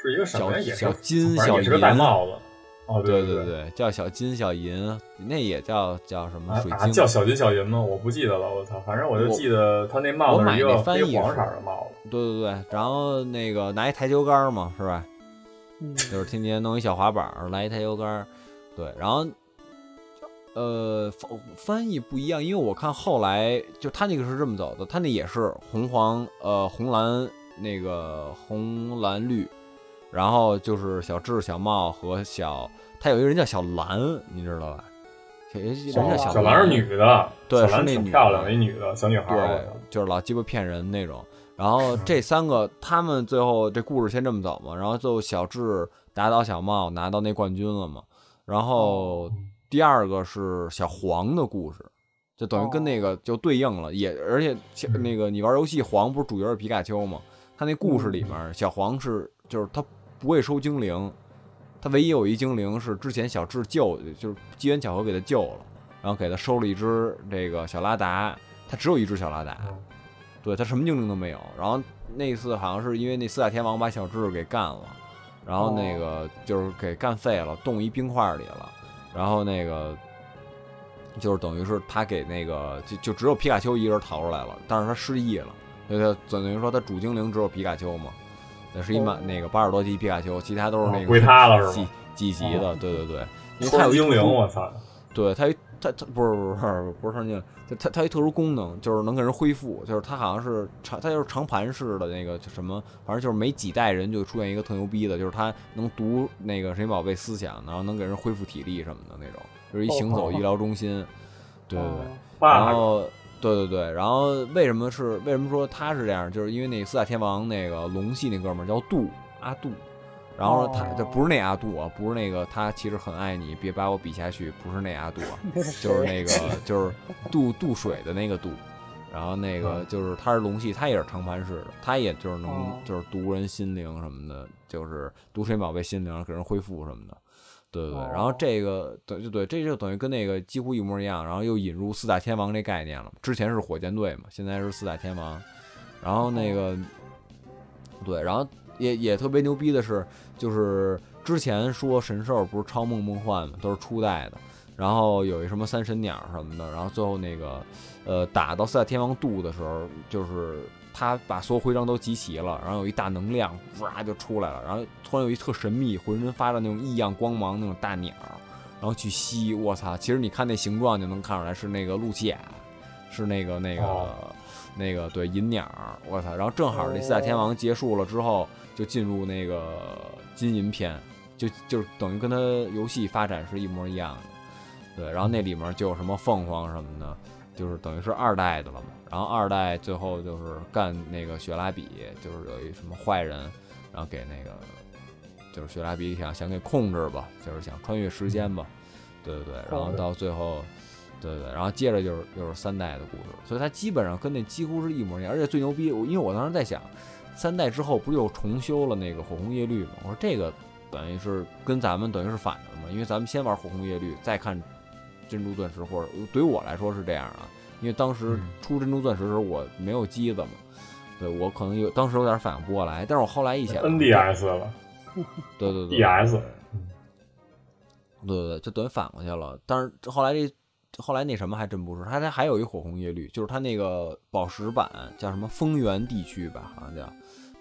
Speaker 1: 是一个什么
Speaker 2: 小
Speaker 1: 呀？也是
Speaker 2: 小金
Speaker 1: 反正
Speaker 2: 小
Speaker 1: 也是个戴
Speaker 2: 银
Speaker 1: 帽子。哦，
Speaker 2: 对
Speaker 1: 对
Speaker 2: 对对，叫小金、小银，那也叫叫什么
Speaker 1: 啊
Speaker 2: 水
Speaker 1: 啊，
Speaker 2: 晶？
Speaker 1: 叫小金小银吗？我不记得了，我操，反正我就
Speaker 2: 我
Speaker 1: 记得他那帽
Speaker 2: 我
Speaker 1: 子
Speaker 2: 买
Speaker 1: 是一
Speaker 2: 那
Speaker 1: 个
Speaker 2: 翻
Speaker 1: 黑
Speaker 2: 译
Speaker 1: 黄
Speaker 2: 是
Speaker 1: 色的帽子，
Speaker 2: 对对对，然后那个拿一台球杆儿嘛，是吧？
Speaker 3: 嗯
Speaker 2: 就是天天弄一小滑板儿，来一台球杆儿，对，然后呃翻翻译不一样，因为我看后来就他那个是这么走的，他那也是红黄呃红蓝那个红蓝绿，然后就是小智、小茂和小，他有一个人叫小兰，你知道吧？有一人叫
Speaker 3: 小
Speaker 1: 哦小
Speaker 2: 兰
Speaker 1: 兰是女的，
Speaker 2: 对
Speaker 1: 小兰
Speaker 2: 是那
Speaker 1: 挺
Speaker 2: 女
Speaker 1: 漂亮
Speaker 2: 的
Speaker 1: 的一女的小女孩儿，
Speaker 2: 对，就是老鸡巴骗人那种。然后这三个，他们最后这故事先这么走嘛，然后最后小智打倒小茂，拿到那冠军了嘛。然后
Speaker 1: 哦
Speaker 2: 第二个是小黄的故事，就等于跟那
Speaker 1: 哦
Speaker 2: 个就对应了，也而且小那个你玩游戏黄不是主角是皮卡丘嘛，他那故事里
Speaker 1: 嗯
Speaker 2: 面小黄是就是他不会收精灵，他唯一有一精灵是之前小智救，就是机缘巧合给他救了，然后给他收了一只这个小拉达，他只有一只小拉达，
Speaker 1: 嗯
Speaker 2: 对他什么精灵都没有。然后那次好像是因为那四大天王把小智给干了，然后那个就是给干废了，冻一冰块里了，然后那个。就是等于是他给那个就就只有皮卡丘一人逃出来了，但是他失忆了，所以他等于说他主精灵只有皮卡丘嘛，那是一满那个八十多级皮卡丘，其他都是那个
Speaker 1: 哦哦归他了是吗
Speaker 2: 几几级的，对对对，因为
Speaker 1: 说
Speaker 2: 它有
Speaker 1: 是
Speaker 2: 一
Speaker 1: 精
Speaker 2: 特
Speaker 1: 灵，
Speaker 2: 殊
Speaker 1: 我操，
Speaker 2: 对它有一它它不是不是不是不是上镜，就它它有一特殊功能，就是能给人恢复，就是它好像是长它就是长盘式的那个就什么，反正就是每几代人就出现一个特牛逼的，就是它能读那个神奇宝贝思想，然后能给人恢复体力什么的那种，就是一
Speaker 3: 哦
Speaker 2: 行走
Speaker 3: 哦
Speaker 2: 医疗中心，对对对。然
Speaker 1: bug
Speaker 2: 后对对对，然后为什么是为什么说他是这样？就是因为那四大天王那个龙系那哥们儿叫杜阿杜，然后他
Speaker 3: 哦
Speaker 2: 这不是那阿杜啊，不是那个他其实很爱你，别把我比下去，不是那阿杜啊，
Speaker 3: 就
Speaker 2: 就是那个就是渡渡水的那个渡。然后那个就是他是龙系，他也是长盘式的，他也就是能
Speaker 3: 哦
Speaker 2: 就是读人心灵什么的，就是读水宝贝心灵给人恢复什么的，对对对。然后
Speaker 3: 哦
Speaker 2: 这个等就对，这就等于跟那个几乎一模一样，然后又引入四大天王这概念了。之前是火箭队嘛，现在是四大天王。然后那个对，然后也也特别牛逼的是，就是之前说神兽不是超梦梦幻嘛，都是初代的。然后有一什么三神鸟什么的，然后最后那个，呃，打到四大天王渡的时候，就是他把所有徽章都集齐了，然后有一大能量哇就出来了，然后突然有一特神秘、浑身发着那种异样光芒那种大鸟，然后去吸，我操！其实你看那形状就能看出来是那个露西亚，是那个那个、
Speaker 1: 哦
Speaker 2: 那个对银鸟，我操！然后正好这四大天王结束了之后，就进入那个金银篇，就就是等于跟他游戏发展是一模一样的。对，然后那里面就有什么凤凰什么的，就是等于是二代的了嘛。然后二代最后就是干那个雪拉比，就是有一什么坏人，然后给那个就是雪拉比想想给控制吧，就是想穿越时间吧，对对对。然后到最后，对对，然后接着就是又是三代的故事，所以它基本上跟那几乎是一模一样。而且最牛逼，我因为我当时在想，三代之后不是又重修了那个火红叶绿吗？我说这个等于是跟咱们等于是反着嘛，因为咱们先玩火红叶绿，再看珍珠钻石，或者对于我来说是这样啊，因为当时
Speaker 1: 嗯
Speaker 2: 出珍珠钻石的时候我没有机子嘛，对我可能有当时有点反应不过来，但是我后来一想
Speaker 1: NDS
Speaker 2: 哦
Speaker 1: 了
Speaker 2: 对对对
Speaker 1: ，DS
Speaker 2: 对对对，就等于反过去了。但是后来这后来那什么还真不是，他他还有一火红叶绿，就是他那个宝石版叫什么丰原地区吧，好像叫，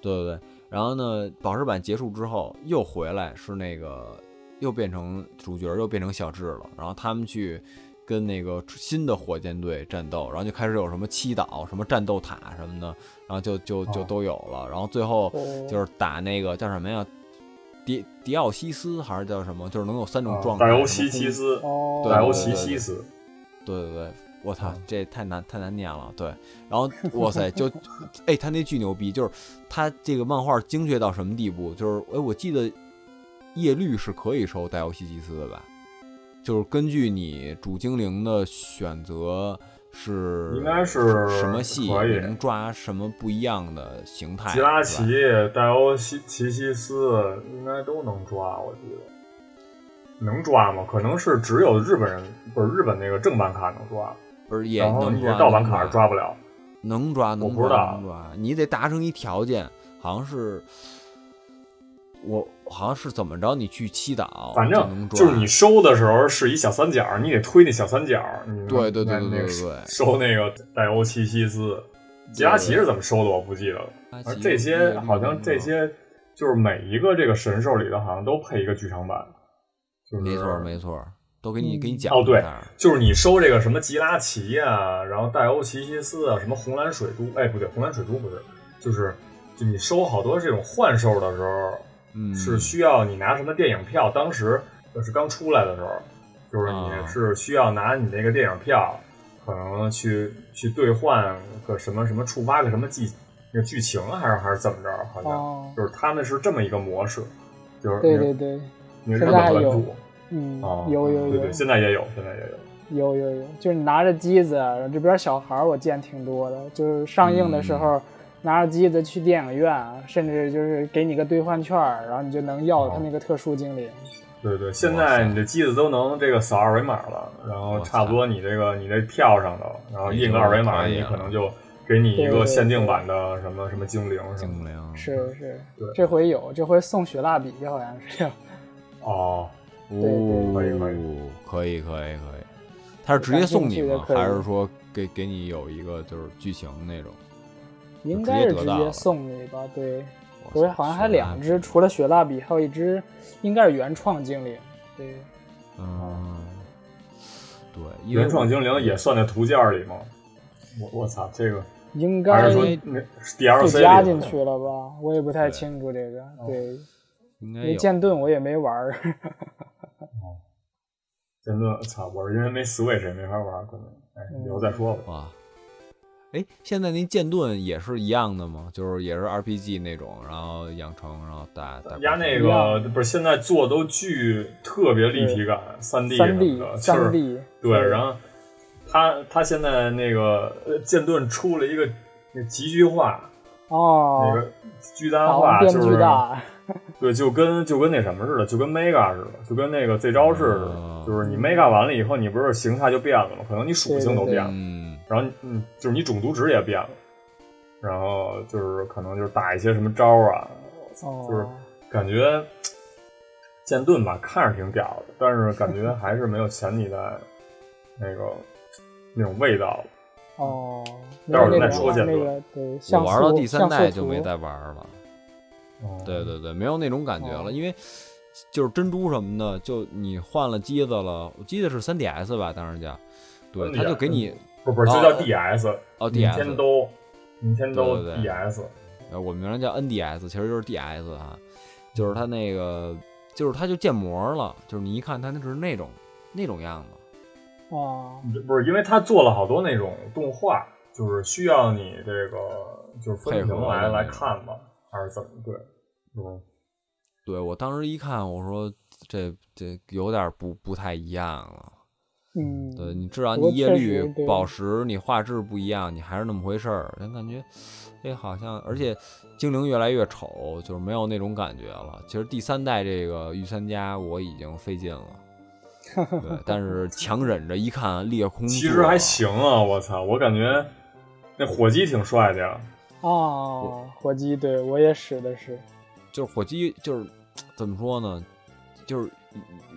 Speaker 2: 对对对。然后呢，宝石版结束之后又回来，是那个又变成主角，又变成小智了。然后他们去跟那个新的火箭队战斗，然后就开始有什么七岛、什么战斗塔什么的，然后就就就
Speaker 1: 哦
Speaker 2: 都有了。然后最后
Speaker 3: 哦
Speaker 2: 就是打那个叫什么呀？迪迪奥西斯还是叫什么？就是能有三种状态。
Speaker 1: 啊戴
Speaker 2: 什
Speaker 1: 欧
Speaker 2: 么
Speaker 1: 西西
Speaker 2: 攻
Speaker 1: 斯，
Speaker 3: 哦，
Speaker 2: 对
Speaker 1: 戴欧
Speaker 2: 对
Speaker 1: 西
Speaker 2: 对
Speaker 1: 西斯，
Speaker 2: 对对对，我操，这太难太难念了。对，然后哇塞，就哎，他那巨牛逼，就是他这个漫画精确到什么地步？就是哎，我记得叶绿是可以收戴欧西西斯的吧？就是根据你主精灵的选择是
Speaker 1: 应该是
Speaker 2: 什么系
Speaker 1: 可以
Speaker 2: 你能抓什么不一样的形态？
Speaker 1: 吉拉
Speaker 2: 是吧
Speaker 1: 奇、戴欧西奇西斯应该都能抓，我记得。能抓吗？可能是只有日本人，不是日本那个正版卡能抓，
Speaker 2: 不是也
Speaker 1: 然后
Speaker 2: 能
Speaker 1: 你
Speaker 2: 抓
Speaker 1: 这盗版
Speaker 2: 能
Speaker 1: 卡是
Speaker 2: 抓
Speaker 1: 抓不了。
Speaker 2: 能抓，能抓，
Speaker 1: 不知道
Speaker 2: 能抓。你得达成一条件，好像是我好像是怎么着，你去七岛，
Speaker 1: 反正
Speaker 2: 能
Speaker 1: 就是
Speaker 2: 转
Speaker 1: 你收的时候是一小三角，你得推那小三角。你能
Speaker 2: 对对对
Speaker 1: 那
Speaker 2: 对
Speaker 1: 那
Speaker 2: 对
Speaker 1: 个
Speaker 2: 对对
Speaker 1: 收那个戴欧七西斯，杰拉奇是怎么收的我不记得了。
Speaker 2: 阿
Speaker 1: 而
Speaker 2: 奇
Speaker 1: 这
Speaker 2: 绿绿
Speaker 1: 些
Speaker 2: 的
Speaker 1: 好像
Speaker 2: 那
Speaker 1: 这
Speaker 2: 个
Speaker 1: 些就是每一个这个神兽里头好像都配一个剧场版，就是
Speaker 2: 没错没错，都给你给你
Speaker 3: 嗯
Speaker 2: 讲
Speaker 1: 哦
Speaker 2: 一
Speaker 1: 对
Speaker 2: 下儿，
Speaker 1: 就是你收这个什么吉拉奇啊，然后戴欧奇西斯啊，什么红蓝水珠，哎不对，红蓝水珠不是，就是就你收好多这种幻兽的时候，
Speaker 2: 嗯，
Speaker 1: 是需要你拿什么电影票？当时就是刚出来的时候，就是
Speaker 2: 啊
Speaker 1: 你是需要拿你那个电影票，可能去去兑换个什么什么触发个什么剧那个剧情，啊还是还是怎么着？好像、
Speaker 3: 哦，
Speaker 1: 就是他们是这么一个模式，就是
Speaker 3: 对对对，
Speaker 1: 你日
Speaker 3: 现
Speaker 1: 本
Speaker 3: 在还
Speaker 1: 本
Speaker 3: 有
Speaker 1: 土
Speaker 3: 嗯，
Speaker 1: 啊，
Speaker 3: 有有
Speaker 1: 对
Speaker 3: 有
Speaker 1: 对，现在也有，现在也有。
Speaker 3: 有有有，就是你拿着机子，然后这边小孩儿我见挺多的，就是上映
Speaker 2: 嗯
Speaker 3: 的时候。拿着机子去电影院，啊甚至就是给你个兑换券儿，然后你就能要
Speaker 2: 哦
Speaker 3: 他那个特殊精灵。
Speaker 1: 对对，现
Speaker 2: 哇塞
Speaker 1: 在你这机子都能这个扫二维码了，然后差不多你这个你这票上头，然后印个二维码，
Speaker 2: 你
Speaker 1: 你
Speaker 2: 就可以了
Speaker 1: 可能就给你一
Speaker 3: 对
Speaker 1: 个
Speaker 3: 对
Speaker 1: 限定版的什么什么精灵什么的。
Speaker 2: 精灵
Speaker 3: 是是
Speaker 1: 对，
Speaker 3: 这回有，这回送雪蜡笔好像是要。
Speaker 1: 哦，
Speaker 2: 哦，
Speaker 1: 对对
Speaker 2: 可以可以可以，他是直接送你
Speaker 3: 感兴趣的
Speaker 2: 吗？
Speaker 3: 可以
Speaker 2: 还是说给给你有一个就是剧情那种？
Speaker 3: 应该是
Speaker 2: 直接得
Speaker 3: 直
Speaker 2: 到了
Speaker 3: 接送你吧？对，
Speaker 2: 哇
Speaker 3: 我
Speaker 2: 塞
Speaker 3: 好像还
Speaker 2: 学
Speaker 3: 两
Speaker 2: 蜡
Speaker 3: 只，
Speaker 2: 笔
Speaker 3: 除了雪蜡笔，还有一只应该是原创精灵。对，
Speaker 2: 嗯，对，因为
Speaker 1: 原创精灵也算在图鉴里吗？我我操，这个
Speaker 3: 应
Speaker 1: 还
Speaker 3: 该
Speaker 1: 是说
Speaker 2: 因为
Speaker 1: 那
Speaker 3: 附
Speaker 1: DLC
Speaker 3: 加
Speaker 1: 里
Speaker 3: 进
Speaker 1: 的
Speaker 3: 去了吧？我也不太
Speaker 2: 对
Speaker 3: 清楚这个。对，
Speaker 2: 应
Speaker 3: 因
Speaker 2: 该
Speaker 3: 为
Speaker 2: 有
Speaker 3: 剑盾我也没玩儿。
Speaker 1: 真的，操！我是因为没 Switch 也没法玩，可能哎，以后再说吧。
Speaker 2: 哇。哎，现在那剑盾也是一样的吗？就是也是 RPG 那种，然后养成，然后打打
Speaker 1: 压那
Speaker 3: 一
Speaker 1: 个
Speaker 3: 样
Speaker 1: 不是现在做都巨特别立体感，三 D 什
Speaker 3: 三
Speaker 1: 么
Speaker 3: D，
Speaker 1: 的，就
Speaker 3: 三
Speaker 1: 是
Speaker 3: D。
Speaker 1: 对，然后他他现在那个呃剑盾出了一个那集聚化，那
Speaker 3: 哦，
Speaker 1: 个巨大
Speaker 3: 霸
Speaker 1: 化，
Speaker 3: 王
Speaker 1: 就
Speaker 3: 变
Speaker 1: 是
Speaker 3: 巨大。
Speaker 1: 对，就跟就跟那什么似的，就跟 Mega 似的，就跟那个 Z 招式似
Speaker 2: 哦
Speaker 1: 的，就是你 Mega 完了以后，你不是形态就变了吗？可能你属性都
Speaker 3: 对对对
Speaker 1: 变了，
Speaker 2: 嗯，
Speaker 1: 然后你嗯，就是你种族值也变了，然后就是可能就是打一些什么招儿啊，就是
Speaker 3: 哦，
Speaker 1: 感觉剑盾吧，看着挺屌的，但是感觉还是没有前几代那个那种味道。
Speaker 3: 哦，
Speaker 1: 嗯待会儿
Speaker 3: 那
Speaker 1: 再
Speaker 3: 个
Speaker 1: 说剑
Speaker 3: 那
Speaker 1: 盾
Speaker 3: 个对，
Speaker 2: 我
Speaker 3: 像
Speaker 2: 玩到
Speaker 3: 素
Speaker 2: 第三
Speaker 3: 像素
Speaker 2: 代就
Speaker 3: 图
Speaker 2: 没再玩了。对
Speaker 1: 对，
Speaker 2: 对对，没有那种感觉了，
Speaker 3: 哦
Speaker 2: 因为就是珍珠什么的，就你换了机子了，我记得是 3DS 吧，当时叫，对，
Speaker 1: 3DS
Speaker 2: 他就给你
Speaker 1: 嗯不不是，就叫 DS，
Speaker 2: 哦
Speaker 1: 任
Speaker 2: DS，
Speaker 1: 天都，任天都
Speaker 2: 对对对
Speaker 1: DS，
Speaker 2: 呃我们原来叫 NDS，其实就是 DS 啊，
Speaker 3: 嗯
Speaker 2: 就是它那个就是它就建模了，就是你一看它那是那种那种样子，
Speaker 3: 哦，
Speaker 1: 不是，因为他做了好多那种动画，就是需要你这个就是分
Speaker 2: 配合
Speaker 1: 屏
Speaker 2: 的
Speaker 1: 来
Speaker 2: 那
Speaker 1: 来
Speaker 2: 种
Speaker 1: 看吧，还是怎么？对，嗯，
Speaker 2: 对我当时一看，我说这这有点不不太一样了。
Speaker 3: 嗯，
Speaker 2: 对你至少你
Speaker 3: 不过
Speaker 2: 叶
Speaker 3: 确
Speaker 2: 绿
Speaker 3: 实对
Speaker 2: 宝石，你画质不一样，你还是那么回事儿。但感觉这好像，而且精灵越来越丑，就是没有那种感觉了。其实第三代这个御三家我已经费劲 了，对，但是强忍着一看裂空，
Speaker 1: 其实还。行啊，我操，我感觉那火鸡挺帅的呀，
Speaker 3: 哦，火鸡，对我也使的是。
Speaker 2: 就是火鸡，就是怎么说呢，就是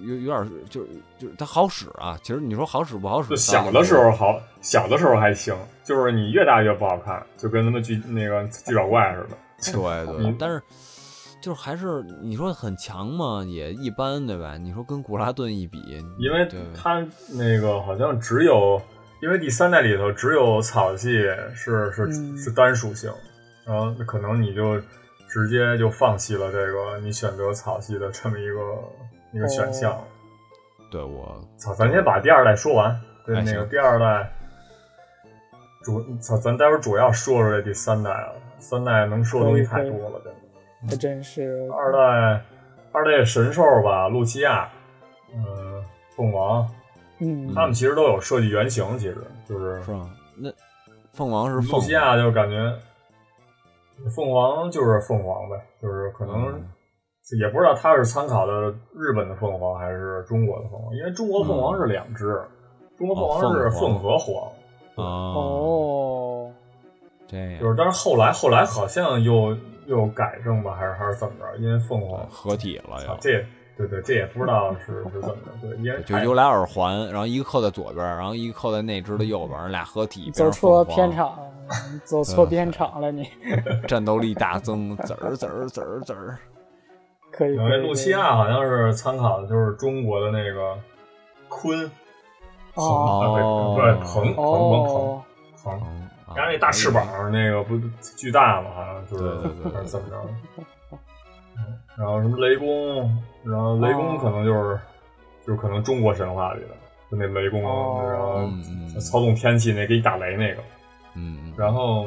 Speaker 2: 有有点儿就是就是它好使啊。其实你说好使不好使，
Speaker 1: 就
Speaker 2: 倒
Speaker 1: 小
Speaker 2: 也
Speaker 1: 的
Speaker 2: 没
Speaker 1: 时候好，小的时候还行，就是你越大越不好看，就跟他们巨那个巨搞怪似的。
Speaker 2: 对对
Speaker 1: 嗯，
Speaker 2: 但是就是还是你说很强嘛，也一般，对吧？你说跟古拉顿一比，
Speaker 1: 因为
Speaker 2: 对
Speaker 1: 它那个好像只有，因为第三代里头只有草系是是、
Speaker 3: 嗯
Speaker 1: 是单属性，然后可能你就直接就放弃了这个你选择草系的这么一个一个选项。
Speaker 2: 对我
Speaker 1: 操、咱先把第二代说完，对、
Speaker 2: 哎
Speaker 1: 那个
Speaker 2: 行
Speaker 1: 第二代主操，咱待会儿主要说说这第三代了，三代能说的东西太多了，真的。
Speaker 2: 嗯
Speaker 3: 还真是
Speaker 1: 二代二代神兽吧，露西亚，嗯，凤凰，
Speaker 3: 嗯
Speaker 1: 他们其实都有设计原型，其实就是
Speaker 2: 是吧？那凤凰是
Speaker 1: 露
Speaker 2: 凤
Speaker 1: 西
Speaker 2: 凰，
Speaker 1: 亚，就感觉凤凰就是凤凰呗，就是可能
Speaker 2: 嗯
Speaker 1: 也不知道他是参考的日本的凤凰还是中国的凤凰，因为中国凤凰是两只，中国凤凰是凤和凰，
Speaker 2: 嗯哦，
Speaker 3: 哦，
Speaker 2: 这样
Speaker 1: 就是但是后来后来好像又又改正吧，还是还是怎么着？因为凤凰，
Speaker 2: 合体了
Speaker 1: 操
Speaker 2: 又，
Speaker 1: 这对对，这也不知道是是怎么着， 对，因为
Speaker 2: 就有俩耳环，然后一个扣在左边，然后一个扣在那只的右边，俩合体
Speaker 3: 走错片，
Speaker 2: 变成
Speaker 3: 场， 嗯走错片场了你，
Speaker 2: 凤凰战斗力大增，滋儿滋儿滋儿滋儿。
Speaker 3: 可以。
Speaker 1: 因
Speaker 3: 可
Speaker 1: 为
Speaker 3: 以
Speaker 1: 露西亚好像是参考的就是中国的那个鲲，
Speaker 3: 哦
Speaker 1: 啊对对，鹏鹏鹏鹏
Speaker 3: 哦，
Speaker 1: 鹏，
Speaker 2: 嗯啊
Speaker 1: 然后那大翅膀那个不巨大嘛，好像就是
Speaker 2: 对对对对
Speaker 1: 还是怎么着？嗯然后什么雷公，然后雷
Speaker 3: 哦
Speaker 1: 公可能就是、就可能中国神话里的就那雷公，
Speaker 3: 哦
Speaker 1: 然后
Speaker 2: 嗯嗯嗯
Speaker 1: 操纵天气那给你打雷那个，
Speaker 2: 嗯，嗯
Speaker 1: 然后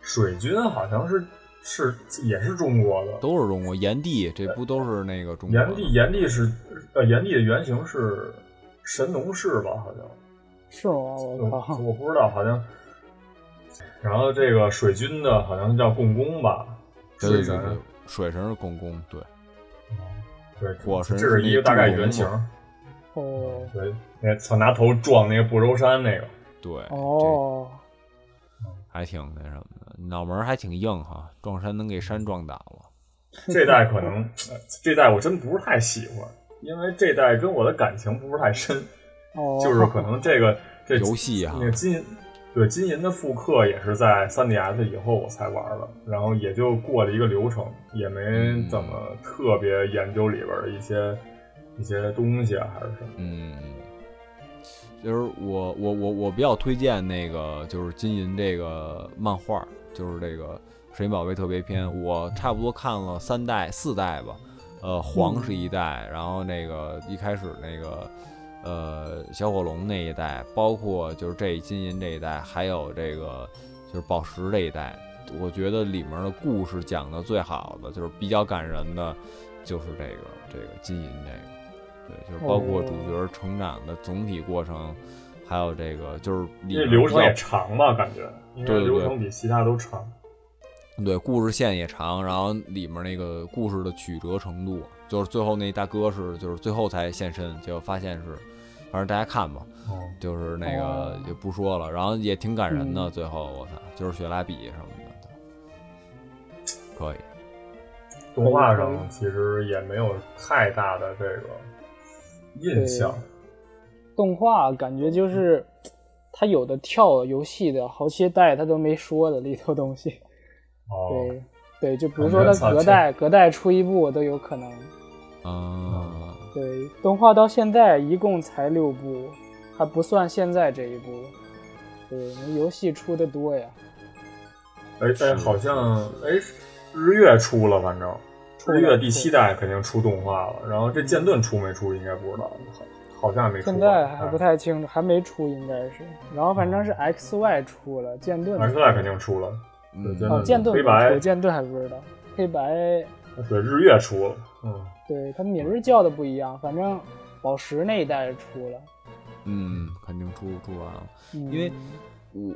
Speaker 1: 水军好像是是也是中国的，
Speaker 2: 都是中国炎帝，这不都是那个中国
Speaker 1: 炎帝炎帝是呃炎帝的原型是神农氏吧？好像。
Speaker 3: 是吗？我靠，
Speaker 1: 我不知道，好像。然后这个水军的好像叫共工吧，
Speaker 2: 对对
Speaker 1: 水
Speaker 2: 对
Speaker 1: 神，
Speaker 2: 对，水神是共工，对，
Speaker 1: 对，
Speaker 2: 火神
Speaker 1: 这是一个大概原型
Speaker 2: 是。
Speaker 3: 哦
Speaker 1: 对，那操，拿头撞那个不周山那个，
Speaker 2: 对，
Speaker 3: 哦，
Speaker 2: 这还挺那什么的，脑门儿还挺硬哈，撞山能给山撞倒了。
Speaker 1: 这代可能呃这代我真不是太喜欢，因为这代跟我的感情不是太深，
Speaker 3: 哦，
Speaker 1: 就是可能这个这
Speaker 2: 游戏哈
Speaker 1: 那，个金对金银的复刻也是在 3DS 以后我才玩的，然后也就过了一个流程，也
Speaker 2: 嗯
Speaker 1: 没怎么特别研究里边的一些一些东西啊，还是什么。
Speaker 2: 嗯，就是我我我我比较推荐那个就是金银这个漫画儿，就是这个《神奇宝贝特别篇》，我差不多看了三代四代吧，呃，黄是一代，然后那个一开始那个呃小火龙那一代，包括就是这金银这一代，还有这个就是宝石这一代。我觉得里面的故事讲的最好的，就是比较感人的，就是这个这个金银这个。对，就是包括主角成长的总体过程，还有这个就是里
Speaker 1: 因为
Speaker 2: 面
Speaker 1: 流程
Speaker 2: 比较
Speaker 1: 也长吧，感觉，因为
Speaker 2: 对对
Speaker 1: 流程比其他都长。
Speaker 2: 对，故事线也长，然后里面那个故事的曲折程度，就是最后那大哥是就是最后才现身，结果发现是，反正大家看吧，
Speaker 1: 嗯，
Speaker 2: 就是那个
Speaker 3: 哦
Speaker 2: 也不说了，然后也挺感人的，
Speaker 3: 嗯
Speaker 2: 最后我操，就是雪拉比什么的，对可以，
Speaker 1: 动画上其实也没有太大的这个印象。
Speaker 3: 动画感觉就是，它有的跳游戏的好些代它都没说的里头东西，
Speaker 1: 哦，
Speaker 3: 对对，就比如说它
Speaker 1: 感觉
Speaker 3: 隔代隔代出一部都有可能，哦
Speaker 2: 嗯，
Speaker 3: 对，动画到现在一共才六部，还不算现在这一部，对，那游戏出的多呀，
Speaker 1: 哎哎，好像哎，日月出了，反正
Speaker 3: 出了
Speaker 1: 日月第七代肯定出动画了，然后这剑盾出没出应该不知道，好好像也没出吧。啊
Speaker 3: 现在还不太清楚，还没出应该是，然后反正是 X Y 出了，剑盾
Speaker 1: 嗯马
Speaker 3: 出
Speaker 1: 克
Speaker 3: 了
Speaker 1: 肯定出了，
Speaker 2: 嗯
Speaker 1: 对
Speaker 3: 哦，剑盾
Speaker 1: 黑
Speaker 3: 没
Speaker 1: 白
Speaker 3: 出，剑盾还不知道，黑白
Speaker 1: 对，日月出了，嗯，
Speaker 3: 对它名儿叫的不一样，反正宝石那一代是出了。嗯
Speaker 2: 嗯，肯定出出完了。
Speaker 3: 因
Speaker 2: 因为我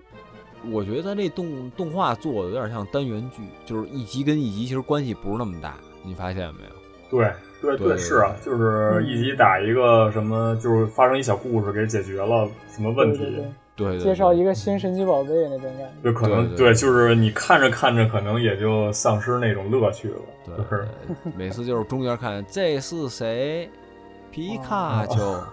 Speaker 2: 我觉得这动动画做的有点像单元剧，就是一集跟一集其实关系不是那么大，你发现没有？
Speaker 1: 对对
Speaker 2: 对对
Speaker 1: 是啊，就是
Speaker 3: 嗯
Speaker 1: 一集打一个什么，就是发生一小故事给解决了什么问题
Speaker 3: 对对，
Speaker 2: 对对
Speaker 3: 对
Speaker 2: 对
Speaker 3: 介绍一个新神奇宝贝那种感觉。
Speaker 1: 就可能
Speaker 2: 对对对
Speaker 1: 就是你看着看着可能也就丧失那种乐趣了，
Speaker 2: 对
Speaker 1: 就是
Speaker 2: 对每次就是中间看这是谁，皮卡丘，
Speaker 1: 哦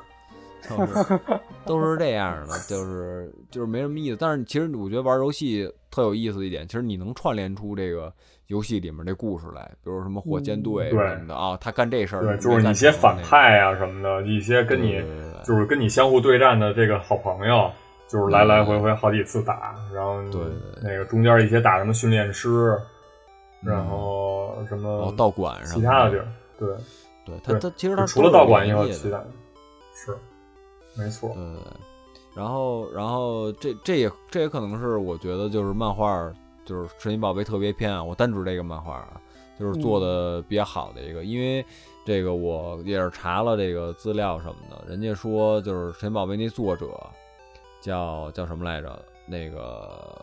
Speaker 2: 就是都是这样的，就是就是没什么意思。但是其实我觉得玩游戏特有意思的一点，其实你能串联出这个游戏里面这故事来，比如什么火箭队
Speaker 1: 嗯对
Speaker 2: 什么的啊，他干这事儿，
Speaker 1: 对，
Speaker 2: 没
Speaker 1: 就是你
Speaker 2: 干
Speaker 1: 一些
Speaker 2: 成
Speaker 1: 反
Speaker 2: 那个
Speaker 1: 派啊什么的，一些跟
Speaker 2: 对
Speaker 1: 你
Speaker 2: 对对对
Speaker 1: 就是跟你相互对战的这个好朋友，就是来来回回好几次打，然后
Speaker 2: 嗯对对
Speaker 1: 那个中间一些打什么训练师，
Speaker 2: 嗯
Speaker 1: 然后什么
Speaker 2: 哦道馆什
Speaker 1: 其
Speaker 2: 么
Speaker 1: 他的地
Speaker 2: 的
Speaker 1: 儿，对。
Speaker 2: 对他，他其实他
Speaker 1: 除了道馆以
Speaker 2: 有
Speaker 1: 外，
Speaker 2: 联系
Speaker 1: 其
Speaker 2: 的，嗯
Speaker 1: 他是没错。
Speaker 2: 对。然后，然后这这也这也可能是我觉得就是漫画儿，就是《神奇宝贝特别篇》啊，我单指这个漫画儿啊，就是做的比较好的一个，因为这个我也是查了这个资料什么的，人家说就是《神奇宝贝》那作者叫叫什么来着？那个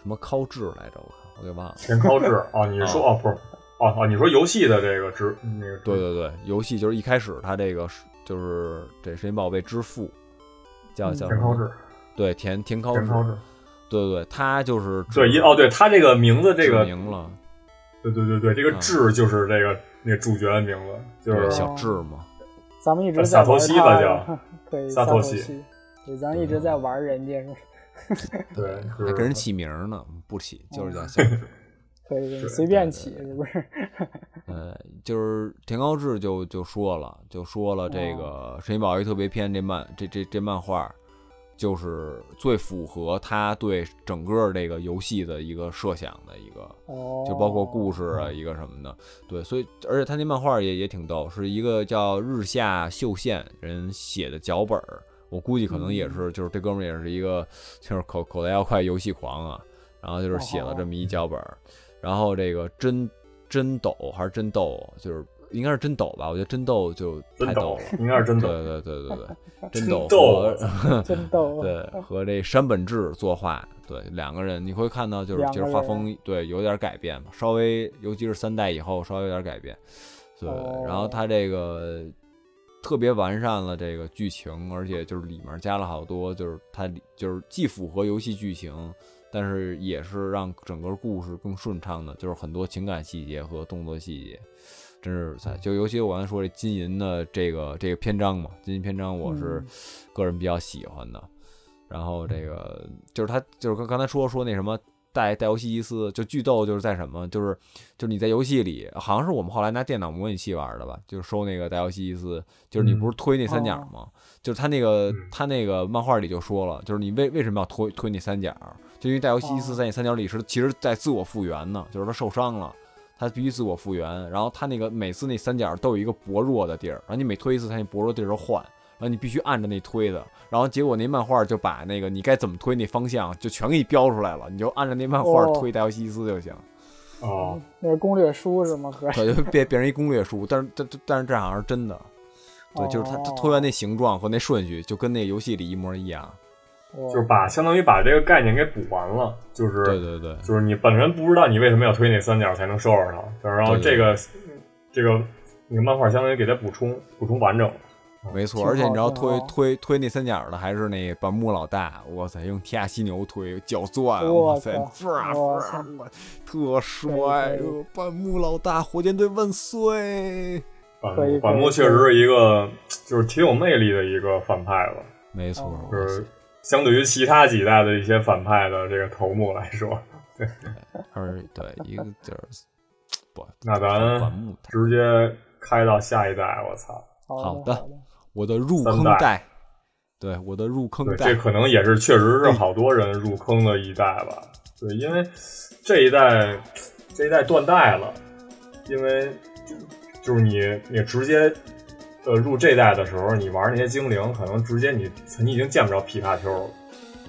Speaker 2: 什么高志来着？我看我给忘了。
Speaker 1: 田尻智哦，你是说哦不是哦哦，你说游戏的这个职那个
Speaker 2: 对对对，游戏就是一开始它这个是就是这神奇宝贝之父，叫
Speaker 3: 嗯
Speaker 2: 叫什
Speaker 1: 田尻
Speaker 2: 么？
Speaker 1: 智
Speaker 2: 对，田田尻
Speaker 1: 田尻
Speaker 2: 智。
Speaker 1: 智
Speaker 2: 对对对，他就是
Speaker 1: 对一哦，对他这个名字这个
Speaker 2: 指明了，
Speaker 1: 对对对对，这个
Speaker 2: 嗯
Speaker 1: 智就是这个那个主角的名字，就
Speaker 2: 对
Speaker 1: 是
Speaker 2: 小智嘛，
Speaker 3: 咱们一直
Speaker 1: 萨
Speaker 3: 在
Speaker 1: 托
Speaker 3: 玩
Speaker 1: 西吧叫
Speaker 3: 他， 对，
Speaker 1: 萨
Speaker 3: 萨
Speaker 1: 托
Speaker 3: 托
Speaker 1: 西
Speaker 3: 西，对，咱一直在玩人家是吧？
Speaker 1: 对，就
Speaker 2: 还
Speaker 1: 是哦
Speaker 2: 给人起名儿呢，不起就是叫小智。
Speaker 3: 可以
Speaker 1: 是
Speaker 3: 随便起，是不是？
Speaker 2: 呃，就是田高志就就说了，就说了这
Speaker 1: 哦
Speaker 2: 个《神奇宝贝特别篇》这漫这这这漫画儿，就是最符合他对整个这个游戏的一个设想的一个，
Speaker 3: 哦，
Speaker 2: 就包括故事啊一个什么的。对，所以而且他那漫画儿也也挺逗，是一个叫日下秀宪人写的脚本儿。我估计可能也是，就是这哥们儿也是一个，就是口口袋妖怪游戏狂啊，然后就是写了这么一脚本儿，然后这个真真斗还是真斗，就是应该是真斗吧？我觉得真斗就太
Speaker 1: 真
Speaker 2: 逗
Speaker 1: 斗
Speaker 2: 了，，
Speaker 1: 应该是真
Speaker 2: 对
Speaker 1: 斗，
Speaker 2: 对对对对，真
Speaker 1: 真
Speaker 2: 斗
Speaker 1: 斗
Speaker 2: 和
Speaker 3: 真逗，
Speaker 2: 对和这山本智作画，对两个人你会看到就是
Speaker 3: 两
Speaker 2: 就
Speaker 3: 个
Speaker 2: 是画
Speaker 3: 人
Speaker 2: 风对有点改变吧，稍微尤其是三代以后稍微有点改变，对，
Speaker 3: 哦
Speaker 2: 然后他这个特别完善了这个剧情，而且就是里面加了好多就是它里就是既符合游戏剧情。但是也是让整个故事更顺畅的，就是很多情感细节和动作细节，真是
Speaker 3: 嗯
Speaker 2: 在就尤其我刚才说这金银的这个这个篇章嘛，金银篇章我是
Speaker 3: 嗯
Speaker 2: 个人比较喜欢的。然后这个就是他就是刚刚才说说那什么带带游戏祭司，就剧斗就是在什么，就是就是你在游戏里，好像是我们后来拿电脑模拟器玩的吧，就是收那个带游戏祭司，就是你不是推那三角吗？就是他那个他那个漫画里就说了，就是你为为什么要推推那三角？就因为带游戏祭司
Speaker 3: 哦
Speaker 2: 在那三角里是其实在自我复原呢，就是他受伤了。他必须自我复原。然后他那个每次那三角都有一个薄弱的地儿，然后你每推一次，他那薄弱地儿都换，然后你必须按着那推的。然后结果那漫画就把那个你该怎么推那方向就全给你标出来了，你就按着那漫画
Speaker 3: 哦
Speaker 2: 推戴奥西斯就 行。
Speaker 1: 哦，
Speaker 3: 那是攻略书是吗？哥，
Speaker 2: 对，就变变成一攻略书，但是但但是这好像是真的。对，就是他
Speaker 3: 哦
Speaker 2: 他推完那形状和那顺序，就跟那游戏里一模一样。
Speaker 3: 就
Speaker 1: 就是把相当于把这个概念给补完了，就是
Speaker 2: 对对对，
Speaker 1: 就是你本人不知道你为什么要推那三角才能收拾它，但是然后这
Speaker 2: 对对
Speaker 1: 个这个那个漫画相当于给它补充补充完整，
Speaker 2: 没错。
Speaker 3: 哦挺
Speaker 2: 而且你知
Speaker 3: 好
Speaker 2: 道
Speaker 3: 挺
Speaker 2: 推
Speaker 3: 好
Speaker 2: 推推那三角的还是那本木老大，哇塞，用铁甲犀牛推，脚钻，
Speaker 3: 我
Speaker 2: 哇塞，
Speaker 3: 靠
Speaker 2: 哇
Speaker 3: 我
Speaker 2: 哇
Speaker 3: 靠
Speaker 2: 我特帅
Speaker 3: 可以可以！
Speaker 2: 本木老大，火箭队万岁！
Speaker 1: 反
Speaker 3: 可以可以
Speaker 1: 反目确实是一个就是挺有魅力的一个反派了，
Speaker 2: 没错，
Speaker 3: 哦
Speaker 1: 就是相对于其他几代的一些反派的这个头目来说，
Speaker 2: 二 对一个就是不，
Speaker 1: 那咱
Speaker 2: 本木太
Speaker 1: 直接开到下一代，我操！
Speaker 2: 好
Speaker 3: 好
Speaker 2: 的
Speaker 3: 好
Speaker 2: 我的入
Speaker 1: 三
Speaker 2: 坑
Speaker 1: 代
Speaker 2: 带，对我的入坑
Speaker 1: 对，
Speaker 2: 带
Speaker 1: 这，可能也是确实是好多人入坑的一代吧。对，因为这一代这一代断代了，因为就就是你你直接呃入这代的时候，你玩那些精灵，可能直接你你已经见不着皮卡丘了。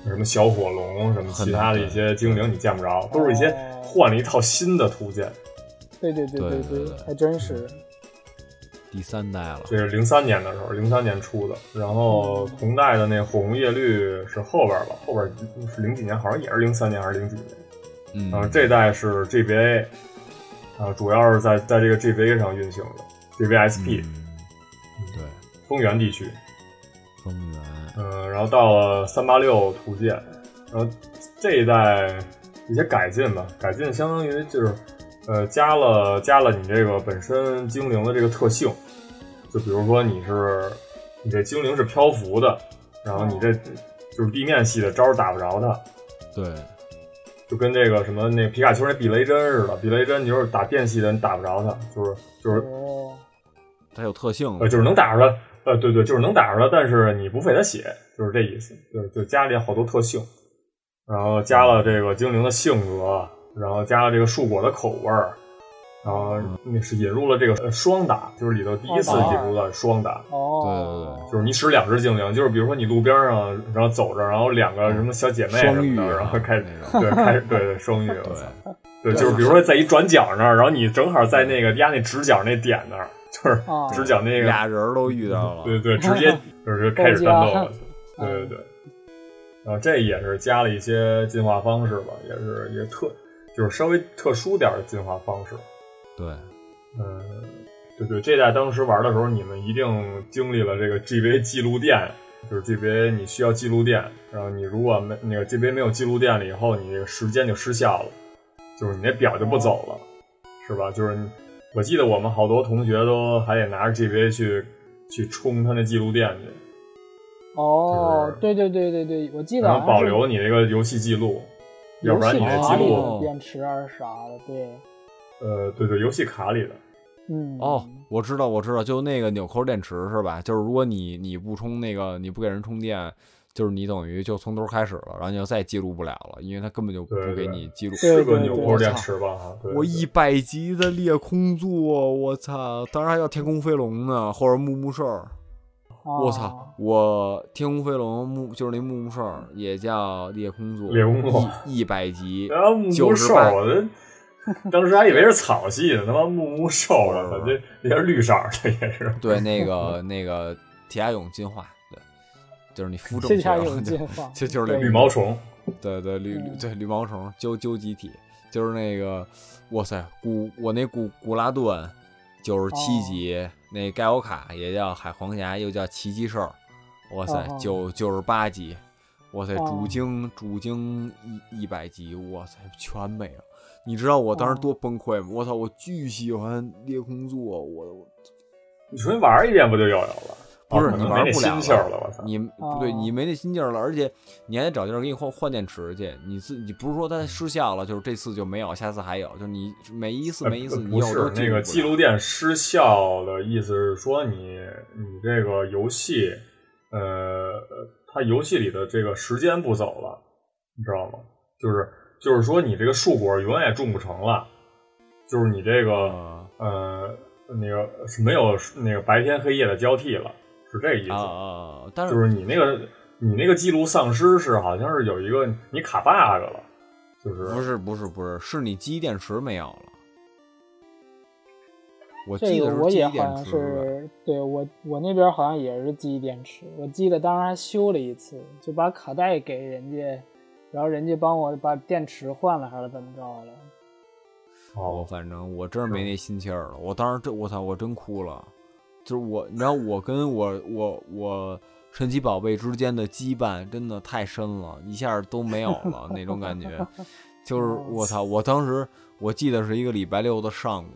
Speaker 1: 什么小火龙，什么其他的一些精灵你见不着，都是一些
Speaker 3: 哦
Speaker 1: 换了一套新的图鉴。
Speaker 3: 对对对
Speaker 2: 对对
Speaker 3: 对
Speaker 2: 对
Speaker 3: 还真是
Speaker 2: 第三代了，
Speaker 1: 这是零三年的时候，零三年出的。然后同代的那火红叶绿是后边吧，后边是零几年，好像也是零三年还是零几年。
Speaker 2: 嗯，
Speaker 1: 然后呃啊这代是 GBA，啊，主要是在在这个 GBA 上运行的 GBSP、
Speaker 2: 嗯对
Speaker 1: 丰原地区。
Speaker 2: 风原，
Speaker 1: 嗯、然后到了三八六图鉴，然后这一代一些改进吧，改进相当于就是呃加了加了你这个本身精灵的这个特性，就比如说你是你这精灵是漂浮的，然后你这就是地面系的招儿打不着它，
Speaker 2: 对
Speaker 1: 就跟这个什么那皮卡丘那避雷针似的，避雷针你就是打电系的，你打不着它，就是就是
Speaker 3: 哦，
Speaker 2: 它有特性，
Speaker 1: 呃就是能打着它，呃对对，就是能打着它，但是你不费它血，就是这意思。就是就加了好多特性，然后加了这个精灵的性格，然后加了这个树果的口味儿，然后
Speaker 2: 嗯
Speaker 1: 那是引入了这个呃双打，就是里头第一次引入了双打。
Speaker 3: 哦，
Speaker 2: 对对对
Speaker 1: 就是你使两只精灵，就是比如说你路边上，然后走着，然后两个什么小姐妹什
Speaker 2: 双
Speaker 1: 么
Speaker 2: 育
Speaker 1: 的，
Speaker 2: 啊
Speaker 1: 然后开始
Speaker 2: 那种
Speaker 1: 对开始对对 双育，我
Speaker 2: 对
Speaker 1: 操对，就是比如说在一转角那儿，然后你正好在那个压那直角那点那儿，就是
Speaker 3: 哦
Speaker 1: 直角那个，嗯
Speaker 2: 俩人儿都遇到了，
Speaker 1: 对对，直接就是开始战斗了，
Speaker 3: 嗯
Speaker 1: 对对对。然后这也是加了一些进化方式吧，也是也特就是稍微特殊点儿的进化方式。
Speaker 2: 对
Speaker 1: 嗯，对对，这代当时玩的时候，你们一定经历了这个 G V 记录店就是 GBA 你需要记录电，然后你如果没那个 GBA 没有记录电了以后，你这个时间就失效了，就是你那表就不走了，是吧？就是你我记得我们好多同学都还得拿着 GBA 去去冲他那记录电去，
Speaker 3: 哦，对对对对对，我记得
Speaker 1: 然
Speaker 3: 好
Speaker 1: 后
Speaker 3: 像
Speaker 1: 保
Speaker 3: 是啊
Speaker 1: 留你那个游戏记录，要
Speaker 3: 游
Speaker 1: 不然
Speaker 3: 戏哦
Speaker 1: 你那
Speaker 3: 卡
Speaker 1: 记
Speaker 3: 里
Speaker 1: 录，
Speaker 3: 的电池还是啥的，对，
Speaker 1: 呃，对对，游戏卡里的，
Speaker 3: 嗯，
Speaker 2: 哦，我知道，我知道，就那个纽扣电池是吧？就是如果你你不充那个，你不给人充电，就是你等于就从头开始了，然后你就再记录不了了，因为它根本就不
Speaker 1: 对
Speaker 2: 给
Speaker 1: 对
Speaker 2: 你记录。
Speaker 3: 对
Speaker 1: 是个
Speaker 3: 对
Speaker 1: 纽
Speaker 3: 对
Speaker 1: 扣
Speaker 2: 我
Speaker 1: 电
Speaker 2: 操
Speaker 1: 池吧？哈，对
Speaker 2: 我
Speaker 1: 对
Speaker 2: 一百级的裂空座，我操！当然还要天空飞龙呢，或者木木兽。我操
Speaker 3: 啊！！
Speaker 2: 我天空飞龙木就是那木木兽，也叫裂空座，
Speaker 1: 裂空座
Speaker 2: 一一百级，
Speaker 1: 然后木
Speaker 2: 九
Speaker 1: 木
Speaker 2: 十
Speaker 1: 兽，啊
Speaker 2: 八
Speaker 1: 我这当时还以为是草系呢，他妈木木兽，我操，这
Speaker 2: 嗯
Speaker 1: 也是绿色儿的，也是。
Speaker 2: 对，那个那个铁甲蛹进化，对，就是你 肤
Speaker 3: 这
Speaker 2: 种
Speaker 3: 家
Speaker 2: 学
Speaker 3: 有
Speaker 2: 了，就
Speaker 3: 进 化，
Speaker 2: 就就是
Speaker 3: 对
Speaker 2: 那
Speaker 1: 绿毛虫，
Speaker 2: 对对绿绿
Speaker 3: 嗯
Speaker 2: 对绿毛虫揪揪集体，就是那个，哇塞，古我那古古拉顿九十七
Speaker 3: 哦
Speaker 2: 级，那盖欧卡也叫海皇侠，又叫奇迹兽，哇塞
Speaker 3: 哦哦
Speaker 2: 九九十八级，哇塞主
Speaker 3: 哦
Speaker 2: 精主精一一百级，哇塞全没了。你知道我当时
Speaker 3: 哦
Speaker 2: 多崩溃吗？我操！我巨喜欢裂空座，我我
Speaker 1: 你重新玩儿一遍不就有了吗？
Speaker 2: 不是
Speaker 1: 啊可
Speaker 2: 你
Speaker 1: 能
Speaker 2: 玩
Speaker 1: 没那
Speaker 2: 不了
Speaker 1: 心气儿了，我操！
Speaker 2: 你不对，
Speaker 3: 哦
Speaker 2: 你没那心劲儿了，而且你还得找地儿给你换换电池去。你自你不是说它失效了，就是这次就没有，下次还有，就是你每一次
Speaker 1: 呃
Speaker 2: 每一 次你
Speaker 1: 不
Speaker 2: 有
Speaker 1: 是
Speaker 2: 都
Speaker 1: 那个记
Speaker 2: 录
Speaker 1: 录电失效的意思是说你你这个游戏，呃，它游戏里的这个时间不走了，你知道吗？就是就是说你这个树果永远也种不成了，就是你这
Speaker 2: 不了
Speaker 1: 个
Speaker 2: 啊
Speaker 1: 呃那个是没有那个白天黑夜的交替了，是这意思。
Speaker 2: 啊啊！但
Speaker 1: 就是你那个你那个记录丧失是好像是有一个你卡 bug 了，就是
Speaker 2: 不是不是不是，是你记忆电池没有了。我
Speaker 3: 这
Speaker 2: 记得
Speaker 3: 个
Speaker 2: 是
Speaker 3: 我
Speaker 2: 记
Speaker 3: 也
Speaker 2: 忆
Speaker 3: 好
Speaker 2: 电
Speaker 3: 像
Speaker 2: 池吧，
Speaker 3: 是，对我我那边好像也是记忆电池，我记得当时还修了一次，就把卡带给人家，然后人家帮我把电池换了还是怎么着了？
Speaker 2: 我
Speaker 1: 哦，
Speaker 2: 反正我真是没那心气儿了。我当时真我操，我真哭了。就是我，你知道我跟我我我神奇宝贝之间的羁绊真的太深了，一下都没有了那种感觉。就是我操，我当时我记得是一个礼拜六的上午，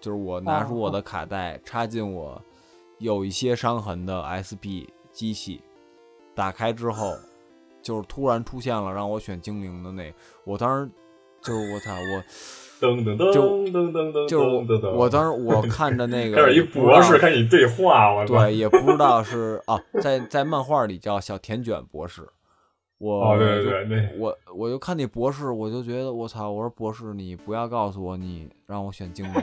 Speaker 2: 就是我拿出我的卡带插进我有一些伤痕的 SP 机器，打开之后，就是突然出现了让我选精灵的那，我当时就是我操我。
Speaker 1: 噔噔噔
Speaker 2: 就
Speaker 1: 噔噔噔，
Speaker 2: 就是
Speaker 1: 噔噔
Speaker 2: 我，我当时我看着那个，
Speaker 1: 开始一
Speaker 2: 也不知道
Speaker 1: 博士跟你对话，我操，
Speaker 2: 对，也不知道是啊，在在漫画里叫小田卷博士。我
Speaker 1: 哦对
Speaker 2: 就
Speaker 1: 对对
Speaker 2: 我我就看那博士，我就觉得我操！我说博士，你不要告诉我你让我选精灵，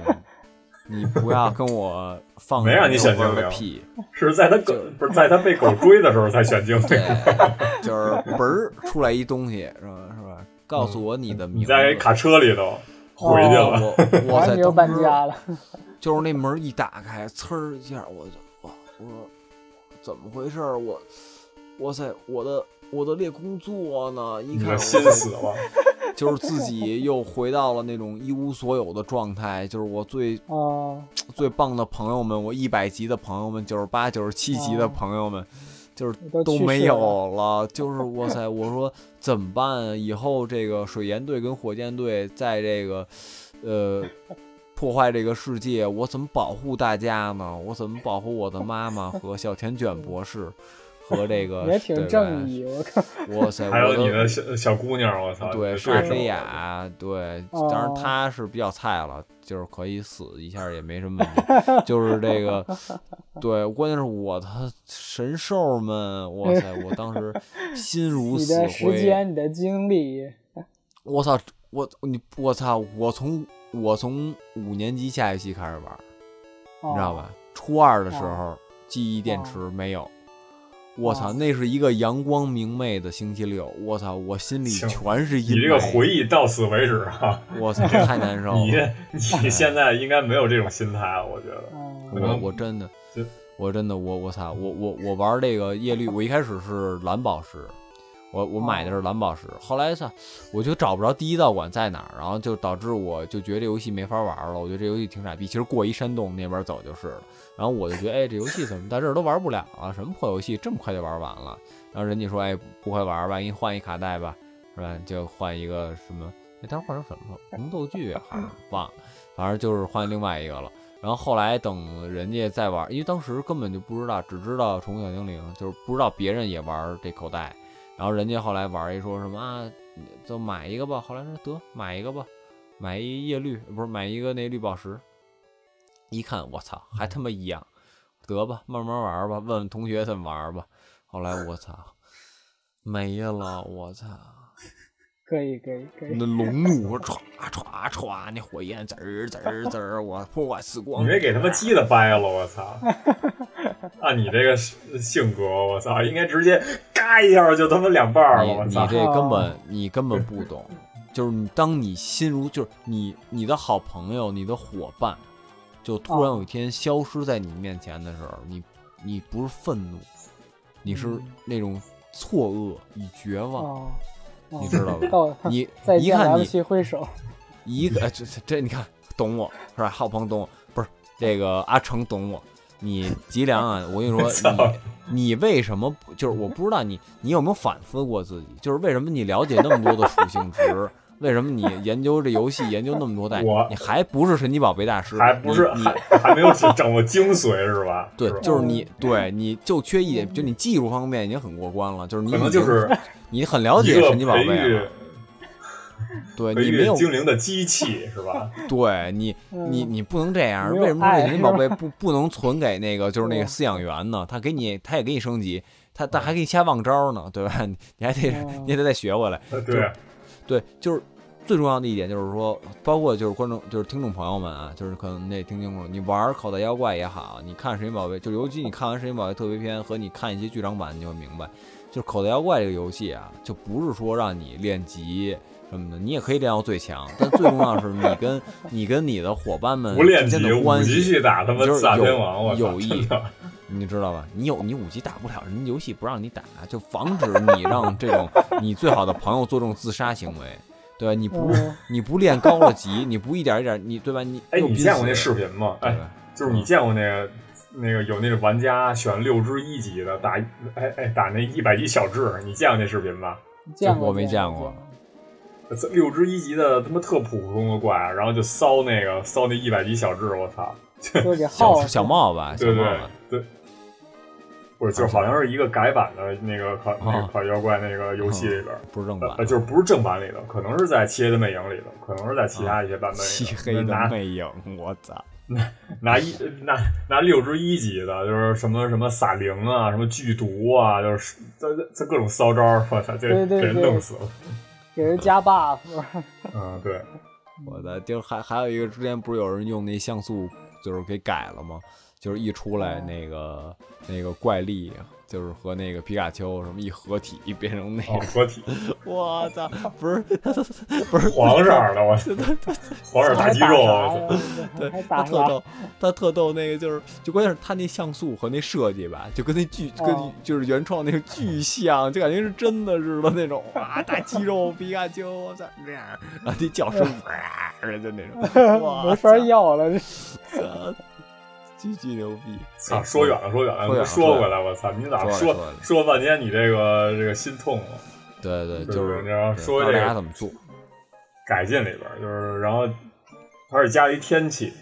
Speaker 2: 你不要跟我放
Speaker 1: 没让你
Speaker 2: 有
Speaker 1: 选
Speaker 2: 味儿
Speaker 1: 精
Speaker 2: 的
Speaker 1: 灵
Speaker 2: 屁，
Speaker 1: 是在他狗不是在他被狗追的时候才选精灵，
Speaker 2: 对，就是嘣儿出来一东西，是吧？是吧？告诉我你的名
Speaker 1: 你
Speaker 2: 字。
Speaker 1: 在卡车里头回去
Speaker 3: 哦
Speaker 1: 了，
Speaker 2: 我我
Speaker 3: 然后
Speaker 2: 在
Speaker 3: 你又搬
Speaker 2: 当时
Speaker 3: 家了，
Speaker 2: 就是那门一打开，呲儿一下，我就哇，我说怎么回事儿？我哇塞，我的我的裂空座呢？一
Speaker 1: 你
Speaker 2: 看
Speaker 1: 的
Speaker 2: 我
Speaker 1: 心
Speaker 2: 就
Speaker 1: 死了，
Speaker 2: 就是自己又回到了那种一无所有的状态，就是我最
Speaker 3: 哦，
Speaker 2: 最棒的朋友们，我一百级的朋友们，九十八、九十七级的
Speaker 3: 哦
Speaker 2: 朋友们，就是
Speaker 3: 都
Speaker 2: 都
Speaker 3: 去世
Speaker 2: 没有了。就是哇塞，我说怎么办啊？以后这个水盐队跟火箭队在这个呃破坏这个世界，我怎么保护大家呢？我怎么保护我的妈妈和小田卷博士和这个
Speaker 3: 也挺正？义，我靠，
Speaker 2: 对吧哇塞，
Speaker 1: 还有
Speaker 2: 我
Speaker 1: 你的小小姑娘，我操，
Speaker 2: 对，
Speaker 1: 是
Speaker 2: 莎莉，亚，对，当然
Speaker 3: 哦
Speaker 2: 她是比较菜了，就是可以死一下也没什么问题。就是这 个，对，关键是我的神兽们，哇塞，我当时心如
Speaker 3: 你
Speaker 2: 死
Speaker 3: 的时
Speaker 2: 灰，
Speaker 3: 间，你的精力，
Speaker 2: 我操，我你我操，我从我从五年级下学期开始玩，
Speaker 3: 哦
Speaker 2: 你知道？吧？初二的时候
Speaker 3: 哦，
Speaker 2: 记忆电池没有。我操，
Speaker 3: 哦
Speaker 2: 那是一个阳光明媚的星期六，我操，我心里
Speaker 1: 行
Speaker 2: 全是阴霾。
Speaker 1: 你这个回忆到此为止啊，
Speaker 2: 我操，太难受了。
Speaker 1: 你你现在应该没有这种心态，啊我觉得。
Speaker 3: 嗯，
Speaker 2: 我我真的
Speaker 1: 就，
Speaker 2: 我真的，我我操，我我我玩这个叶绿，我一开始是蓝宝石，我我买的是蓝宝石，后来操，我就找不着第一道馆在哪儿，然后就导致我就觉得这游戏没法玩了。我觉得这游戏挺傻逼，其实过一山洞那边走就是了。然后我就觉得，哎，这游戏怎么到这儿都玩不了啊？什么破游戏，这么快就玩完了？然后人家说，哎，不会玩吧？给你换一卡带吧，是吧？就换一个什么？那当时换成什么了？红豆剧啊还是忘了，反正就是换另外一个了。然后后来等人家再玩，因为当时根本就不知道，只知道《宠物小精灵》，就是不知道别人也玩这口袋。然后人家后来玩一说什么啊，就买一个吧。后来说得买一个吧，买一叶绿不是买一个那绿宝石。一看我操，还他妈一样，得吧，慢慢玩吧，问问同学怎么玩吧。后来我操，没了，我操。
Speaker 3: 可以可以可以，
Speaker 2: 那龙弩歘歘歘，那火焰滋儿滋儿滋儿，我破死光！
Speaker 1: 你这给他妈鸡的掰了，我操！按你这个性格，我操，应该直接嘎一下就他妈两半了，我
Speaker 2: 你
Speaker 1: 操！
Speaker 2: 这根
Speaker 3: 哦
Speaker 2: 本你根本不 懂，就是你当你心如就是你你的好朋友你的伙伴，就突然有一
Speaker 3: 哦
Speaker 2: 天消失在你面前的时候，你你不是愤怒，你是那种错愕与绝望，
Speaker 3: 嗯哦，哦
Speaker 2: 你知道吧？
Speaker 3: 到
Speaker 2: 你
Speaker 3: 再
Speaker 2: 一
Speaker 3: 见来
Speaker 2: 看
Speaker 3: 不
Speaker 2: 你
Speaker 3: 及挥手，
Speaker 2: 一个哎这这这你看懂我是吧？浩鹏懂我，不是这个阿成懂我。你吉良啊，我跟你 说
Speaker 1: 操，
Speaker 2: 你你为什么不就是我不知道你你有没有反思过自己？就是为什么你了解那么多的属性值？为什么你研究这游戏研究那么多代
Speaker 1: 我，
Speaker 2: 你还不是神奇宝贝大师？
Speaker 1: 还不是
Speaker 2: 你你
Speaker 1: 还还没有掌握精髓是哦吧？
Speaker 2: 对，
Speaker 1: 吧
Speaker 2: 就是你对你就缺一点，就你技术方面已经很过关了，就是你
Speaker 1: 可能
Speaker 2: 已经
Speaker 1: 就是
Speaker 2: 你很了
Speaker 1: 一
Speaker 2: 解
Speaker 1: 个
Speaker 2: 神奇宝
Speaker 1: 培
Speaker 2: 贝
Speaker 1: 育
Speaker 2: 了，对
Speaker 1: 培
Speaker 2: 你没
Speaker 1: 育
Speaker 2: 有
Speaker 1: 精灵的机器是吧？
Speaker 2: 对你，你
Speaker 3: 嗯
Speaker 2: 你不能这样。
Speaker 3: 没有
Speaker 2: 为什么说
Speaker 3: 爱
Speaker 2: 这神奇
Speaker 3: 是
Speaker 2: 宝
Speaker 3: 吧
Speaker 2: 贝不不能存给那个就是那个
Speaker 3: 嗯
Speaker 2: 饲养员呢？他给你，他也给你升级，他他还给你瞎忘招呢，对吧？你你还得
Speaker 3: 嗯
Speaker 2: 你还得再学回来。
Speaker 1: 对，
Speaker 2: 对，就是最重要的一点就是说，包括就是观众就是听众朋友们啊，就是可能得听清楚，你玩口袋妖怪也好，你看神奇宝贝，就尤其你看完神奇宝贝特别篇和你看一些剧场版，你就会明白，就是口袋妖怪这个游戏啊，就不是说让你练级。什么的，你也可以练到最强，但最重要的是你跟 你跟你的伙伴们
Speaker 1: 不练
Speaker 2: 之间
Speaker 1: 级
Speaker 2: 的
Speaker 1: 五
Speaker 2: 关
Speaker 1: 级
Speaker 2: 系
Speaker 1: 去，打他妈
Speaker 2: 就是
Speaker 1: 四大
Speaker 2: 有
Speaker 1: 天王，我操
Speaker 2: 有意
Speaker 1: 真的
Speaker 2: 你知道吧？你有你五级打不了，人家游戏不让你打，就防止你让这种你最好的朋友做这种自杀行为，对吧？你不
Speaker 3: 嗯
Speaker 2: 你不练高了级，你不一点一点，你对吧？你
Speaker 1: 哎，
Speaker 2: 又
Speaker 1: 你
Speaker 2: 濒
Speaker 1: 见过
Speaker 2: 死
Speaker 1: 那视频吗？
Speaker 2: 对
Speaker 1: 哎，
Speaker 2: 吧？
Speaker 1: 就是你见过那个那个有那个玩家选六只一级的打哎哎打那一百级小智，你见过那视频吧？呃
Speaker 3: 见过
Speaker 2: 我没见
Speaker 3: 过
Speaker 2: 过，
Speaker 1: 六只一级的他妈特普通的怪，然后就骚那个骚那一百级小智，我操！
Speaker 3: 就给耗
Speaker 2: 小
Speaker 3: 了
Speaker 2: 小茂吧，小
Speaker 1: 对
Speaker 2: 茂
Speaker 1: 对
Speaker 2: 吧，
Speaker 1: 对，不是，就是好像是一个改版的那个款那
Speaker 2: 哦
Speaker 1: 个款妖怪那个游戏里边。
Speaker 2: 不是正版
Speaker 1: 呃，，就是不是正版里的，可能是在《漆黑的魅影》里的，可能是在其他一些版本里的。
Speaker 2: 漆黑啊的
Speaker 1: 拿
Speaker 2: 魅影，我操！
Speaker 1: 拿一拿拿六只一级的，就是什么什么撒灵啊，什么剧毒啊，就是这这各种骚招儿，我操，这
Speaker 3: 对对
Speaker 1: 给人
Speaker 3: 对
Speaker 1: 弄死了。
Speaker 3: 给人 加 buff，
Speaker 1: 嗯，对，
Speaker 2: 我的，就是还还有一个，之前不是有人用那像素就是给改了吗？就是一出来
Speaker 3: 哦
Speaker 2: 那个那个怪力，就是和那个皮卡丘什么一合体，变成那
Speaker 1: 哦，
Speaker 2: 个，
Speaker 1: 合体，
Speaker 2: 我 操，不是不是
Speaker 1: 黄色儿的我，黄色儿大
Speaker 3: 还
Speaker 1: 肌
Speaker 3: 打
Speaker 1: 肉，啊
Speaker 3: 啥
Speaker 1: 我
Speaker 3: 呀
Speaker 1: 操，？
Speaker 2: 对，
Speaker 3: 还
Speaker 2: 他
Speaker 3: 打
Speaker 2: 特
Speaker 3: 啥？
Speaker 2: 逗，他特逗，那个就是，就关键是他那像素和那设计吧，就跟那巨跟
Speaker 3: 哦
Speaker 2: 就是原创那个巨像，就感觉是真的似的那种，哇，大肌肉皮卡丘，我操，这样，然后那 叫声，哇，就那种，哇，
Speaker 3: 没法要了，这
Speaker 2: 操，巨巨牛逼！
Speaker 1: 操，啊说远了，说远
Speaker 2: 说远
Speaker 1: 了，
Speaker 2: 了
Speaker 1: 说回来，我操，你咋
Speaker 2: 说
Speaker 1: 说
Speaker 2: 了说了
Speaker 1: 说半天你这个这个心痛啊了？
Speaker 2: 对对，
Speaker 1: 对
Speaker 2: 就
Speaker 1: 对
Speaker 2: 是
Speaker 1: 你要说
Speaker 2: 对
Speaker 1: 这
Speaker 2: 大
Speaker 1: 个
Speaker 2: 家怎么做，
Speaker 1: 改进里边儿，就是然后而且加了一天气，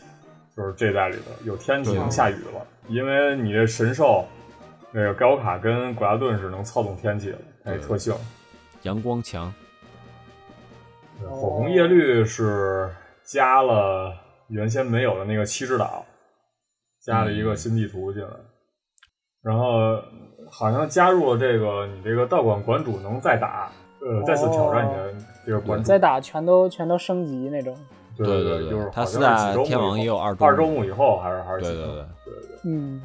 Speaker 1: 就是这代里边儿有天气
Speaker 2: 对
Speaker 1: 能下雨了，因为你这神兽那个盖欧卡跟古拉顿是能操纵天气的，那
Speaker 2: 对
Speaker 1: 特性。
Speaker 2: 阳光强，
Speaker 1: 对火红叶绿是加了原先没有的那个七只岛，加了一
Speaker 2: 嗯
Speaker 1: 个新地图进来，然后好像加入了这个你这个道馆馆主能再打，呃，再次挑战你的
Speaker 2: 哦
Speaker 1: 这个馆主。
Speaker 3: 再打全都全都升级那种。
Speaker 1: 对
Speaker 2: 对
Speaker 1: 对
Speaker 2: 对
Speaker 1: 就是
Speaker 2: 他
Speaker 1: 好像
Speaker 2: 四
Speaker 1: 是
Speaker 2: 大
Speaker 1: 几周目
Speaker 2: 天王
Speaker 1: 以
Speaker 2: 也
Speaker 1: 后
Speaker 2: 有二周
Speaker 1: 二周
Speaker 2: 目
Speaker 1: 目以后还是还是
Speaker 2: 对对
Speaker 1: 几周目
Speaker 2: 对，
Speaker 3: 嗯，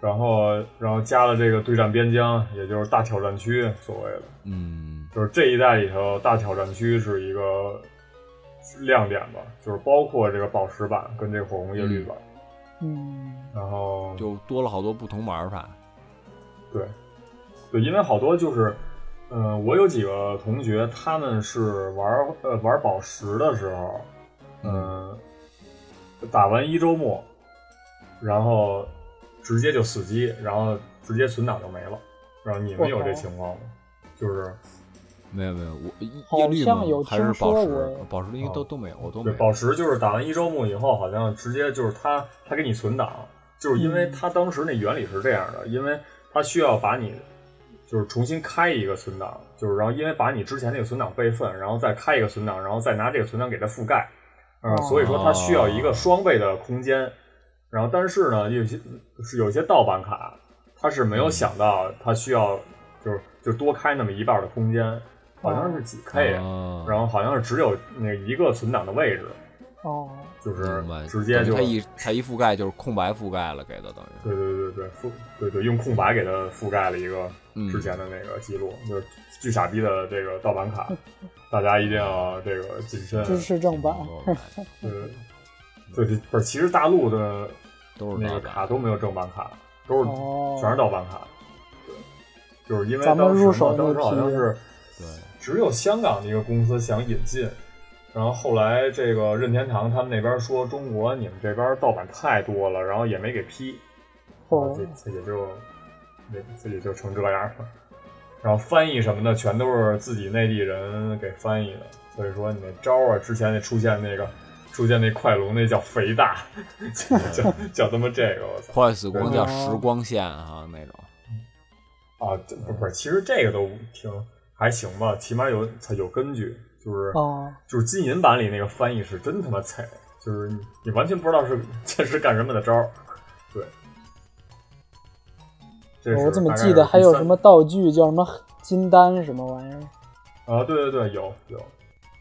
Speaker 1: 然后然后加了这个对战边疆，也就是大挑战区所谓的，
Speaker 2: 嗯，
Speaker 1: 就是这一代里头大挑战区是一个亮点吧，就是包括这个宝石版跟这个火红叶绿版，
Speaker 3: 嗯，
Speaker 1: 然后
Speaker 2: 就多了好多不同玩法，
Speaker 1: 对，对，因为好多就是呃，我有几个同学，他们是玩呃玩宝石的时候，嗯、打完一周目，然后直接就死机，然后直接存档就没了。然后你们有这情况吗？就是
Speaker 2: 没有没有，我一
Speaker 3: 好
Speaker 2: 叶绿吗
Speaker 3: 像有？
Speaker 2: 还是
Speaker 3: 听
Speaker 2: 宝
Speaker 3: 说
Speaker 2: 石
Speaker 3: 过？
Speaker 2: 宝石应该都
Speaker 1: 哦
Speaker 2: 都没有，我都没
Speaker 1: 对，
Speaker 2: 有。
Speaker 1: 宝石就是打完一周目以后，好像直接就是他他给你存档，就是因为
Speaker 3: 嗯
Speaker 1: 他当时那原理是这样的，因为他需要把你就是重新开一个存档，就是然后因为把你之前那个存档备份，然后再开一个存档，然后再拿这个存档给它覆盖，嗯、
Speaker 3: 哦
Speaker 1: 所以说它需要一个双倍的空间。然后但是呢，有些是有些盗版卡，它是没
Speaker 2: 嗯
Speaker 1: 有想到它需要就是就多开那么一半的空间，好像是几 K 啊。
Speaker 2: 啊
Speaker 1: 然后好像是只有那一个存档的位置，
Speaker 3: 哦，
Speaker 1: 就是
Speaker 2: 明白
Speaker 1: 直接
Speaker 2: 等于
Speaker 1: 就
Speaker 2: 它一它一覆盖就是空白覆盖了，给的等于。
Speaker 1: 对对对对覆对对用空白给它覆盖了一个
Speaker 2: 嗯
Speaker 1: 之前的那个记录，就是巨傻逼的这个盗版卡，大家一定要这个谨慎。
Speaker 3: 支持正版。
Speaker 2: 哦
Speaker 1: 对对对，对不是，其实大陆的
Speaker 2: 都是
Speaker 1: 那
Speaker 2: 盗
Speaker 1: 个
Speaker 2: 版
Speaker 1: 卡都没有正版卡，都是
Speaker 3: 哦，
Speaker 1: 全是盗版卡。对，就是因为
Speaker 3: 咱们
Speaker 1: 当时
Speaker 3: 入
Speaker 1: 嘛
Speaker 3: 手那
Speaker 1: 当时好像
Speaker 3: 批
Speaker 1: 是
Speaker 2: 对，
Speaker 1: 只有香港的一个公司想引进，然后后来这个任天堂他们那边说中国你们这边盗版太多了，然后也没给批，然后
Speaker 3: 哦
Speaker 1: 这这也就也这也就成这样了。然后翻译什么的全都是自己内地人给翻译的，所以说你那招啊，之前那出现那个出现那快龙那叫肥大， 叫叫他妈这个，我操！
Speaker 2: 快死光叫
Speaker 3: 哦
Speaker 2: 时光线啊那种。
Speaker 1: 啊，这不不是，其实这个都挺还行吧，起码有它有根据，就是
Speaker 3: 哦，
Speaker 1: 就是金银版里那个翻译是真他妈菜，就是你你完全不知道是 这是干什么的招儿，对。这是
Speaker 3: 我怎么
Speaker 1: 大概
Speaker 3: 记得
Speaker 1: 是
Speaker 3: 还有
Speaker 1: 第
Speaker 3: 什
Speaker 1: 三
Speaker 3: 么道具叫什么金丹什么玩意儿？
Speaker 1: 啊？对对对，有有。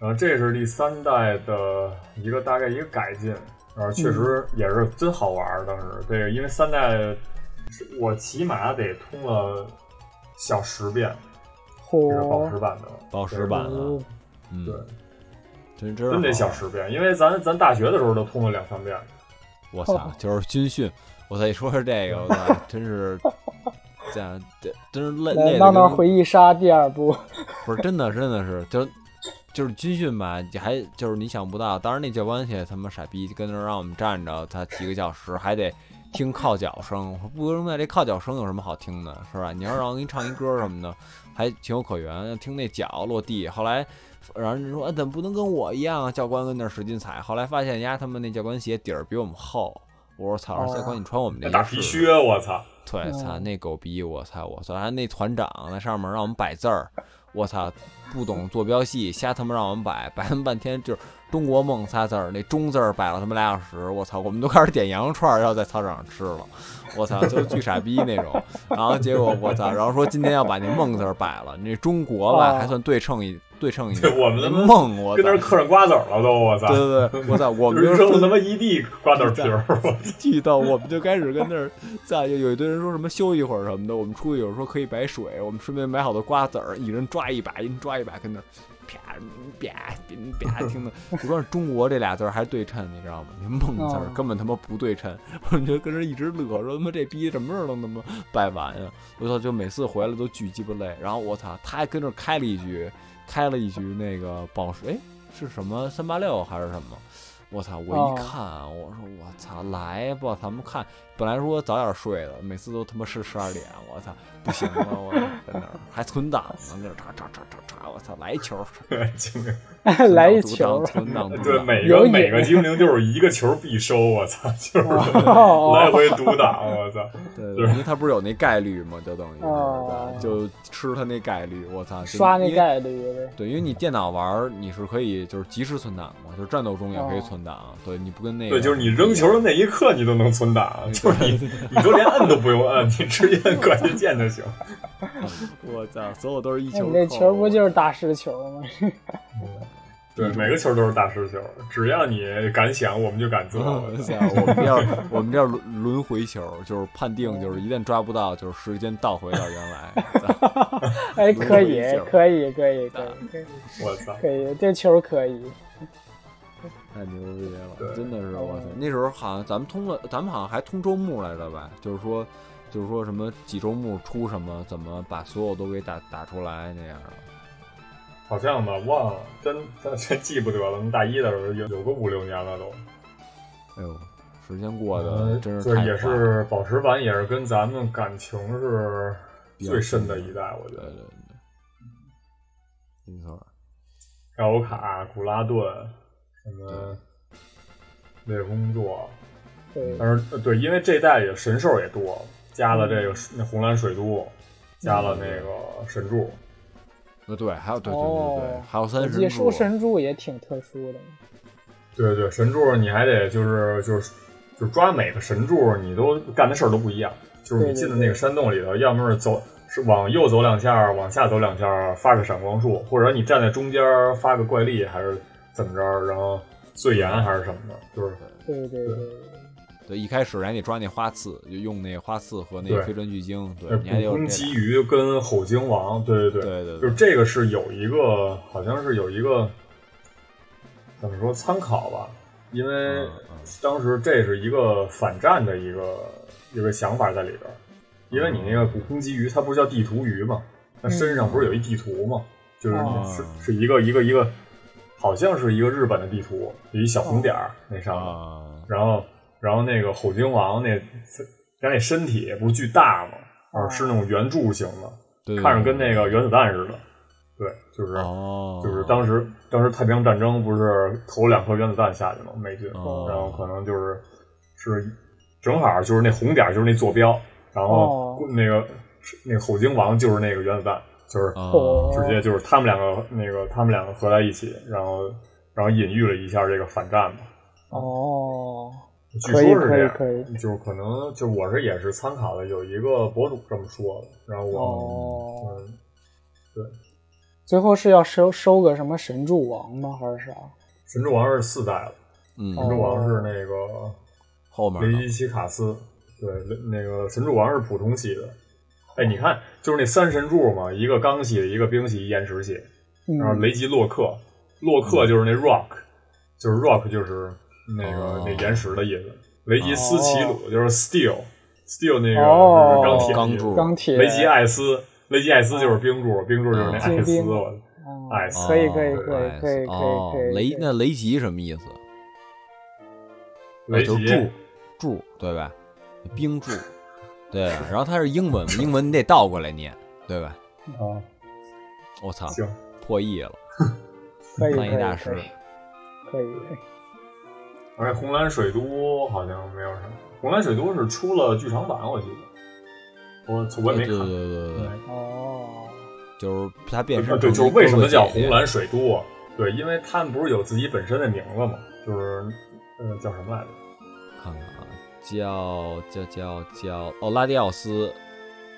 Speaker 1: 然后这是第三代的一个大概一个改进，然后
Speaker 3: 嗯
Speaker 1: 确实也是真好玩儿。当时这个因为三代我起码得通了小十遍，这是宝
Speaker 3: 嚯
Speaker 1: 石！版的，
Speaker 2: 宝石版
Speaker 3: 哦
Speaker 2: 啊，嗯，
Speaker 1: 对，
Speaker 2: 真真
Speaker 1: 真得
Speaker 2: 好
Speaker 1: 小十遍，因为咱咱大学的时候都通了两三遍。
Speaker 2: 我操，就是军训，我操！一说是这个，我操，真是，这样这真是累累
Speaker 3: 来，
Speaker 2: 的。
Speaker 3: 闹闹回忆杀第二部，
Speaker 2: 不是真的，真的是就是就是军训吧，你还就是你想不到，当时那教官也他妈傻逼，跟那儿让我们站着，他几个小时还得听靠脚声。我说不明白这靠脚声有什么好听的，是吧？你要让我给你唱一歌什么的，还情有可原。听那脚落地，后来然后人说、哎、怎么不能跟我一样啊？教官跟那儿使劲踩，后来发现人家他们那教官鞋底儿比我们厚。我说操！教官，你穿我们这
Speaker 1: 哦大
Speaker 2: 个
Speaker 1: 皮
Speaker 2: 试试
Speaker 1: 靴，我操！
Speaker 2: 对，
Speaker 3: 嗯
Speaker 2: 操那狗逼，我操我操，还那团长在上面让我们摆字儿，我操，不懂做标系，瞎他妈让我们摆，摆他妈半天就是中国梦仨字儿，那中字儿摆了他妈俩小时，我操，我们都开始点羊肉串儿要在操场上吃了，我操，就是巨傻逼那种，然后结果我操，然后说今天要把那梦字儿摆了，那中国吧
Speaker 3: 哦
Speaker 2: 还算对称一对称一
Speaker 1: 这
Speaker 2: 点，
Speaker 1: 我们
Speaker 2: 那
Speaker 1: 他妈
Speaker 2: 梦我
Speaker 1: 跟那儿
Speaker 2: 操，
Speaker 1: 嗑上瓜子儿了都，我操！
Speaker 2: 对对对，我操， 我们就是
Speaker 1: 扔了他妈一地瓜子皮儿，我操！
Speaker 2: 气到我们就开始跟那儿，在有有一堆人说什么休一会儿什么的，我们出去有时候可以摆水，我们顺便买好多瓜子儿，一人抓一把，一人抓一把，跟那儿啪啪啪听的，就光是中国这俩字儿还对称，你知道吗？那梦字儿
Speaker 3: 嗯
Speaker 2: 根本他妈不对称，我们就跟人一直乐，说他妈这逼什么时候能他妈摆完啊呀、我操，就每次回来都巨鸡巴累，然后我操，他还跟那儿开了一局，开了一局那个宝石，哎，是什么三八六还是什么？我操！我
Speaker 3: 哦
Speaker 2: 一看，我说我操，来吧，咱们看。本来说早点睡的，每次都他妈是十二点，我操，不行了，我操在那儿还存档呢，那儿叉叉叉叉叉，我操，来一球，
Speaker 1: 精灵，
Speaker 3: 来一
Speaker 2: 存
Speaker 3: 球
Speaker 2: 档，存档，存
Speaker 1: 对
Speaker 2: 档
Speaker 1: 每
Speaker 3: 有
Speaker 1: 个
Speaker 3: 瘾
Speaker 1: 每个精灵就是一个球必收，我操！就是
Speaker 3: 哦
Speaker 1: 来回独挡，我操！
Speaker 2: 对，
Speaker 1: 对
Speaker 2: 因为他不是有那概率嘛，就等于是
Speaker 3: 哦
Speaker 2: 就吃他那概率，我操，就
Speaker 3: 刷那
Speaker 2: 因为
Speaker 3: 概率呗。
Speaker 2: 对，因为你电脑玩儿你是可以就是及时存档嘛，就是战斗中也可以
Speaker 3: 哦
Speaker 2: 存档，对，你不跟那个
Speaker 1: 对，就是你扔球的那一刻，你都能存档，就是你，你都连摁都不用摁，你直接摁管键键就行。
Speaker 2: 我操，所有都是一
Speaker 3: 那
Speaker 2: 球扣，
Speaker 3: 你这球不就是大师球吗？
Speaker 1: 对，每个球都是大师球，只要你敢想，我们就敢做。
Speaker 2: 我操！我们这 儿我们这儿轮轮回球，就是判定，就是一旦抓不到，就是时间倒回到原 来。
Speaker 3: 哎，可以
Speaker 2: 轮回球，
Speaker 3: 可以，可以，可以，可以，
Speaker 1: 我操！
Speaker 3: 可以，这球可以。
Speaker 2: 太牛逼了，
Speaker 1: 对
Speaker 3: 哦
Speaker 2: 真的是我操！那时候好像咱们通了，咱们好像还通周末来着吧？就是说就是说什么几周目出什么，怎么把所有都给打打出来那样的。
Speaker 1: 好像吧，忘了，真真真记不得了。我们大一的时候有有个五六年了都。
Speaker 2: 哎呦，时间过得
Speaker 1: 嗯，
Speaker 2: 真是
Speaker 1: 就
Speaker 2: 太
Speaker 1: 也
Speaker 2: 快了
Speaker 1: 是宝石版，也是跟咱们感情是最深的一代，我觉
Speaker 2: 对对
Speaker 1: 得。
Speaker 2: 对，嗯没错儿。
Speaker 1: 盖欧卡、古拉顿，什么烈工作，
Speaker 3: 对，
Speaker 1: 但是呃对，因为这代也神兽也多，加了这个那红蓝水都，加了那个神柱，
Speaker 2: 呃，对，还有对对对对，
Speaker 3: 哦
Speaker 2: 还有
Speaker 3: 我
Speaker 2: 三
Speaker 3: 记得
Speaker 2: 神
Speaker 3: 树
Speaker 2: 柱，
Speaker 3: 神柱也挺特殊的，
Speaker 1: 对对，神柱你还得就是就是就抓每个神柱，你都干的事儿都不一样，就是你
Speaker 3: 对对
Speaker 1: 进的那个山洞里头，要么是走是往右走两下，往下走两下发个闪光术，或者你站在中间发个怪力，还是怎么着，然后碎岩还是什么的，就是
Speaker 3: 对对对对，
Speaker 2: 对，一开始还得抓那花刺，就用那花刺和那
Speaker 1: 对
Speaker 2: 飞针巨鲸，对
Speaker 1: 呃，
Speaker 2: 你还得
Speaker 1: 捕
Speaker 2: 有
Speaker 1: 风
Speaker 2: 这
Speaker 1: 鲫
Speaker 2: 俩
Speaker 1: 鱼跟吼鲸王，对对
Speaker 2: 对对对
Speaker 1: 就是这个是有一个，好像是有一个怎么说参考吧，因为
Speaker 2: 嗯嗯
Speaker 1: 当时这是一个反战的一个一个想法在里边儿，因为你那个
Speaker 2: 嗯
Speaker 1: 捕风鲫鱼它不是叫地图鱼嘛，那身上不是有一地图嘛，就是
Speaker 2: 嗯
Speaker 3: 哦
Speaker 1: 是是一个一个一个，好像是一个日本的地图，有一小红点儿那上面，
Speaker 2: 啊，
Speaker 1: 然后然后那个吼鲸王那他那身体不是巨大吗？啊，是那种圆柱形的，
Speaker 2: 对，对
Speaker 1: 看着
Speaker 2: 对
Speaker 1: 跟那个原子弹似的。对，就是、
Speaker 2: 哦，
Speaker 1: 就是当时当时太平洋战争不是投两颗原子弹下去吗？美军，
Speaker 2: 哦
Speaker 1: 然后可能就是是正好就是那红点儿就是那坐标，然后
Speaker 3: 哦
Speaker 1: 那个、是那个吼鲸王就是那个原子弹，就是
Speaker 2: 啊
Speaker 3: 哦
Speaker 1: 直接就是他们两个那个他们两个合在一起，然后然后隐喻了一下这个反战嘛。
Speaker 3: 哦，
Speaker 1: 据
Speaker 3: 可以
Speaker 1: 说是
Speaker 3: 可
Speaker 1: 这
Speaker 3: 以
Speaker 1: 样，
Speaker 3: 可以，
Speaker 1: 就是可能就我是也是参考了有一个博主这么说的，然后我、
Speaker 3: 哦，
Speaker 1: 嗯
Speaker 3: 最后是要收收个什么神柱王吗？还是啥？
Speaker 1: 神之王是四代了，
Speaker 2: 嗯，
Speaker 3: 哦
Speaker 1: 神之王是那个
Speaker 2: 后面
Speaker 1: 雷
Speaker 2: 呢
Speaker 1: 伊奇卡斯，对，那个神之王是普通系的。
Speaker 3: 哦
Speaker 1: 哎，你看，就是那三神柱嘛，一个钢系，一个冰系，一岩石系，然后
Speaker 3: 嗯，
Speaker 1: 啊雷吉洛克，洛克就是那 rock，、就是 rock 就是那个、
Speaker 2: 哦
Speaker 1: 那岩石的意思，雷吉斯奇鲁就是 steel，steel 那个
Speaker 3: 哦
Speaker 1: 就是钢铁
Speaker 2: 钢
Speaker 1: 的意思
Speaker 2: 柱
Speaker 3: 钢铁
Speaker 1: 雷吉艾斯，雷吉艾斯就是冰柱，冰柱就是那艾
Speaker 3: 精
Speaker 1: 斯，
Speaker 3: 兵
Speaker 1: 我
Speaker 3: 哦
Speaker 1: 艾斯
Speaker 3: 可以可以
Speaker 2: 哦
Speaker 3: 可以可以可以
Speaker 2: 哦
Speaker 3: 可以，
Speaker 2: 雷
Speaker 3: 可以
Speaker 2: 那雷吉什么意思？
Speaker 1: 雷
Speaker 2: 啊就
Speaker 1: 吉
Speaker 2: 是柱柱对吧？冰柱 对吧，然后它是英文，英文你得倒过来念对吧？
Speaker 3: 哦
Speaker 1: 啊，
Speaker 2: 我操，
Speaker 1: 行，
Speaker 2: 破译了，
Speaker 3: 可以
Speaker 2: 翻译大
Speaker 3: 可以
Speaker 2: 师
Speaker 3: 可以可以，
Speaker 1: 而且红蓝水都好像没有什么，红蓝水都是出了剧场版，我记得，我我也没
Speaker 2: 对对
Speaker 1: 看。
Speaker 2: 对对对，
Speaker 3: 哦，
Speaker 2: 就是它变
Speaker 1: 啊
Speaker 2: 身
Speaker 1: 对，
Speaker 2: 成
Speaker 1: 就是
Speaker 2: 一
Speaker 1: 为什
Speaker 2: 哥
Speaker 1: 么
Speaker 2: 哥
Speaker 1: 叫
Speaker 2: 姐姐
Speaker 1: 红蓝水都啊？对，因为他们不是有自己本身的名字嘛，就是呃叫什么来着？
Speaker 2: 看看啊，叫叫叫叫哦，拉迪奥斯，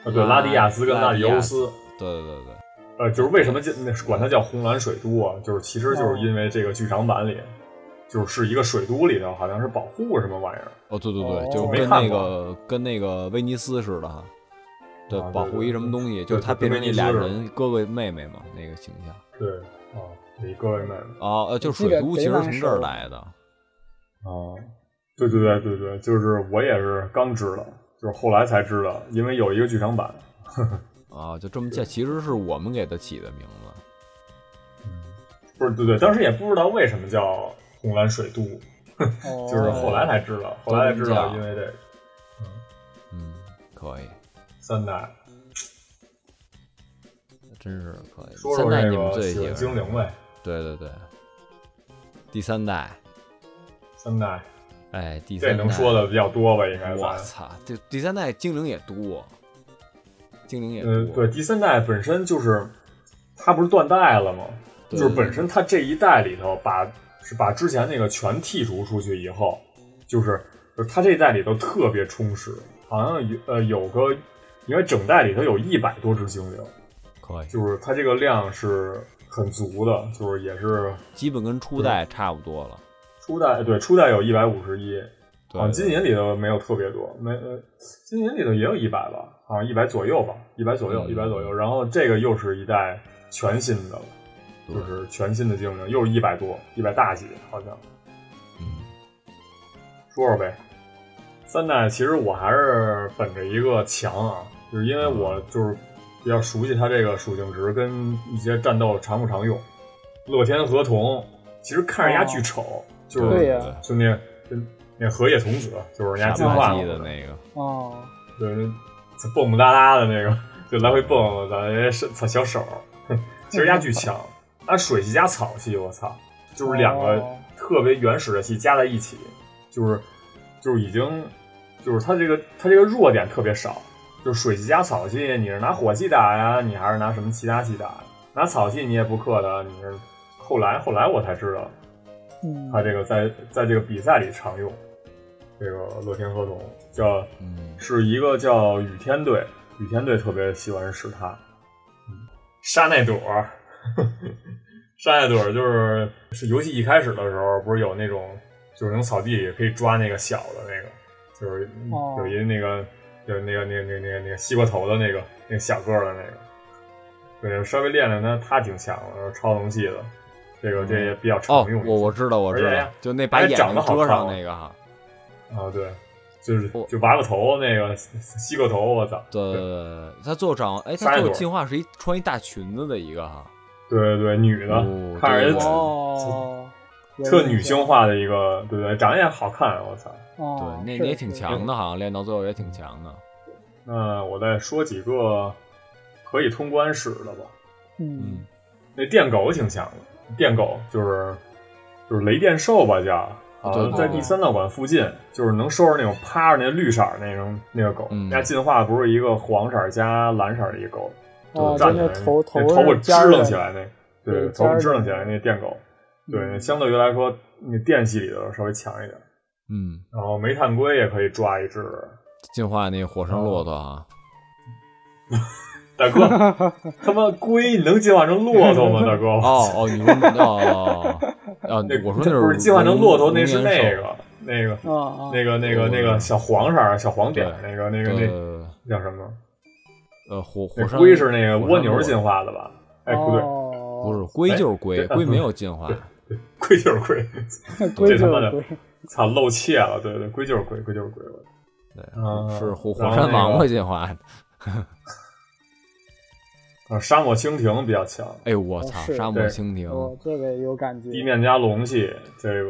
Speaker 1: 啊，对，拉迪亚斯跟
Speaker 2: 拉
Speaker 1: 拉
Speaker 2: 迪
Speaker 1: 迪
Speaker 2: 亚
Speaker 1: 欧
Speaker 2: 斯
Speaker 1: 斯。
Speaker 2: 对对对对，
Speaker 1: 呃，就是为什么叫那管它叫红蓝水都啊？就是其实就是因为这个剧场版里，就是一个水都里头好像是保护什么玩意儿，
Speaker 2: 哦对对对，
Speaker 3: 哦
Speaker 2: 就是
Speaker 1: 没
Speaker 2: 跟
Speaker 1: 看
Speaker 2: 那
Speaker 1: 过
Speaker 2: 个跟那个威尼斯似的哈，对
Speaker 1: 啊，对
Speaker 2: 保护一什么东西，
Speaker 1: 对
Speaker 2: 就是他
Speaker 1: 对
Speaker 2: 变
Speaker 1: 跟
Speaker 2: 成那
Speaker 1: 威尼斯似
Speaker 2: 俩
Speaker 1: 的
Speaker 2: 人哥哥妹妹嘛那个形象
Speaker 1: 对，啊，你各位妹妹
Speaker 2: 啊，呃，就是
Speaker 3: 我记
Speaker 2: 水
Speaker 3: 得
Speaker 2: 都
Speaker 3: 贼
Speaker 2: 其实
Speaker 3: 难
Speaker 2: 从这儿
Speaker 3: 受
Speaker 2: 来的，
Speaker 1: 啊，对对对对对，就是我也是刚知道，就是后来才知道，因为有一个剧场版，
Speaker 2: 啊，就这么叫，其实是我们给他起的名字。
Speaker 1: 嗯不是对对，当时也不知道为什么叫红蓝水都，
Speaker 3: 哦
Speaker 1: 就是后来才知道，后来才知道
Speaker 2: 都这么叫
Speaker 1: 因为这个
Speaker 2: 嗯，可以，
Speaker 1: 三代。
Speaker 2: 真是可以。
Speaker 1: 说
Speaker 2: 三
Speaker 1: 说
Speaker 2: 代
Speaker 1: 这
Speaker 2: 你们
Speaker 1: 个
Speaker 2: 最
Speaker 1: 喜
Speaker 2: 喜
Speaker 1: 欢
Speaker 2: 欢什
Speaker 1: 精
Speaker 2: 么？
Speaker 1: 灵呗，
Speaker 2: 对对对，第三代，
Speaker 1: 三代
Speaker 2: 哎，第
Speaker 1: 这
Speaker 2: 三代
Speaker 1: 能说的比较多吧？应该
Speaker 2: 我
Speaker 1: 咱。
Speaker 2: 操，这第三代精灵也多，精灵也多。
Speaker 1: 呃，对，第三代本身就是，它不是断代了吗？
Speaker 2: 对
Speaker 1: 就是本身它这一代里头把，是把之前那个全剔除出去以后，就是就是它这一代里头特别充实，好像有呃有个，因为整代里头有一百多只精灵，
Speaker 2: 可以，
Speaker 1: 就是它这个量是很足的，就是也是
Speaker 2: 基本跟初代差不多了。
Speaker 1: 初代对初代有一百五十一，
Speaker 2: 对
Speaker 1: 好像啊哦今年里头没有特别多，没呃，今年里头也有一百吧，好像一百左右吧，一百左右，
Speaker 2: 嗯
Speaker 1: 一百左右。然后这个又是一代全新的了，
Speaker 2: 对
Speaker 1: 就是全新的精灵，又是一百多，一百大几好像。
Speaker 2: 嗯，
Speaker 1: 说说呗，三代其实我还是本着一个强啊，就是因为我
Speaker 2: 嗯
Speaker 1: 就是比较熟悉它这个属性值跟一些战斗常不常用。乐天河童其实看着人家巨丑，就是
Speaker 3: 哦对呀
Speaker 1: 就那就那荷叶童子，就是人啊家进
Speaker 2: 傻
Speaker 1: 化
Speaker 2: 吧
Speaker 1: 过
Speaker 2: 唧的那个，
Speaker 3: 哦，
Speaker 1: 对，就蹦蹦哒哒的那个， 就来回蹦，咱这是操小手， 其实压巨强。按水系加草系，我操，就是两个
Speaker 3: 哦
Speaker 1: 特别原始的系加在一起，就是就是已经就是它这个它这个弱点特别少，就是水系加草系，你是拿火系打呀，你还是拿什么其他系打呀？拿草系你也不克的，你是后来后来我才知道，
Speaker 3: 嗯，
Speaker 1: 它这个在在这个比赛里常用，这个乐天合同叫
Speaker 2: 嗯，
Speaker 1: 是一个叫雨天队，雨天队特别喜欢使他。嗯沙奈朵儿，沙奈朵儿就是是游戏一开始的时候，不是有那种就是从草地里可以抓那个小的那个，就是
Speaker 3: 哦
Speaker 1: 有一那个就是那个那个那个那个那个西瓜头的那个那个小个儿的那个，对，稍微练练他，他挺强的，超能系的，这个这也比较
Speaker 2: 哦
Speaker 1: 常用一，些。
Speaker 2: 我我知道，我知
Speaker 1: 而且
Speaker 2: 道
Speaker 1: 呀，
Speaker 2: 就那把眼睛遮上那个哈，
Speaker 1: 啊，对，就是
Speaker 2: 我
Speaker 1: 就娃个头那个西瓜头，我操！
Speaker 2: 对对对对，对他最后长，哎，
Speaker 1: 仨
Speaker 2: 他最
Speaker 1: 人
Speaker 2: 后
Speaker 1: 朵
Speaker 2: 进化是一穿一大裙子的一个哈，
Speaker 1: 对对对，女的，
Speaker 2: 哦
Speaker 1: 看着人
Speaker 2: 对
Speaker 3: 哦，
Speaker 1: 特女性化的一个，对不对？长得也好看，我操。
Speaker 2: 对
Speaker 3: 哦，，
Speaker 2: 那
Speaker 3: 是
Speaker 2: 那也挺
Speaker 3: 是
Speaker 2: 强的，好像练到最后也挺强的，
Speaker 1: 那我再说几个可以通关使的吧。
Speaker 3: 嗯
Speaker 2: 嗯，
Speaker 1: 那电狗挺强的，电狗就是就是雷电兽吧叫，好
Speaker 2: 对
Speaker 1: 像
Speaker 2: 对
Speaker 1: 在
Speaker 3: 哦对
Speaker 1: 第三道馆附近，就是能收拾那种趴着那绿色儿那种那个狗，
Speaker 2: 嗯
Speaker 1: 人家进化不是一个黄色儿加蓝色儿的一个狗，
Speaker 3: 哦，
Speaker 1: 站
Speaker 3: 真
Speaker 1: 起
Speaker 3: 的
Speaker 1: 来
Speaker 3: 头
Speaker 1: 那
Speaker 3: 头
Speaker 1: 头发
Speaker 3: 是尖
Speaker 1: 支
Speaker 3: 儿
Speaker 1: 棱
Speaker 3: 的
Speaker 1: 起，来那，对，
Speaker 3: 对
Speaker 1: 头发
Speaker 3: 尖儿
Speaker 1: 支棱
Speaker 3: 的
Speaker 1: 起来那电狗，对，
Speaker 3: 嗯
Speaker 1: 相对于来说，那电系里的稍微强一点。
Speaker 2: 嗯，
Speaker 1: 然后煤炭龟也可以抓一只，
Speaker 2: 进化那个火山骆驼啊，
Speaker 1: 大哥，他妈龟你能进化成骆驼吗？大哥，
Speaker 2: 哦 哦，你说哦哦，
Speaker 1: 那
Speaker 2: 我说
Speaker 1: 这
Speaker 2: 那
Speaker 1: 不
Speaker 2: 是
Speaker 1: 进化成骆驼，那是
Speaker 2: 龙
Speaker 1: 那
Speaker 2: 年兽哦
Speaker 1: 个那个
Speaker 3: 啊啊，
Speaker 1: 那个那个那个小黄色儿、小黄点儿那个那个
Speaker 2: 对
Speaker 1: 那叫什么？
Speaker 2: 呃火火
Speaker 1: 那
Speaker 2: 山
Speaker 1: 龟是那个
Speaker 2: 火
Speaker 1: 蜗
Speaker 2: 山
Speaker 1: 牛
Speaker 2: 骆
Speaker 1: 进化的吧？哎，不对，
Speaker 3: 哦
Speaker 2: 不是龟就是龟，
Speaker 1: 对
Speaker 2: 龟没有进化，
Speaker 1: 龟就是龟，
Speaker 3: 龟
Speaker 1: 这他
Speaker 3: 就
Speaker 1: 妈
Speaker 3: 是
Speaker 1: 的
Speaker 3: 龟，
Speaker 1: 操，露怯了。对对，龟就是龟，龟就是龟。
Speaker 2: 对
Speaker 1: 嗯，
Speaker 2: 是火
Speaker 1: 然
Speaker 2: 火
Speaker 1: 后
Speaker 2: 山
Speaker 1: 那
Speaker 2: 王
Speaker 1: 个
Speaker 2: 会进化的。
Speaker 1: 啊，沙漠蜻蜓比较强，
Speaker 2: 哎呦我操，
Speaker 3: 哦是
Speaker 2: 沙漠
Speaker 1: 对
Speaker 2: 蜻蜓
Speaker 3: 哦，这个有感觉，
Speaker 1: 地面加龙系，这个